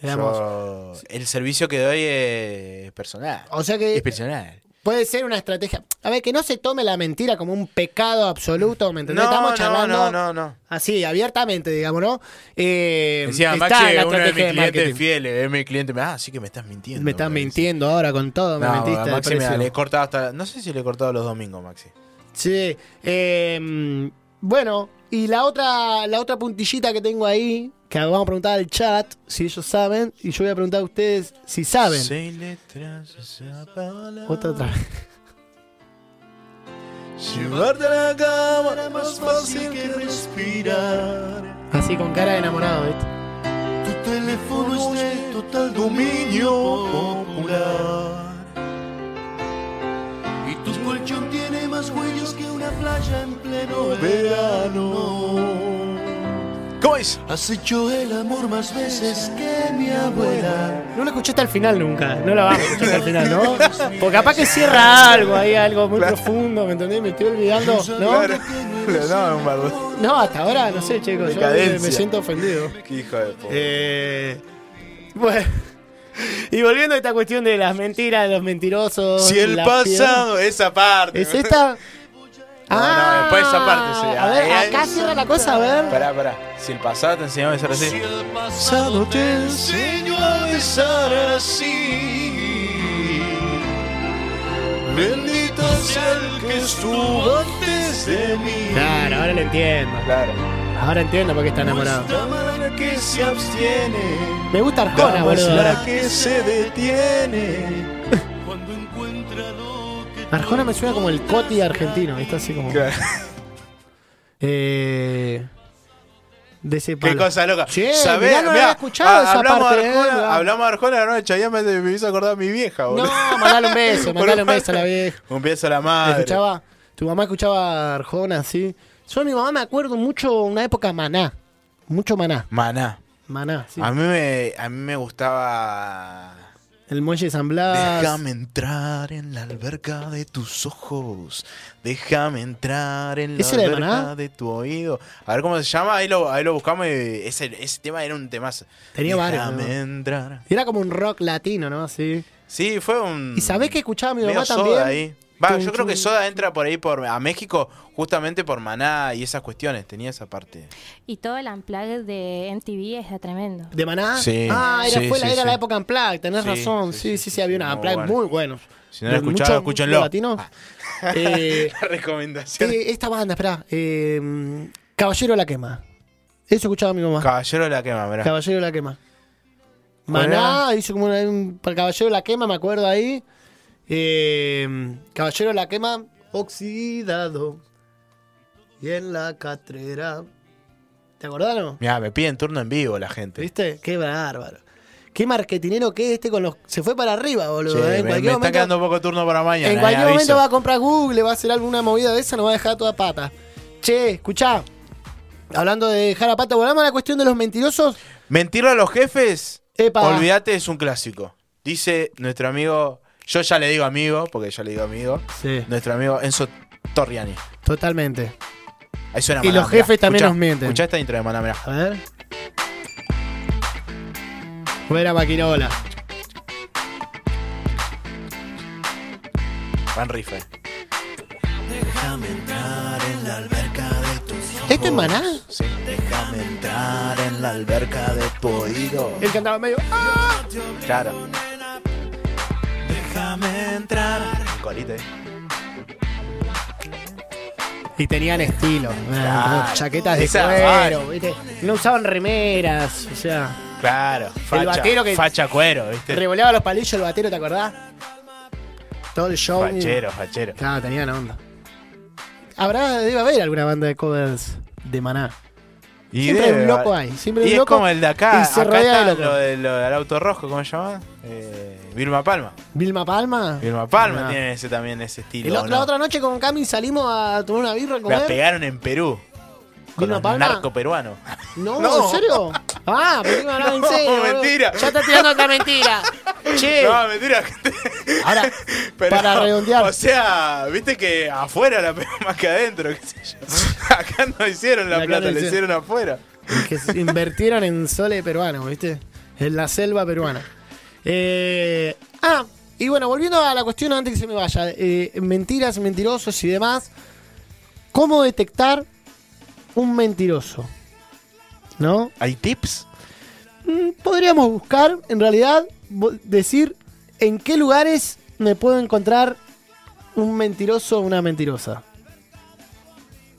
Speaker 3: digamos.
Speaker 2: Yo- el servicio que doy es personal.
Speaker 3: O sea que
Speaker 2: es personal.
Speaker 3: puede ser una estrategia. A ver, que no se tome la mentira como un pecado absoluto, ¿me entendés? Estamos
Speaker 2: no,
Speaker 3: charlando
Speaker 2: no, no, no.
Speaker 3: así, abiertamente, digamos, ¿no? Eh,
Speaker 2: Decía
Speaker 3: está
Speaker 2: Maxi,
Speaker 3: la
Speaker 2: uno
Speaker 3: estrategia de
Speaker 2: de mis clientes
Speaker 3: marketing.
Speaker 2: fieles, es mi cliente. Ah, sí que me estás mintiendo.
Speaker 3: Me estás
Speaker 2: dice.
Speaker 3: mintiendo ahora con todo, me
Speaker 2: No,
Speaker 3: mentiste. al
Speaker 2: Maxi me-
Speaker 3: precio.
Speaker 2: le he cortado hasta. No sé si le he cortado los domingos, Maxi.
Speaker 3: Sí. eh, bueno, y la otra, la otra puntillita que tengo ahí, que vamos a preguntar al chat si ellos saben, y yo voy a preguntar a ustedes si saben.
Speaker 2: Seis letras, esa palabra.
Speaker 3: Otra, otra vez.
Speaker 2: Llevarte a la cámara más
Speaker 6: Fácil que respirar.
Speaker 3: Así con cara de enamorado, ¿viste?
Speaker 6: Tu teléfono es de total dominio popular. Y tu colchón tiene más huellas que una playa en pleno verano.
Speaker 2: ¿Cómo es?
Speaker 6: Has hecho el amor más veces que mi abuela.
Speaker 3: No lo escuché hasta el final nunca, no la vamos a escuchar hasta el final, ¿no? Porque capaz que cierra algo ahí, algo muy profundo, ¿me entendés? Me estoy olvidando, ¿no?
Speaker 2: Claro. No, es un bardo.
Speaker 3: No, hasta ahora, no sé, chicos, yo me,
Speaker 2: Decadencia.
Speaker 3: me siento ofendido.
Speaker 2: Qué hijo de puta.
Speaker 3: Eh, bueno, y volviendo a esta cuestión de las mentiras, de los mentirosos.
Speaker 2: si el
Speaker 3: la
Speaker 2: pasado, esa
Speaker 3: piedad-
Speaker 2: parte.
Speaker 3: ¿Es esta? Ah,
Speaker 2: No, no, después esa parte, sí.
Speaker 3: A ver,
Speaker 2: Ahí, ahí.
Speaker 3: acá cierra la cosa, a ver.
Speaker 2: Pará, pará. Si el pasado te enseñaba a ser así.
Speaker 6: pasado te enseño a besar así. Bendito sea el que estuvo antes de mí.
Speaker 3: Claro, ahora lo entiendo.
Speaker 2: Claro.
Speaker 3: Ahora entiendo por qué está enamorado.
Speaker 6: Está mala
Speaker 2: la que se abstiene.
Speaker 3: Me gusta Arjona,
Speaker 2: Dama es
Speaker 3: boludo.
Speaker 2: la que se detiene.
Speaker 6: Cuando encuentra lo que
Speaker 3: Arjona me suena como el Coti argentino, está así como. Eh, de ese
Speaker 2: Qué
Speaker 3: palo.
Speaker 2: cosa loca.
Speaker 3: Che,
Speaker 2: Sabés,
Speaker 3: mirá, no lo
Speaker 2: mirá,
Speaker 3: había escuchado
Speaker 2: ah,
Speaker 3: esa
Speaker 2: hablamos
Speaker 3: parte,
Speaker 2: de
Speaker 3: eh,
Speaker 2: Arjona,
Speaker 3: ¿verdad?
Speaker 2: hablando de Arjona, no, Chayanne me, me hizo acordar a mi vieja, boludo.
Speaker 3: No, mandale un beso, mandale un beso a la vieja.
Speaker 2: Un beso a la
Speaker 3: Me
Speaker 2: madre.
Speaker 3: Escuchaba, tu mamá escuchaba Arjona, así. Yo a mi mamá me acuerdo mucho, una época Maná. Mucho Maná.
Speaker 2: Maná.
Speaker 3: Maná, sí.
Speaker 2: A, mí me, a mí me gustaba.
Speaker 3: El muelle de San Blas.
Speaker 2: Déjame entrar en la alberca de tus ojos. Déjame entrar en la
Speaker 3: ¿Ese era de
Speaker 2: alberca
Speaker 3: Maná?
Speaker 2: de tu oído. A ver cómo se llama, ahí lo, ahí lo buscamos. y Ese, ese tema era un temazo.
Speaker 3: Tenía varios,
Speaker 2: Déjame
Speaker 3: ¿no?
Speaker 2: entrar.
Speaker 3: Era como un rock latino, ¿no? Así.
Speaker 2: Sí, fue un.
Speaker 3: ¿Y sabés que escuchaba mi
Speaker 2: medio
Speaker 3: mamá
Speaker 2: Soda
Speaker 3: también?
Speaker 2: ahí. Va, yo
Speaker 3: Tum,
Speaker 2: creo que
Speaker 3: tum.
Speaker 2: Soda entra por ahí por, a México justamente por Maná y esas cuestiones. Tenía esa parte.
Speaker 4: Y todo el unplugged de MTV está tremendo.
Speaker 3: ¿De Maná?
Speaker 2: Sí.
Speaker 3: Ah, era,
Speaker 2: Sí,
Speaker 3: fue la,
Speaker 2: sí,
Speaker 3: era
Speaker 2: sí.
Speaker 3: la época Unplugged, tenés
Speaker 2: Sí,
Speaker 3: razón. Sí, sí, sí, había una
Speaker 2: muy
Speaker 3: Unplugged
Speaker 2: bueno.
Speaker 3: muy bueno.
Speaker 2: Si no la
Speaker 3: De
Speaker 2: escucharon,
Speaker 3: mucho-
Speaker 2: escúchenlo. Ah.
Speaker 3: mucho latino. Eh,
Speaker 2: La recomendación.
Speaker 3: eh, esta banda, esperá. eh, Caballero de la Quema. Eso escuchaba mi mamá.
Speaker 2: Caballero de la quema, mirá.
Speaker 3: Caballero de la Quema.
Speaker 2: ¿Cuál
Speaker 3: Maná hizo como una- un para Caballero de la Quema, me acuerdo ahí. Eh, Caballero de la Quema, oxidado. Y en la catrera. ¿Te acordás, no?
Speaker 2: Mirá, me piden turno en vivo la gente.
Speaker 3: Este. ¿Viste? Qué bárbaro. Qué marketinero que es este con los. Se fue para arriba,
Speaker 2: Che,
Speaker 3: boludo. eh.
Speaker 2: me,
Speaker 3: En
Speaker 2: me
Speaker 3: cualquier,
Speaker 2: está
Speaker 3: momento,
Speaker 2: quedando poco turno para mañana.
Speaker 3: en
Speaker 2: eh,
Speaker 3: cualquier
Speaker 2: aviso.
Speaker 3: momento va a comprar Google, va a hacer alguna movida de esa, nos va a dejar toda pata. Che, escuchá. Hablando de dejar a pata, volvamos a la cuestión de los mentirosos.
Speaker 2: Mentirle a los jefes,
Speaker 3: Epa.
Speaker 2: olvídate, es un clásico. Dice nuestro amigo, yo ya le digo amigo, porque ya le digo amigo,
Speaker 3: Sí.
Speaker 2: nuestro amigo Enzo Torriani.
Speaker 3: Totalmente.
Speaker 2: Ahí suena
Speaker 3: Y
Speaker 2: Maná,
Speaker 3: los
Speaker 2: mirá.
Speaker 3: jefes también
Speaker 2: Escuchá-
Speaker 3: nos mienten.
Speaker 2: Escuchá esta intro de Maná, mirá.
Speaker 3: A ver. Fuera Maquinola.
Speaker 2: Van Rife.
Speaker 3: ¿Esto es maná?
Speaker 2: Sí. Déjame entrar en la alberca de tu oído.
Speaker 3: Él cantaba medio. ¡ah!
Speaker 2: Claro. Déjame entrar. Corita, eh.
Speaker 3: Y tenían estilo.
Speaker 2: Claro.
Speaker 3: Ah, Chaquetas de
Speaker 2: Esa-
Speaker 3: cuero, ¿viste? No usaban remeras, o sea.
Speaker 2: Claro. Facha,
Speaker 3: batero que-
Speaker 2: facha cuero, ¿viste?
Speaker 3: Revoleaba los palillos el batero, ¿te acordás? Todo el show.
Speaker 2: Fachero, fachero.
Speaker 3: Claro, tenían onda. Habrá, debe haber alguna banda de covers de maná.
Speaker 2: Y
Speaker 3: Siempre
Speaker 2: debe-
Speaker 3: hay un loco ahí, siempre hay
Speaker 2: y
Speaker 3: un
Speaker 2: es
Speaker 3: loco
Speaker 2: como el de acá.
Speaker 3: y se
Speaker 2: acá
Speaker 3: rodea de
Speaker 2: está
Speaker 3: locos.
Speaker 2: lo, de- lo del auto rojo, ¿cómo se llama? Eh, Vilma Palma.
Speaker 3: Vilma Palma.
Speaker 2: Vilma Palma
Speaker 3: Ah.
Speaker 2: tiene ese también ese estilo.
Speaker 3: El
Speaker 2: ¿o
Speaker 3: otro- La
Speaker 2: no?
Speaker 3: otra noche con Cami salimos a tomar una birra a
Speaker 2: La
Speaker 3: comer.
Speaker 2: pegaron en Perú. Con
Speaker 3: ¿Vilma
Speaker 2: los
Speaker 3: Palma?
Speaker 2: narco peruano.
Speaker 3: No,
Speaker 2: No.
Speaker 3: ¿en serio? Ah, pero no, no, en
Speaker 2: No,
Speaker 3: serio. boludo.
Speaker 2: mentira.
Speaker 3: Ya está tirando otra mentira. Che,
Speaker 2: No, mentira.
Speaker 3: ahora,
Speaker 2: Pero,
Speaker 3: para redondear.
Speaker 2: O sea, viste que afuera la pegó más que adentro, qué sé yo. Acá no hicieron la
Speaker 3: Acá no
Speaker 2: plata, la
Speaker 3: hicieron.
Speaker 2: hicieron afuera.
Speaker 3: que se invirtieron en sole peruano, ¿viste? En la selva peruana. Eh, ah, y bueno, volviendo a la cuestión antes que se me vaya. eh, mentiras, mentirosos y demás. ¿Cómo detectar un mentiroso? ¿No?
Speaker 2: ¿Hay tips?
Speaker 3: Mm, Podríamos buscar, en realidad, bo- decir en qué lugares me puedo encontrar un mentiroso o una mentirosa.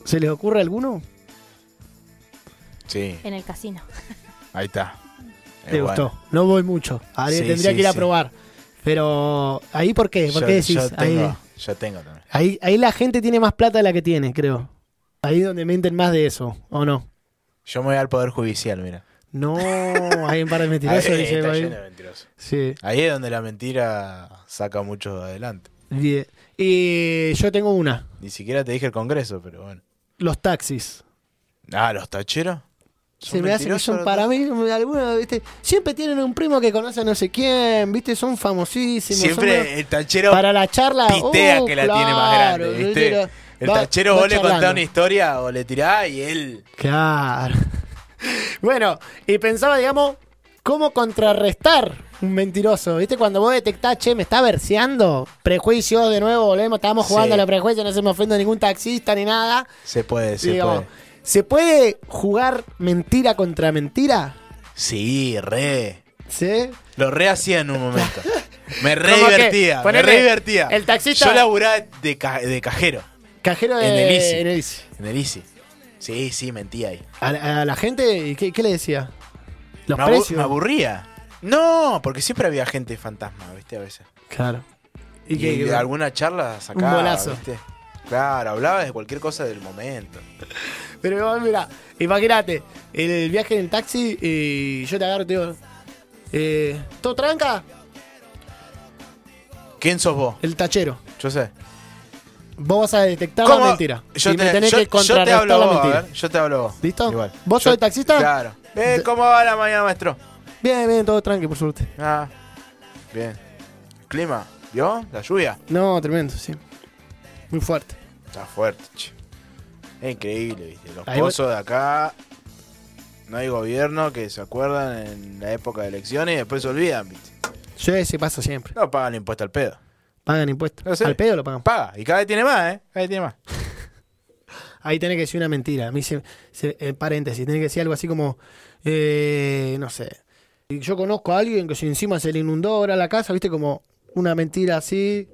Speaker 3: ¿Se les ocurre alguno?
Speaker 2: Sí,
Speaker 4: En el casino.
Speaker 2: ahí está. Eh,
Speaker 3: Te gustó. No voy mucho. Ahí
Speaker 2: Sí,
Speaker 3: tendría
Speaker 2: sí,
Speaker 3: que ir a
Speaker 2: sí.
Speaker 3: probar. Pero, ¿ahí por qué? Eh, ¿Por qué decís? ahí,
Speaker 2: tengo, yo tengo también.
Speaker 3: ahí, ahí la gente tiene más plata de la que tiene, creo. Ahí donde menten más de eso, ¿o no?
Speaker 2: Yo me voy al Poder Judicial, mira.
Speaker 3: No, hay un par de mentirosos.
Speaker 2: ahí,
Speaker 3: dice,
Speaker 2: está
Speaker 3: ahí.
Speaker 2: lleno de mentirosos.
Speaker 3: Sí.
Speaker 2: Ahí es donde la mentira saca mucho adelante.
Speaker 3: Bien. Y yo tengo una.
Speaker 2: Ni siquiera te dije el Congreso, pero bueno.
Speaker 3: Los taxis.
Speaker 2: Ah, los tacheros.
Speaker 3: Se me hace que son para mí, algunos, ¿viste? Siempre tienen un primo que conoce a no sé quién, ¿viste? Son famosísimos. son
Speaker 2: Siempre
Speaker 3: unos-
Speaker 2: el tachero
Speaker 3: para la charla.
Speaker 2: pitea
Speaker 3: oh,
Speaker 2: que la tiene más
Speaker 3: claro,
Speaker 2: grande, ¿viste?
Speaker 3: yo quiero-
Speaker 2: El
Speaker 3: va-
Speaker 2: tachero
Speaker 3: va
Speaker 2: vos le contás
Speaker 3: charlando.
Speaker 2: una historia o le tirás y él.
Speaker 3: Claro. bueno, y pensaba, digamos, cómo contrarrestar un mentiroso, ¿viste? Cuando vos detectás, che, me está verseando. Prejuicio, de nuevo, volvemos, estábamos
Speaker 2: Sí.
Speaker 3: jugando a los prejuicios, no se me ofende ningún taxista ni nada.
Speaker 2: Se puede, se
Speaker 3: Digamos,
Speaker 2: puede.
Speaker 3: ¿Se puede jugar mentira contra mentira?
Speaker 2: Sí, re.
Speaker 3: ¿Sí?
Speaker 2: Lo re hacía en un momento. Me re
Speaker 3: Como que,
Speaker 2: divertía, me
Speaker 3: ponele,
Speaker 2: re divertía.
Speaker 3: el taxista-
Speaker 2: Yo laburaba de, ca- de cajero
Speaker 3: Cajero de,
Speaker 2: En el ICI.
Speaker 3: en el ICI.
Speaker 2: en el ICI. Sí, sí, mentía ahí.
Speaker 3: A, la- a la gente, ¿y qué, qué le decía? Los
Speaker 2: me, abu-
Speaker 3: precios.
Speaker 2: me aburría. No, porque siempre había gente fantasma, ¿viste? A veces.
Speaker 3: Claro.
Speaker 2: Y, alguna charla sacaba.
Speaker 3: bolazo.
Speaker 2: ¿viste? Claro, hablabas de cualquier cosa del momento.
Speaker 3: Pero mira, imagínate, el viaje en el taxi y yo te agarro, te digo, eh, ¿todo tranca?
Speaker 2: ¿Quién sos vos?
Speaker 3: El tachero.
Speaker 2: Yo sé.
Speaker 3: Vos vas a detectar
Speaker 2: ¿Cómo?
Speaker 3: la mentira.
Speaker 2: Yo
Speaker 3: y
Speaker 2: te,
Speaker 3: me tenés
Speaker 2: yo-
Speaker 3: que
Speaker 2: yo te
Speaker 3: contrarrestar
Speaker 2: hablo
Speaker 3: la
Speaker 2: vos, a
Speaker 3: mentira.
Speaker 2: ver, yo te hablo vos.
Speaker 3: ¿Listo? ¿Vos sos el taxista?
Speaker 2: Claro. Eh,
Speaker 3: De-
Speaker 2: ¿Cómo va la mañana, maestro?
Speaker 3: Bien, bien, todo tranqui, por suerte.
Speaker 2: Ah, bien. Clima, ¿vio? La lluvia.
Speaker 3: No, tremendo, sí. Muy fuerte.
Speaker 2: Está fuerte, che. Es increíble, viste. Los
Speaker 3: Ahí va-
Speaker 2: pozos de acá. No hay gobierno que se acuerdan en la época de elecciones y después se olvidan, viste.
Speaker 3: Yo ese pasa siempre.
Speaker 2: No pagan impuesto al pedo.
Speaker 3: Pagan impuestos.
Speaker 2: No sé.
Speaker 3: Al pedo lo pagan.
Speaker 2: Paga. Y cada vez tiene más, ¿eh? Cada vez tiene más.
Speaker 3: Ahí tiene que decir una mentira. A mí se, se- en paréntesis, tiene que decir algo así como, eh, no sé. Y Yo conozco a alguien que si encima se le inundó ahora la casa, viste, como una mentira así.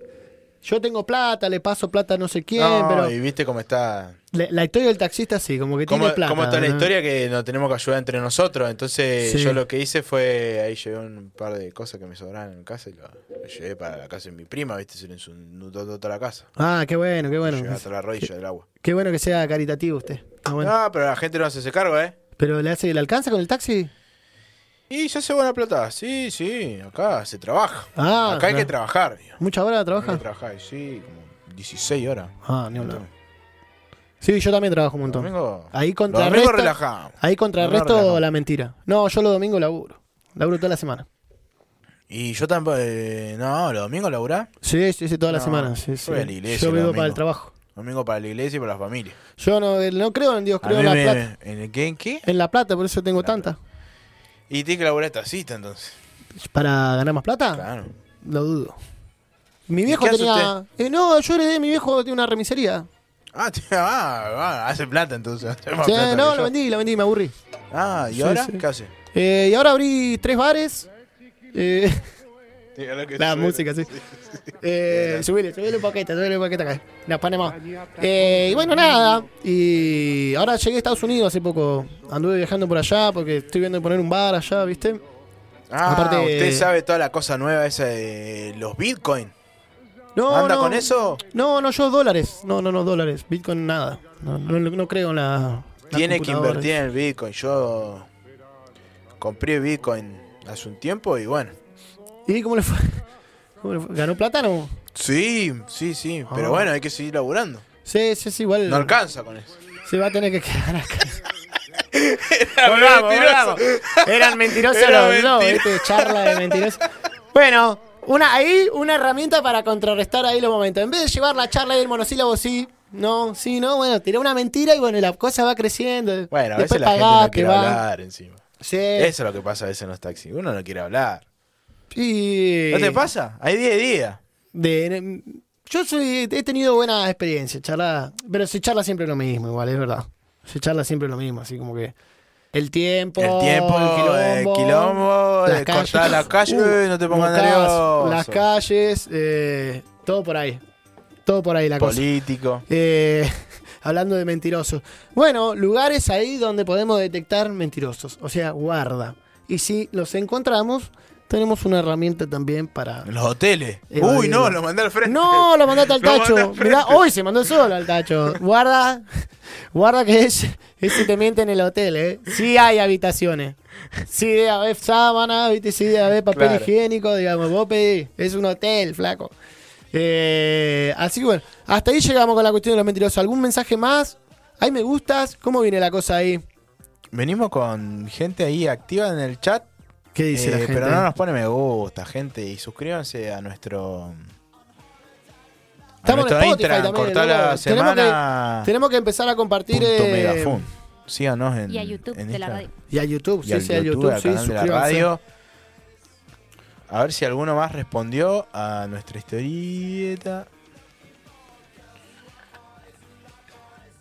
Speaker 3: Yo tengo plata, le paso plata a no sé quién,
Speaker 2: No,
Speaker 3: pero
Speaker 2: Y viste cómo está.
Speaker 3: la, la historia del taxista sí, como que
Speaker 2: Cómo,
Speaker 3: tiene plata.
Speaker 2: cómo está la
Speaker 3: ¿no?
Speaker 2: historia que nos tenemos que ayudar entre nosotros. Entonces,
Speaker 3: Sí.
Speaker 2: yo lo que hice fue. Ahí llevé un par de cosas que me sobraban en mi casa y lo, lo llevé para la casa de mi prima, viste. Se le inundó toda la casa.
Speaker 3: Ah, qué bueno, qué bueno.
Speaker 2: Llegaba hasta la rodilla del agua.
Speaker 3: Qué bueno que sea caritativo usted. Está bueno.
Speaker 2: No, pero la gente no se hace cargo, ¿eh?
Speaker 3: Pero le hace, ¿le alcanza con el taxi?
Speaker 2: Y se hace buena plata. Sí, sí, acá se trabaja.
Speaker 3: Ah,
Speaker 2: acá hay
Speaker 3: claro.
Speaker 2: que trabajar. digo.
Speaker 3: ¿Mucha hora
Speaker 2: Hay que
Speaker 3: trabaja?
Speaker 2: trabajar, y sí, como 16 horas.
Speaker 3: Ah, ni hablar. Sí, yo también trabajo un montón.
Speaker 2: Domingo,
Speaker 3: Ahí
Speaker 2: los domingos
Speaker 3: contrarresto,
Speaker 2: relajamos.
Speaker 3: ahí
Speaker 2: Los domingos
Speaker 3: contrarresto
Speaker 2: relajamos.
Speaker 3: la mentira. No, yo los domingos laburo. Laburo toda la semana.
Speaker 2: Y yo tampoco. eh, no, los domingos laburá.
Speaker 3: Sí, sí, sí, toda la
Speaker 2: No,
Speaker 3: semana. Sí, sí.
Speaker 2: yo voy a la iglesia
Speaker 3: Yo
Speaker 2: los
Speaker 3: vivo para el
Speaker 2: domingos.
Speaker 3: trabajo.
Speaker 2: Domingo para la iglesia y para la familia.
Speaker 3: Yo no, eh, no creo en Dios,
Speaker 2: A
Speaker 3: creo
Speaker 2: mí
Speaker 3: en la
Speaker 2: me-
Speaker 3: plata.
Speaker 2: ¿En el qué? ¿En qué?
Speaker 3: En la plata, por eso tengo tanta.
Speaker 2: Y tiene que laburar tacita entonces.
Speaker 3: ¿Para ganar más plata?
Speaker 2: Claro.
Speaker 3: Lo dudo. Mi viejo
Speaker 2: qué hace
Speaker 3: tenía. Eh, no, yo heredé, mi viejo tiene una remisería.
Speaker 2: Ah, tío, ah, ah, hace plata entonces. hace más
Speaker 3: Sí,
Speaker 2: plata
Speaker 3: no, lo
Speaker 2: que yo.
Speaker 3: vendí, lo vendí, me aburrí.
Speaker 2: Ah, ¿y
Speaker 3: Sí,
Speaker 2: ahora
Speaker 3: sí.
Speaker 2: qué hace?
Speaker 3: Eh, y ahora abrí tres bares. Eh, la
Speaker 2: Sube.
Speaker 3: música, sí. Eh, subile, subile un poquito, subile un poquito acá. La Panamá. Eh, y bueno, nada. Y ahora llegué a Estados Unidos hace poco. Anduve viajando por allá porque estoy viendo poner un bar allá, ¿viste?
Speaker 2: Ah,
Speaker 3: Aparte-
Speaker 2: usted sabe toda la cosa nueva esa de los bitcoins.
Speaker 3: No,
Speaker 2: ¿Anda
Speaker 3: no.
Speaker 2: con eso?
Speaker 3: No, no, yo dólares. No, no, no, dólares. Bitcoin nada. No, no, no creo en la. la
Speaker 2: Tiene que
Speaker 3: computadora.
Speaker 2: invertir en el bitcoin. Yo compré bitcoin hace un tiempo y bueno.
Speaker 3: ¿Y cómo le fue? ¿Cómo le fue? ¿Ganó plátano?
Speaker 2: Sí, sí, sí.
Speaker 3: Ah.
Speaker 2: Pero bueno, hay que seguir laburando.
Speaker 3: Sí, sí, sí, igual.
Speaker 2: No alcanza con eso.
Speaker 3: Se va a tener que quedar acá. Volvamos, volvamos. Eran mentirosos
Speaker 2: Era
Speaker 3: los dos,
Speaker 2: mentira.
Speaker 3: ¿viste? Charla de mentirosos. Bueno, una, ahí una herramienta para contrarrestar ahí los momentos. En vez de llevar la charla y el monosílabo, sí, no, sí, no, bueno, tiré una mentira y bueno, la cosa va creciendo.
Speaker 2: Bueno, a
Speaker 3: Después
Speaker 2: veces la gente
Speaker 3: pagás,
Speaker 2: no
Speaker 3: te
Speaker 2: quiere
Speaker 3: va.
Speaker 2: hablar encima.
Speaker 3: Sí.
Speaker 2: Eso es lo que pasa a veces en los taxis. Uno no quiere hablar.
Speaker 3: sí.
Speaker 2: ¿No te pasa? Hay día a día.
Speaker 3: De- yo soy, he tenido buenas experiencias, charla, pero se charla siempre lo mismo, igual, es verdad. Se charla siempre lo mismo, así como que el tiempo,
Speaker 2: El tiempo, el quilombo,
Speaker 3: las
Speaker 2: de
Speaker 3: calles.
Speaker 2: cortar las calles, uy, no te pongas
Speaker 3: Bocadas, Las
Speaker 2: nervioso.
Speaker 3: calles, eh, todo por ahí, todo por ahí la cosa.
Speaker 2: Político.
Speaker 3: Eh, hablando de mentirosos. Bueno, lugares ahí donde podemos detectar mentirosos, o sea, guarda. Y si los encontramos, tenemos una herramienta también para...
Speaker 2: En los hoteles.
Speaker 3: Eh,
Speaker 2: Uy,
Speaker 3: Gabriel.
Speaker 2: no, lo mandé al frente.
Speaker 3: No, lo mandaste al
Speaker 2: Lo mandé
Speaker 3: tacho.
Speaker 2: al frente.
Speaker 3: Mirá, hoy se mandó solo al tacho. Guarda, guarda que es, ese te miente en el hotel, ¿eh? Sí hay habitaciones. Sí debe haber sábana, ¿viste? sí debe haber papel
Speaker 2: Claro.
Speaker 3: higiénico, digamos. Vos pedís, es un hotel, flaco. Eh, así que bueno, hasta ahí llegamos con la cuestión de los mentirosos. ¿Algún mensaje más? ¿Hay me gustas? ¿Cómo viene la cosa ahí?
Speaker 2: Venimos con gente ahí activa en el chat.
Speaker 3: ¿Qué dice
Speaker 2: eh,
Speaker 3: la gente?
Speaker 2: Pero no nos pone me gusta, gente. Y suscríbanse a nuestro. a
Speaker 3: Estamos en
Speaker 2: nuestro
Speaker 3: Spotify también.
Speaker 2: cortá
Speaker 3: boludo.
Speaker 2: la
Speaker 3: tenemos,
Speaker 2: semana.
Speaker 3: que, tenemos que empezar a compartir.
Speaker 2: punto
Speaker 3: eh,
Speaker 2: megafun. Síganos en.
Speaker 4: Y a YouTube
Speaker 2: en
Speaker 4: de la
Speaker 2: Instagram.
Speaker 4: radio.
Speaker 3: Y a YouTube,
Speaker 2: Y
Speaker 3: sí,
Speaker 2: al
Speaker 3: sí,
Speaker 2: YouTube,
Speaker 3: a YouTube,
Speaker 2: al
Speaker 3: sí,
Speaker 2: canal de la
Speaker 3: suscríbanse.
Speaker 2: radio. A ver si alguno más respondió a nuestra historieta.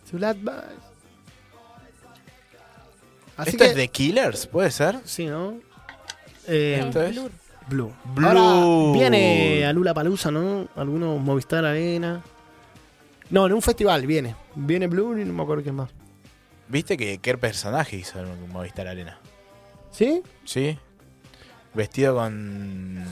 Speaker 3: Zulat Bash. Así
Speaker 2: ¿Esto
Speaker 3: que,
Speaker 2: es de Killers? ¿Puede ser?
Speaker 3: sí, ¿no? Eh,
Speaker 2: Esto es.
Speaker 4: Blur.
Speaker 3: Blue.
Speaker 2: Blue.
Speaker 3: Ahora viene a Lula Palusa, ¿no? Algunos Movistar Arena. No, en un festival viene. Viene Blue y no me acuerdo quién más.
Speaker 2: ¿Viste que qué personaje hizo el Movistar Arena?
Speaker 3: ¿Sí?
Speaker 2: ¿Sí? Vestido con.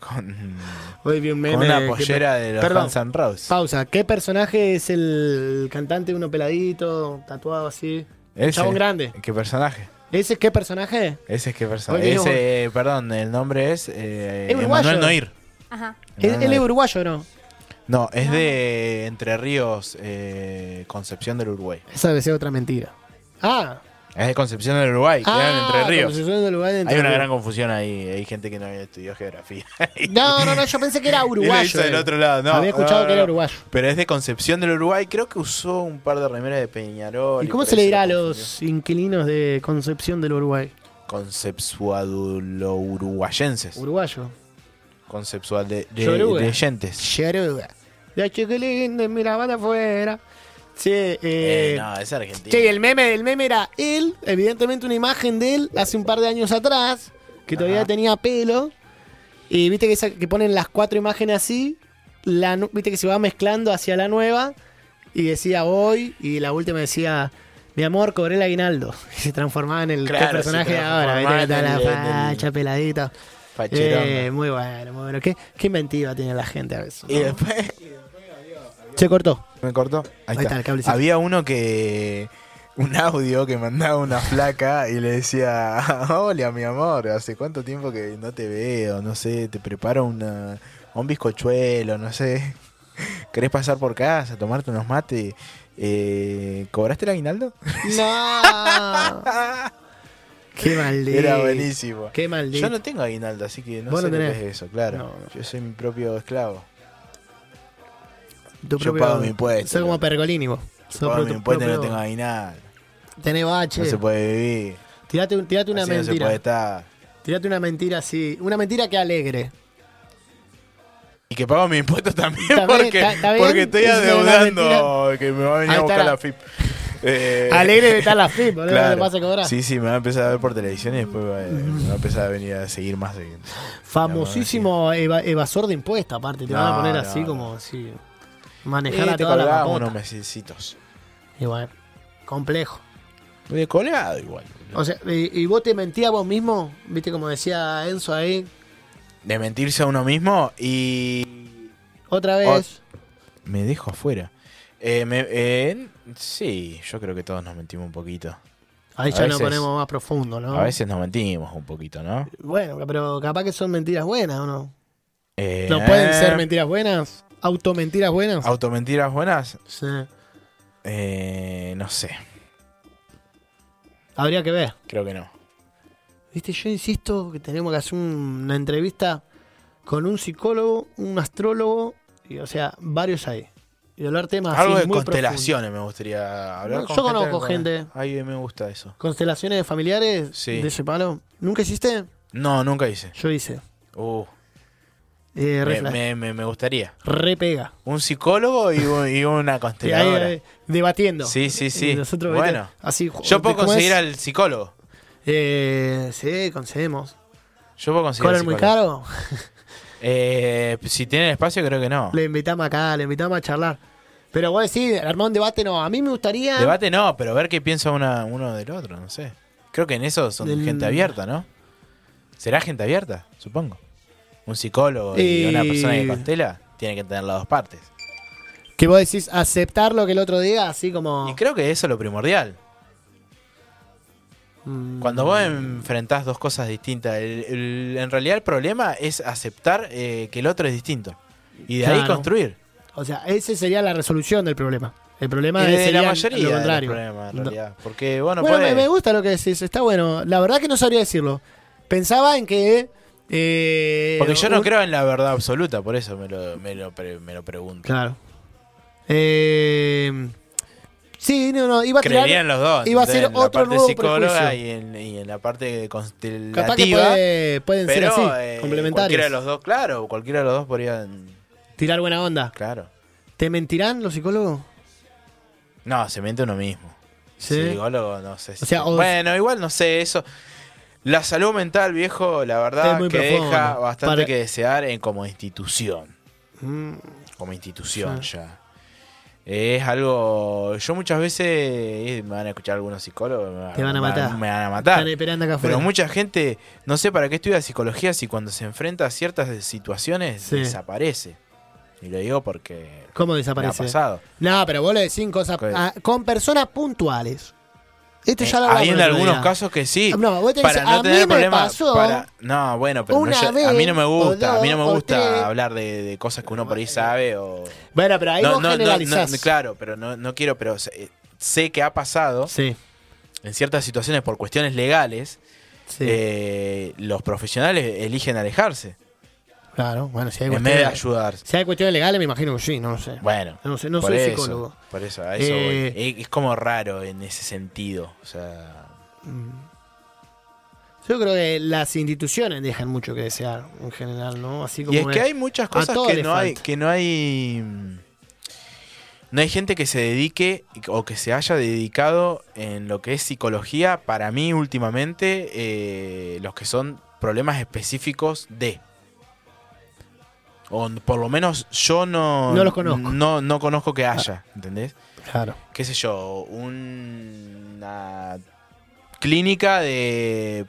Speaker 2: con.
Speaker 3: Hoy vi un meme
Speaker 2: con una
Speaker 3: que-
Speaker 2: pollera de los
Speaker 3: Perdón,
Speaker 2: Guns N' Roses.
Speaker 3: pausa. ¿Qué personaje es el cantante uno peladito, tatuado así?
Speaker 2: Ese.
Speaker 3: Chabón grande.
Speaker 2: ¿Qué personaje?
Speaker 3: ¿Ese es qué personaje?
Speaker 2: Ese es qué personaje.
Speaker 3: Hoy vino-
Speaker 2: Ese, eh, perdón, el nombre es. Eh,
Speaker 3: Es uruguayo.
Speaker 2: Emanuel Noir.
Speaker 4: Ajá.
Speaker 3: Él, él
Speaker 2: Emanuel
Speaker 3: es
Speaker 2: Noir.
Speaker 3: uruguayo, ¿no?
Speaker 2: No, es de Entre Ríos, eh, Concepción del Uruguay.
Speaker 3: Esa debe ser otra mentira. Ah,
Speaker 2: Es de Concepción del Uruguay, que era en
Speaker 3: ah,
Speaker 2: Entre Ríos.
Speaker 3: Concepción del Uruguay de Entre
Speaker 2: Hay una
Speaker 3: Ríos.
Speaker 2: gran confusión ahí. Hay gente que no estudió geografía.
Speaker 3: No, no, no, yo pensé que era uruguayo.
Speaker 2: Y lo hizo del
Speaker 3: él.
Speaker 2: otro lado, no.
Speaker 3: Había escuchado
Speaker 2: no, no,
Speaker 3: que era
Speaker 2: no.
Speaker 3: uruguayo.
Speaker 2: Pero es de Concepción del Uruguay. Creo que usó un par de remeras de Peñarol.
Speaker 3: ¿Y cómo
Speaker 2: por
Speaker 3: se
Speaker 2: ahí
Speaker 3: le dirá a
Speaker 2: lo
Speaker 3: los inquilinos de Concepción del Uruguay?
Speaker 2: confundió. Concepsuadulo-uruguayenses.
Speaker 3: Uruguayo.
Speaker 2: Conceptual de, de,
Speaker 3: Yoruba.
Speaker 2: de oyentes.
Speaker 3: Yaruga. La chiquilín mi la banda afuera. Sí, eh.
Speaker 2: Eh, no, es argentino.
Speaker 3: Che, y el meme, el meme era él, evidentemente una imagen de él hace un par de años atrás, que todavía
Speaker 2: Ajá.
Speaker 3: tenía pelo. Y viste que, esa- que ponen las cuatro imágenes así, la, nu- viste que se va mezclando hacia la nueva, y decía hoy, y la última decía, mi amor, cobré el aguinaldo. Y se transformaba en el ¿qué
Speaker 2: Claro, se
Speaker 3: personaje de ahora, viste que
Speaker 2: transformaba
Speaker 3: está
Speaker 2: en
Speaker 3: la
Speaker 2: el- en el-
Speaker 3: facha peladita.
Speaker 2: Facherón.
Speaker 3: Eh, muy bueno, muy bueno. Qué, qué inventiva tiene la gente a veces.
Speaker 2: Y eh, después.
Speaker 3: Se cortó.
Speaker 2: ¿Me cortó?
Speaker 3: Ahí
Speaker 2: Ahí,
Speaker 3: está
Speaker 2: está.
Speaker 3: el cablecito.
Speaker 2: Había uno que. Un audio que mandaba una flaca y le decía: Hola, mi amor, hace cuánto tiempo que no te veo, no sé, te preparo una, un bizcochuelo, no sé. ¿Querés pasar por casa, tomarte unos mates? Eh, ¿Cobraste el aguinaldo?
Speaker 3: ¡No! ¡Qué maldito!
Speaker 2: Era buenísimo.
Speaker 3: Qué maldito.
Speaker 2: Yo no tengo aguinaldo, así que no
Speaker 3: Vos
Speaker 2: sé
Speaker 3: no
Speaker 2: lo que
Speaker 3: tenés.
Speaker 2: es eso, claro.
Speaker 3: No, no.
Speaker 2: Yo soy mi propio esclavo.
Speaker 3: Tu
Speaker 2: Yo pago mi impuesto,
Speaker 3: Sos como
Speaker 2: loco.
Speaker 3: Pergolini vos. Sos
Speaker 2: Yo pago
Speaker 3: pro-
Speaker 2: mi
Speaker 3: tu
Speaker 2: impuesto y no
Speaker 3: propio-
Speaker 2: tengo aguinaldo.
Speaker 3: Tenés bache.
Speaker 2: No se puede vivir.
Speaker 3: Tirate, un- tirate una
Speaker 2: así no se
Speaker 3: mentira.
Speaker 2: puede estar.
Speaker 3: tirate una mentira así. Una mentira que alegre.
Speaker 2: Y que pago mi impuesto también,
Speaker 3: Está bien,
Speaker 2: porque,
Speaker 3: está- está bien.
Speaker 2: porque estoy
Speaker 3: Esa es una
Speaker 2: adeudando que me va a venir
Speaker 3: Ahí
Speaker 2: a buscar
Speaker 3: está la-
Speaker 2: la FIP. Eh,
Speaker 3: Alegre de estar la FIP, boludo.
Speaker 2: claro.
Speaker 3: No le vas a cobrar.
Speaker 2: Sí, sí, me va a empezar a ver por televisión y después va a, me va a empezar a venir a seguir más. de-
Speaker 3: Famosísimo eva- evasor de impuestos, aparte. Te van a
Speaker 2: No,
Speaker 3: poner
Speaker 2: no,
Speaker 3: así
Speaker 2: no.
Speaker 3: como si
Speaker 2: Eh,
Speaker 3: manejar a
Speaker 2: te
Speaker 3: toda la
Speaker 2: colgaba
Speaker 3: papota.
Speaker 2: unos mesecitos.
Speaker 3: Y bueno, complejo.
Speaker 2: De colgado igual.
Speaker 3: O sea, y, y vos te mentías vos mismo, viste como decía Enzo ahí,
Speaker 2: De mentirse a uno mismo y...
Speaker 3: otra vez.
Speaker 2: Me dejo afuera. Eh, me- eh, sí, yo creo que todos nos mentimos un poquito.
Speaker 3: ahí
Speaker 2: a
Speaker 3: ya nos
Speaker 2: veces-
Speaker 3: ponemos más profundo, ¿no?
Speaker 2: A veces nos mentimos un poquito, ¿no?
Speaker 3: Bueno, pero capaz que son mentiras buenas, ¿o no?
Speaker 2: Eh,
Speaker 3: ¿No pueden ser mentiras buenas? ¿Automentiras buenas?
Speaker 2: ¿Automentiras buenas?
Speaker 3: Sí.
Speaker 2: Eh, no sé.
Speaker 3: Habría que ver.
Speaker 2: Creo que no.
Speaker 3: Viste, yo insisto que tenemos que hacer un- una entrevista con un psicólogo, un astrólogo, y, o sea, varios ahí. Y hablar temas
Speaker 2: Algo
Speaker 3: así
Speaker 2: de
Speaker 3: Ah, muy
Speaker 2: constelaciones me gustaría hablar.
Speaker 3: No,
Speaker 2: con
Speaker 3: yo conozco
Speaker 2: con-
Speaker 3: gente.
Speaker 2: Ay, me gusta eso.
Speaker 3: profundos. ¿Constelaciones de familiares
Speaker 2: Sí.
Speaker 3: de ese palo? ¿Nunca hiciste?
Speaker 2: No, nunca hice.
Speaker 3: Yo hice.
Speaker 2: Uh,
Speaker 3: Eh, re
Speaker 2: me,
Speaker 3: fla-
Speaker 2: me- me- me gustaría.
Speaker 3: re pega.
Speaker 2: Un psicólogo y, un- y una
Speaker 3: Sí, ahí,
Speaker 2: consteladora.
Speaker 3: eh, debatiendo.
Speaker 2: Sí, sí, sí.
Speaker 3: Y Nosotros, viste,
Speaker 2: bueno,
Speaker 3: así,
Speaker 2: yo puedo
Speaker 3: ¿cómo es?
Speaker 2: conseguir al psicólogo.
Speaker 3: Eh, sí, conseguimos.
Speaker 2: Yo puedo conseguir al
Speaker 3: ¿Cobran muy
Speaker 2: psicólogo.
Speaker 3: caro?
Speaker 2: Eh, si tienen espacio, creo que no.
Speaker 3: Le invitamos acá, le invitamos a charlar. Pero vos decís, armar un debate no. A mí me gustaría.
Speaker 2: Debate no, pero ver qué piensa una- uno del otro, no sé. Creo que en eso son
Speaker 3: Del-
Speaker 2: gente abierta, ¿no? ¿Será gente abierta? Supongo. Un psicólogo y
Speaker 3: Eh,
Speaker 2: una persona que constela tiene que tener las dos partes.
Speaker 3: Que vos decís aceptar lo que el otro diga, así como.
Speaker 2: Y creo que eso es lo primordial.
Speaker 3: mm,
Speaker 2: Cuando vos enfrentás dos cosas distintas, el- el- en realidad el problema es aceptar eh, que el otro es distinto. Y de ahí
Speaker 3: Claro.
Speaker 2: construir.
Speaker 3: O sea, esa sería la resolución del problema. El problema
Speaker 2: Y de
Speaker 3: sería
Speaker 2: Eh, la mayoría
Speaker 3: lo
Speaker 2: de los
Speaker 3: contrario.
Speaker 2: problemas, en
Speaker 3: No.
Speaker 2: realidad. Porque vos no
Speaker 3: bueno, me,
Speaker 2: podés-
Speaker 3: me gusta lo que decís, está bueno. La verdad que no sabría decirlo. Pensaba en que. eh,
Speaker 2: Porque yo no
Speaker 3: un-
Speaker 2: creo en la verdad absoluta, por eso me lo, me lo, pre- me lo pregunto.
Speaker 3: Claro. Eh, sí, no, no. Iba a tirar.
Speaker 2: Creería en los dos.
Speaker 3: iba a ser
Speaker 2: en la
Speaker 3: otro
Speaker 2: parte
Speaker 3: nuevo
Speaker 2: psicóloga
Speaker 3: prejuicio.
Speaker 2: y en, y en la parte constelativa.
Speaker 3: Capaz que puede- pueden ser
Speaker 2: pero
Speaker 3: así,
Speaker 2: eh, cualquiera de
Speaker 3: complementarios.
Speaker 2: los dos, claro, cualquiera de los dos podrían,
Speaker 3: Tirar buena onda.
Speaker 2: claro.
Speaker 3: ¿Te mentirán los psicólogos?
Speaker 2: No, se miente uno mismo.
Speaker 3: Sí.
Speaker 2: Psicólogo, no sé. si-
Speaker 3: O sea, o-
Speaker 2: bueno, igual no sé eso. La salud mental, viejo, la
Speaker 3: Es
Speaker 2: verdad
Speaker 3: muy
Speaker 2: que
Speaker 3: profundo.
Speaker 2: deja bastante
Speaker 3: Para-
Speaker 2: que desear en como institución,
Speaker 3: Mm,
Speaker 2: como institución ya. Eh, es algo. Yo muchas veces. eh, Me van a escuchar algunos psicólogos. me
Speaker 3: Te van a
Speaker 2: me
Speaker 3: matar.
Speaker 2: Me van a matar.
Speaker 3: Están esperando acá afuera.
Speaker 2: Pero mucha gente. No sé para qué estudia psicología si cuando se enfrenta a ciertas situaciones
Speaker 3: Sí.
Speaker 2: desaparece. Y lo digo porque.
Speaker 3: ¿Cómo
Speaker 2: me ha
Speaker 3: desaparece?
Speaker 2: pasado.
Speaker 3: No, pero vos le decís cosas
Speaker 2: ¿Qué?
Speaker 3: ah, con personas puntuales. Esto ya lo
Speaker 2: Hay
Speaker 3: hablamos
Speaker 2: Eh, en
Speaker 3: el otro
Speaker 2: algunos
Speaker 3: día.
Speaker 2: casos que sí.
Speaker 3: No, vos tenés-
Speaker 2: para no
Speaker 3: a mí
Speaker 2: tener
Speaker 3: me
Speaker 2: problemas.
Speaker 3: pasó
Speaker 2: para- no, bueno, pero no
Speaker 3: una
Speaker 2: yo- a mí no me
Speaker 3: vez, o
Speaker 2: gusta. a mí no me
Speaker 3: dos, o
Speaker 2: gusta
Speaker 3: tres.
Speaker 2: hablar de, de cosas que uno por ahí sabe o.
Speaker 3: Bueno, pero ahí
Speaker 2: no,
Speaker 3: vos
Speaker 2: no, no,
Speaker 3: generalizás.
Speaker 2: no, claro, pero no, no quiero, pero sé, eh, sé que ha pasado
Speaker 3: Sí,
Speaker 2: en ciertas situaciones por cuestiones legales.
Speaker 3: sí.
Speaker 2: eh, los profesionales eligen alejarse
Speaker 3: claro, bueno, si hay,
Speaker 2: en vez de
Speaker 3: cuestiones,
Speaker 2: ayudar.
Speaker 3: si hay cuestiones legales, me imagino que sí, no lo sé.
Speaker 2: Bueno,
Speaker 3: No sé, no
Speaker 2: por
Speaker 3: soy
Speaker 2: eso,
Speaker 3: psicólogo.
Speaker 2: Por eso, a eso
Speaker 3: Eh,
Speaker 2: voy. Es- Es como raro en ese sentido. O sea,
Speaker 3: Yo creo que las instituciones dejan mucho que desear en general, ¿no? Así como
Speaker 2: y es que hay muchas
Speaker 3: a
Speaker 2: cosas
Speaker 3: todo
Speaker 2: que
Speaker 3: le
Speaker 2: no hay,
Speaker 3: falta.
Speaker 2: que no hay. mm, No hay gente que se dedique o que se haya dedicado en lo que es psicología. Para mí, últimamente, eh, los que son problemas específicos de. O por lo menos yo no.
Speaker 3: No los conozco.
Speaker 2: No, no conozco que haya, ¿entendés?
Speaker 3: Claro.
Speaker 2: qué sé yo, un- una clínica de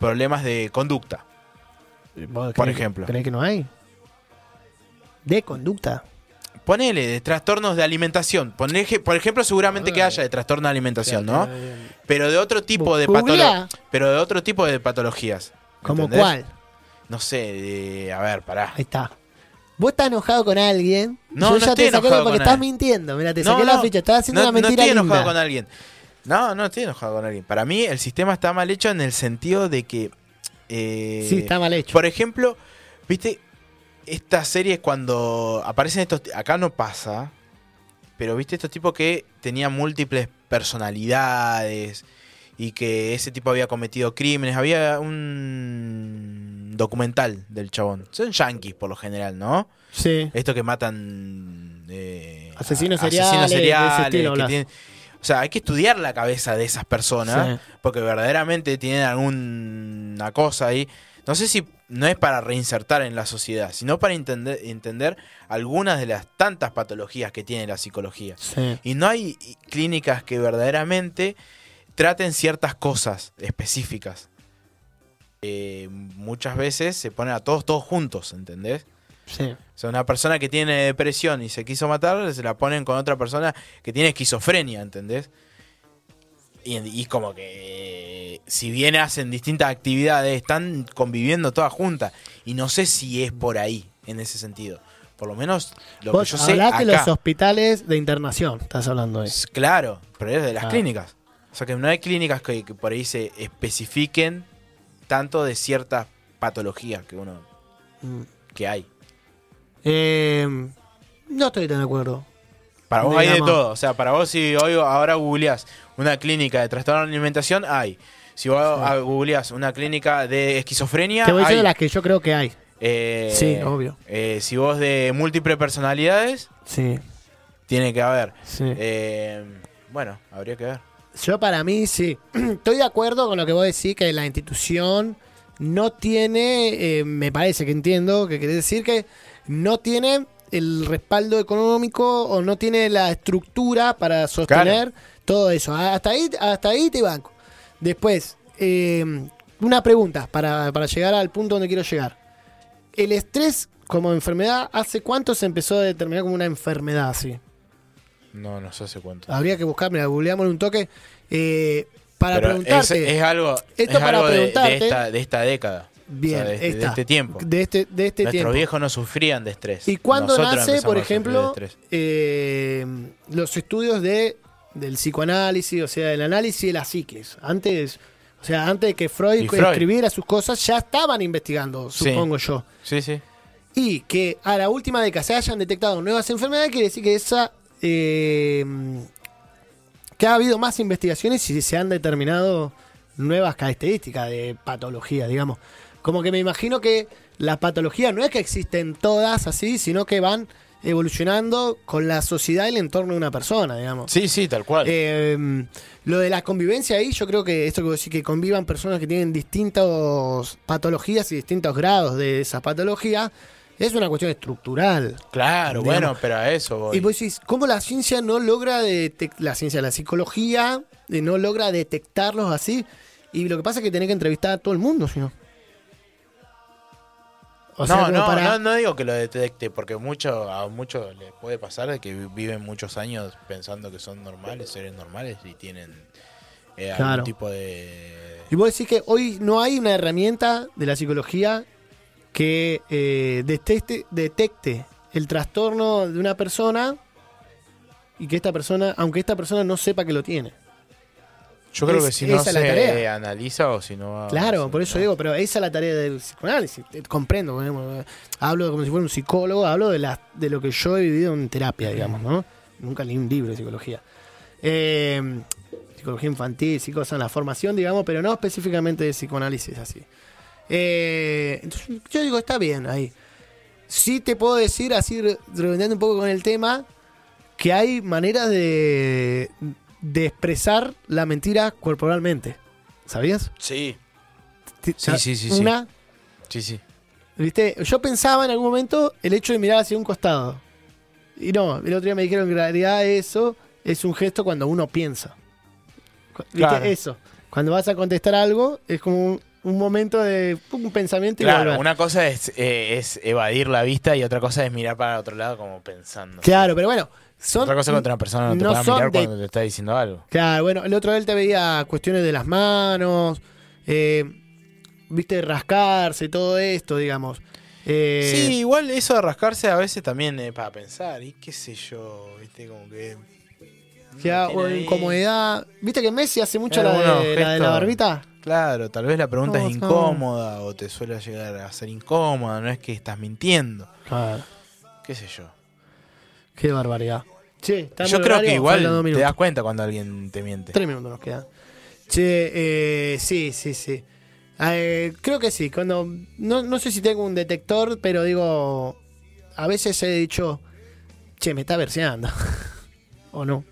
Speaker 2: problemas de conducta.
Speaker 3: ¿Vos
Speaker 2: Por
Speaker 3: creés que-
Speaker 2: ejemplo.
Speaker 3: ¿Creés que no hay? De conducta.
Speaker 2: Ponele, de trastornos de alimentación. Ponele, que- por ejemplo, seguramente que haya de trastorno de alimentación, ¿no? Pero de otro tipo de
Speaker 3: Googleá.
Speaker 2: patologías. Pero de otro tipo de patologías.
Speaker 3: ¿Como
Speaker 2: ¿entendés?
Speaker 3: cuál?
Speaker 2: No sé, de- a ver, pará.
Speaker 3: Ahí está. Vos estás enojado con alguien.
Speaker 2: No,
Speaker 3: Yo
Speaker 2: no
Speaker 3: ya
Speaker 2: estoy
Speaker 3: te saqué
Speaker 2: enojado
Speaker 3: la- porque
Speaker 2: con
Speaker 3: estás
Speaker 2: nadie.
Speaker 3: mintiendo. Mira, te
Speaker 2: No,
Speaker 3: saqué la
Speaker 2: no,
Speaker 3: ficha. Estás haciendo
Speaker 2: no-
Speaker 3: una mentira
Speaker 2: No estoy enojado
Speaker 3: linda.
Speaker 2: con alguien. No, no estoy enojado con alguien. Para mí, el sistema está mal hecho en el sentido de que. eh,
Speaker 3: Sí, está mal hecho.
Speaker 2: Por ejemplo, viste, estas series cuando aparecen estos. Acá no pasa, pero viste estos tipos que tenían múltiples personalidades y que ese tipo había cometido crímenes. Había un documental del chabón. Son yanquis por lo general, ¿no?
Speaker 3: Sí.
Speaker 2: Estos que matan. eh,
Speaker 3: Asesinos
Speaker 2: a-
Speaker 3: seriales, de ese estilo
Speaker 2: que
Speaker 3: hablas.
Speaker 2: tienen- o sea, hay que estudiar la cabeza de esas personas porque verdaderamente tienen alguna cosa ahí. No sé si no es para reinsertar en la sociedad, sino para entender, entender algunas de las tantas patologías que tiene la psicología.
Speaker 3: Sí.
Speaker 2: Y no hay clínicas que verdaderamente traten ciertas cosas específicas. Eh, muchas veces se ponen a todos, todos juntos, ¿entendés?
Speaker 3: Sí.
Speaker 2: O sea, una persona que tiene depresión y se quiso matar, se la ponen con otra persona que tiene esquizofrenia, ¿entendés? Y, y como que, eh, si bien hacen distintas actividades, están conviviendo todas juntas. Y no sé si es por ahí, en ese sentido. Por lo menos lo que
Speaker 3: Vos
Speaker 2: yo sé
Speaker 3: hablás
Speaker 2: acá.
Speaker 3: de los hospitales de internación. Estás hablando de
Speaker 2: S- Claro, pero es de las
Speaker 3: Ah.
Speaker 2: clínicas. O sea, que no hay clínicas que, que por ahí se especifiquen tanto de ciertas patologías que uno...
Speaker 3: Mm.
Speaker 2: que hay.
Speaker 3: Eh, no estoy tan de acuerdo.
Speaker 2: Para vos hay de
Speaker 3: Digamos.
Speaker 2: todo. O sea, para vos si hoy ahora googleás una clínica de trastorno de alimentación, hay. Si vos ah, googleás una clínica de esquizofrenia,
Speaker 3: Te voy a decir
Speaker 2: hay.
Speaker 3: de las que yo creo que hay.
Speaker 2: Eh,
Speaker 3: Sí, obvio.
Speaker 2: eh, si vos de múltiples personalidades,
Speaker 3: Sí.
Speaker 2: tiene que haber.
Speaker 3: Sí.
Speaker 2: Eh, bueno, habría que ver.
Speaker 3: Yo para mí sí. Estoy de acuerdo con lo que vos decís, que la institución no tiene, eh, me parece que entiendo, que quiere decir que no tiene el respaldo económico o no tiene la estructura para sostener todo eso. Hasta ahí, hasta ahí te banco. Después, eh, una pregunta para, para llegar al punto donde quiero llegar. El estrés como enfermedad, ¿hace cuánto se empezó a determinar como una enfermedad así?
Speaker 2: No, no sé hace cuánto.
Speaker 3: Habría que buscar, mira, googleamos un toque. eh, Ah, para
Speaker 2: Pero es,
Speaker 3: preguntarte.
Speaker 2: es algo, es
Speaker 3: Esto para
Speaker 2: algo de- de,
Speaker 3: preguntarte.
Speaker 2: esta, de esta década.
Speaker 3: bien,
Speaker 2: O sea, de, de
Speaker 3: está.
Speaker 2: este tiempo.
Speaker 3: De este, de este
Speaker 2: Nuestros
Speaker 3: tiempo.
Speaker 2: viejos no sufrían de estrés.
Speaker 3: ¿Y cuándo
Speaker 2: Nosotros
Speaker 3: nace, por
Speaker 2: empezamos a sufrir de
Speaker 3: ejemplo,
Speaker 2: estrés.
Speaker 3: eh, los estudios de, del psicoanálisis, o sea, del análisis de las psiques? Antes, o sea, antes de que Freud,
Speaker 2: Y Freud.
Speaker 3: escribiera sus cosas, ya estaban investigando,
Speaker 2: Sí.
Speaker 3: supongo yo.
Speaker 2: Sí, sí.
Speaker 3: Y que a la última década se hayan detectado nuevas enfermedades, quiere decir que esa. eh, que ha habido más investigaciones y se han determinado nuevas características de patología, digamos. Como que me imagino que las patologías no es que existen todas así, sino que van evolucionando con la sociedad y el entorno de una persona, digamos.
Speaker 2: Sí, sí, tal cual.
Speaker 3: Eh, lo de la convivencia ahí, yo creo que esto que vos decís, que convivan personas que tienen distintas patologías y distintos grados de esas patologías, Es una cuestión estructural.
Speaker 2: Claro,
Speaker 3: Digamos.
Speaker 2: bueno, pero a eso voy.
Speaker 3: Y vos decís, ¿cómo la ciencia no logra detectar, la ciencia, la psicología, eh, no logra detectarlos así? Y lo que pasa es que tenés que entrevistar a todo el mundo, si no. O sea,
Speaker 2: no,
Speaker 3: como
Speaker 2: no,
Speaker 3: para-
Speaker 2: no, no digo que lo detecte, porque mucho, a muchos les puede pasar de que vi- viven muchos años pensando que son normales, seres normales y tienen eh,
Speaker 3: Claro.
Speaker 2: algún tipo de...
Speaker 3: Y vos decís que hoy no hay una herramienta de la psicología que eh, detecte, detecte el trastorno de una persona y que esta persona, aunque esta persona no sepa que lo tiene.
Speaker 2: Yo creo
Speaker 3: Es-
Speaker 2: que si no
Speaker 3: esa
Speaker 2: se
Speaker 3: es la tarea.
Speaker 2: analiza o si no... va-
Speaker 3: Claro,
Speaker 2: si
Speaker 3: por eso
Speaker 2: no-
Speaker 3: digo, pero esa es la tarea del psicoanálisis. Te- Comprendo, digamos, hablo como si fuera un psicólogo, hablo de, la, de lo que yo he vivido en terapia, digamos, ¿no? Nunca leí un libro de psicología. Eh, psicología infantil, psicosa en la formación, digamos, pero no específicamente de psicoanálisis así. Eh, entonces, yo digo, está bien ahí. Sí te puedo decir, así re- redondeando un poco con el tema, que hay maneras de, de expresar la mentira corporalmente. ¿Sabías?
Speaker 2: Sí,
Speaker 3: Ti-
Speaker 2: Sí, sí, sí, sí.
Speaker 3: Una,
Speaker 2: sí, sí.
Speaker 3: viste, yo pensaba en algún momento el hecho de mirar hacia un costado. Y no, el otro día me dijeron que en realidad eso es un gesto cuando uno piensa. Cu- ¿Viste?
Speaker 2: Claro.
Speaker 3: Eso. Cuando vas a contestar algo, es como un, un momento de pum, un pensamiento y
Speaker 2: Claro,
Speaker 3: volver.
Speaker 2: una cosa es, eh, es evadir la vista y otra cosa es mirar para otro lado como pensando.
Speaker 3: Claro, pero bueno, son.
Speaker 2: otra cosa es que otra persona no te
Speaker 3: no
Speaker 2: pueda
Speaker 3: son
Speaker 2: mirar
Speaker 3: de-
Speaker 2: cuando te está diciendo algo.
Speaker 3: Claro, bueno, el otro día él te veía cuestiones de las manos, eh, viste, rascarse, todo esto, digamos. Eh,
Speaker 2: Sí, igual eso de rascarse a veces también es para pensar, y qué sé yo, viste, como que.
Speaker 3: Ya,
Speaker 2: Uno
Speaker 3: o
Speaker 2: tiene ahí-
Speaker 3: incomodidad. ¿Viste que Messi hace mucho la
Speaker 2: Algunos
Speaker 3: de, la de la
Speaker 2: gestos.
Speaker 3: barbita?
Speaker 2: Claro, tal vez la pregunta
Speaker 3: No,
Speaker 2: es
Speaker 3: no.
Speaker 2: incómoda o te suele llegar a ser incómoda, no es que estás mintiendo, qué sé yo.
Speaker 3: Qué barbaridad. Che, estamos
Speaker 2: Yo
Speaker 3: en
Speaker 2: creo
Speaker 3: horario,
Speaker 2: que
Speaker 3: faltan dos
Speaker 2: igual te
Speaker 3: minutos.
Speaker 2: das cuenta cuando alguien te miente.
Speaker 3: Tres minutos nos quedan. Che, eh, sí, sí, sí. Eh, creo que sí. Cuando no, no sé si tengo un detector, pero digo, a veces he dicho, che, me está verseando. o no.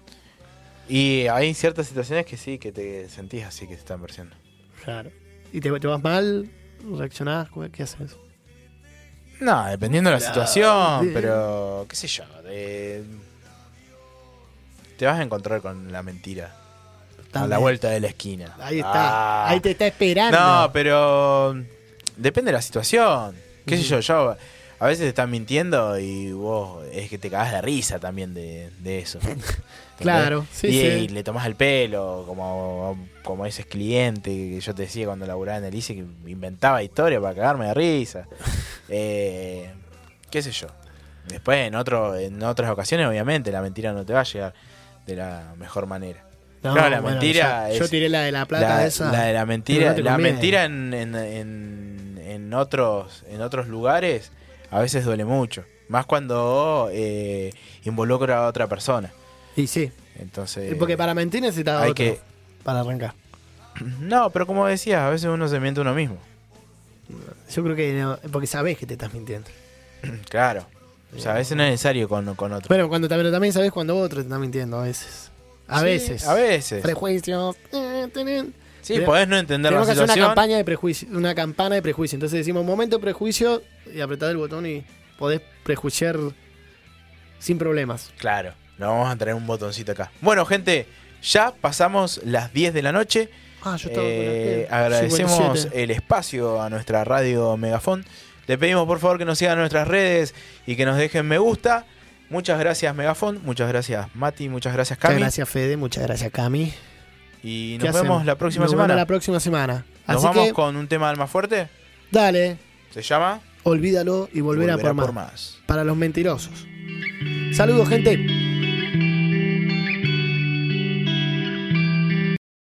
Speaker 2: Y hay ciertas situaciones que sí, que te sentís así que te están versiando.
Speaker 3: Claro. ¿Y te, te vas mal? ¿Reaccionás? ¿Qué- ¿Qué haces?
Speaker 2: No, dependiendo de la situación,
Speaker 3: Bien.
Speaker 2: pero qué sé yo. eh, te vas a encontrar con la mentira. A la
Speaker 3: También.
Speaker 2: vuelta de la esquina.
Speaker 3: Ahí está.
Speaker 2: Ah.
Speaker 3: Ahí te está esperando.
Speaker 2: No, pero mm, depende de la situación. Qué sé yo, yo a veces te están mintiendo y vos es que te cagás de risa también de, de eso. ¿Entendés?
Speaker 3: Claro, sí,
Speaker 2: y,
Speaker 3: sí.
Speaker 2: y le tomás el pelo, como, como ese cliente que yo te decía cuando laburaba en el ICE, que inventaba historias para cagarme de risa. Eh, qué sé yo. Después, en, otro, en otras ocasiones, obviamente, la mentira no te va a llegar de la mejor manera.
Speaker 3: No,
Speaker 2: claro, la
Speaker 3: bueno,
Speaker 2: mentira
Speaker 3: yo, yo
Speaker 2: es-
Speaker 3: tiré la de la plata
Speaker 2: la,
Speaker 3: esa.
Speaker 2: la de la mentira,
Speaker 3: Pero no te
Speaker 2: la
Speaker 3: conviene.
Speaker 2: mentira en, en- en- en otros, en otros lugares a veces duele mucho. Más cuando eh, involucra a otra persona.
Speaker 3: Y sí,
Speaker 2: Entonces.
Speaker 3: porque para mentir necesitaba
Speaker 2: Eh, hay
Speaker 3: otro
Speaker 2: que-
Speaker 3: para arrancar.
Speaker 2: No, pero como decías, a veces uno se miente uno mismo.
Speaker 3: Yo creo que no, porque sabés que te estás mintiendo.
Speaker 2: Claro. O sea, a veces no es necesario con, con otro.
Speaker 3: Bueno, cuando, pero también sabés cuando otro te está mintiendo a veces. A
Speaker 2: Sí,
Speaker 3: veces.
Speaker 2: A veces.
Speaker 3: Prejuicios. eh, tenen.
Speaker 2: Sí,
Speaker 3: Pero-
Speaker 2: podés no entender la
Speaker 3: Tenemos que hacer una
Speaker 2: situación.
Speaker 3: campaña de prejuicio, una campana de prejuicio. Entonces decimos momento prejuicio y apretad el botón y podés prejuiciar sin problemas.
Speaker 2: Claro, no vamos a traer un botoncito acá. Bueno, gente, ya pasamos las 10 de la noche.
Speaker 3: Ah, yo estaba con
Speaker 2: Eh,
Speaker 3: aquel.
Speaker 2: agradecemos eh,
Speaker 3: 57.
Speaker 2: el espacio a nuestra radio Megafon. Le pedimos por favor que nos sigan en nuestras redes y que nos dejen me gusta. Muchas gracias Megafon, muchas gracias Mati, muchas gracias
Speaker 3: Muchas
Speaker 2: Cami.
Speaker 3: gracias, Fede. Muchas gracias, Cami.
Speaker 2: Y
Speaker 3: ¿Qué
Speaker 2: nos
Speaker 3: hacemos?
Speaker 2: vemos la próxima
Speaker 3: Nos vemos
Speaker 2: semana.
Speaker 3: la próxima semana.
Speaker 2: nos
Speaker 3: Así
Speaker 2: vamos
Speaker 3: que,
Speaker 2: con un tema más fuerte.
Speaker 3: dale,
Speaker 2: Se llama
Speaker 3: olvídalo y volverá, por, más.
Speaker 2: más.
Speaker 3: Para los mentirosos. Saludos, gente.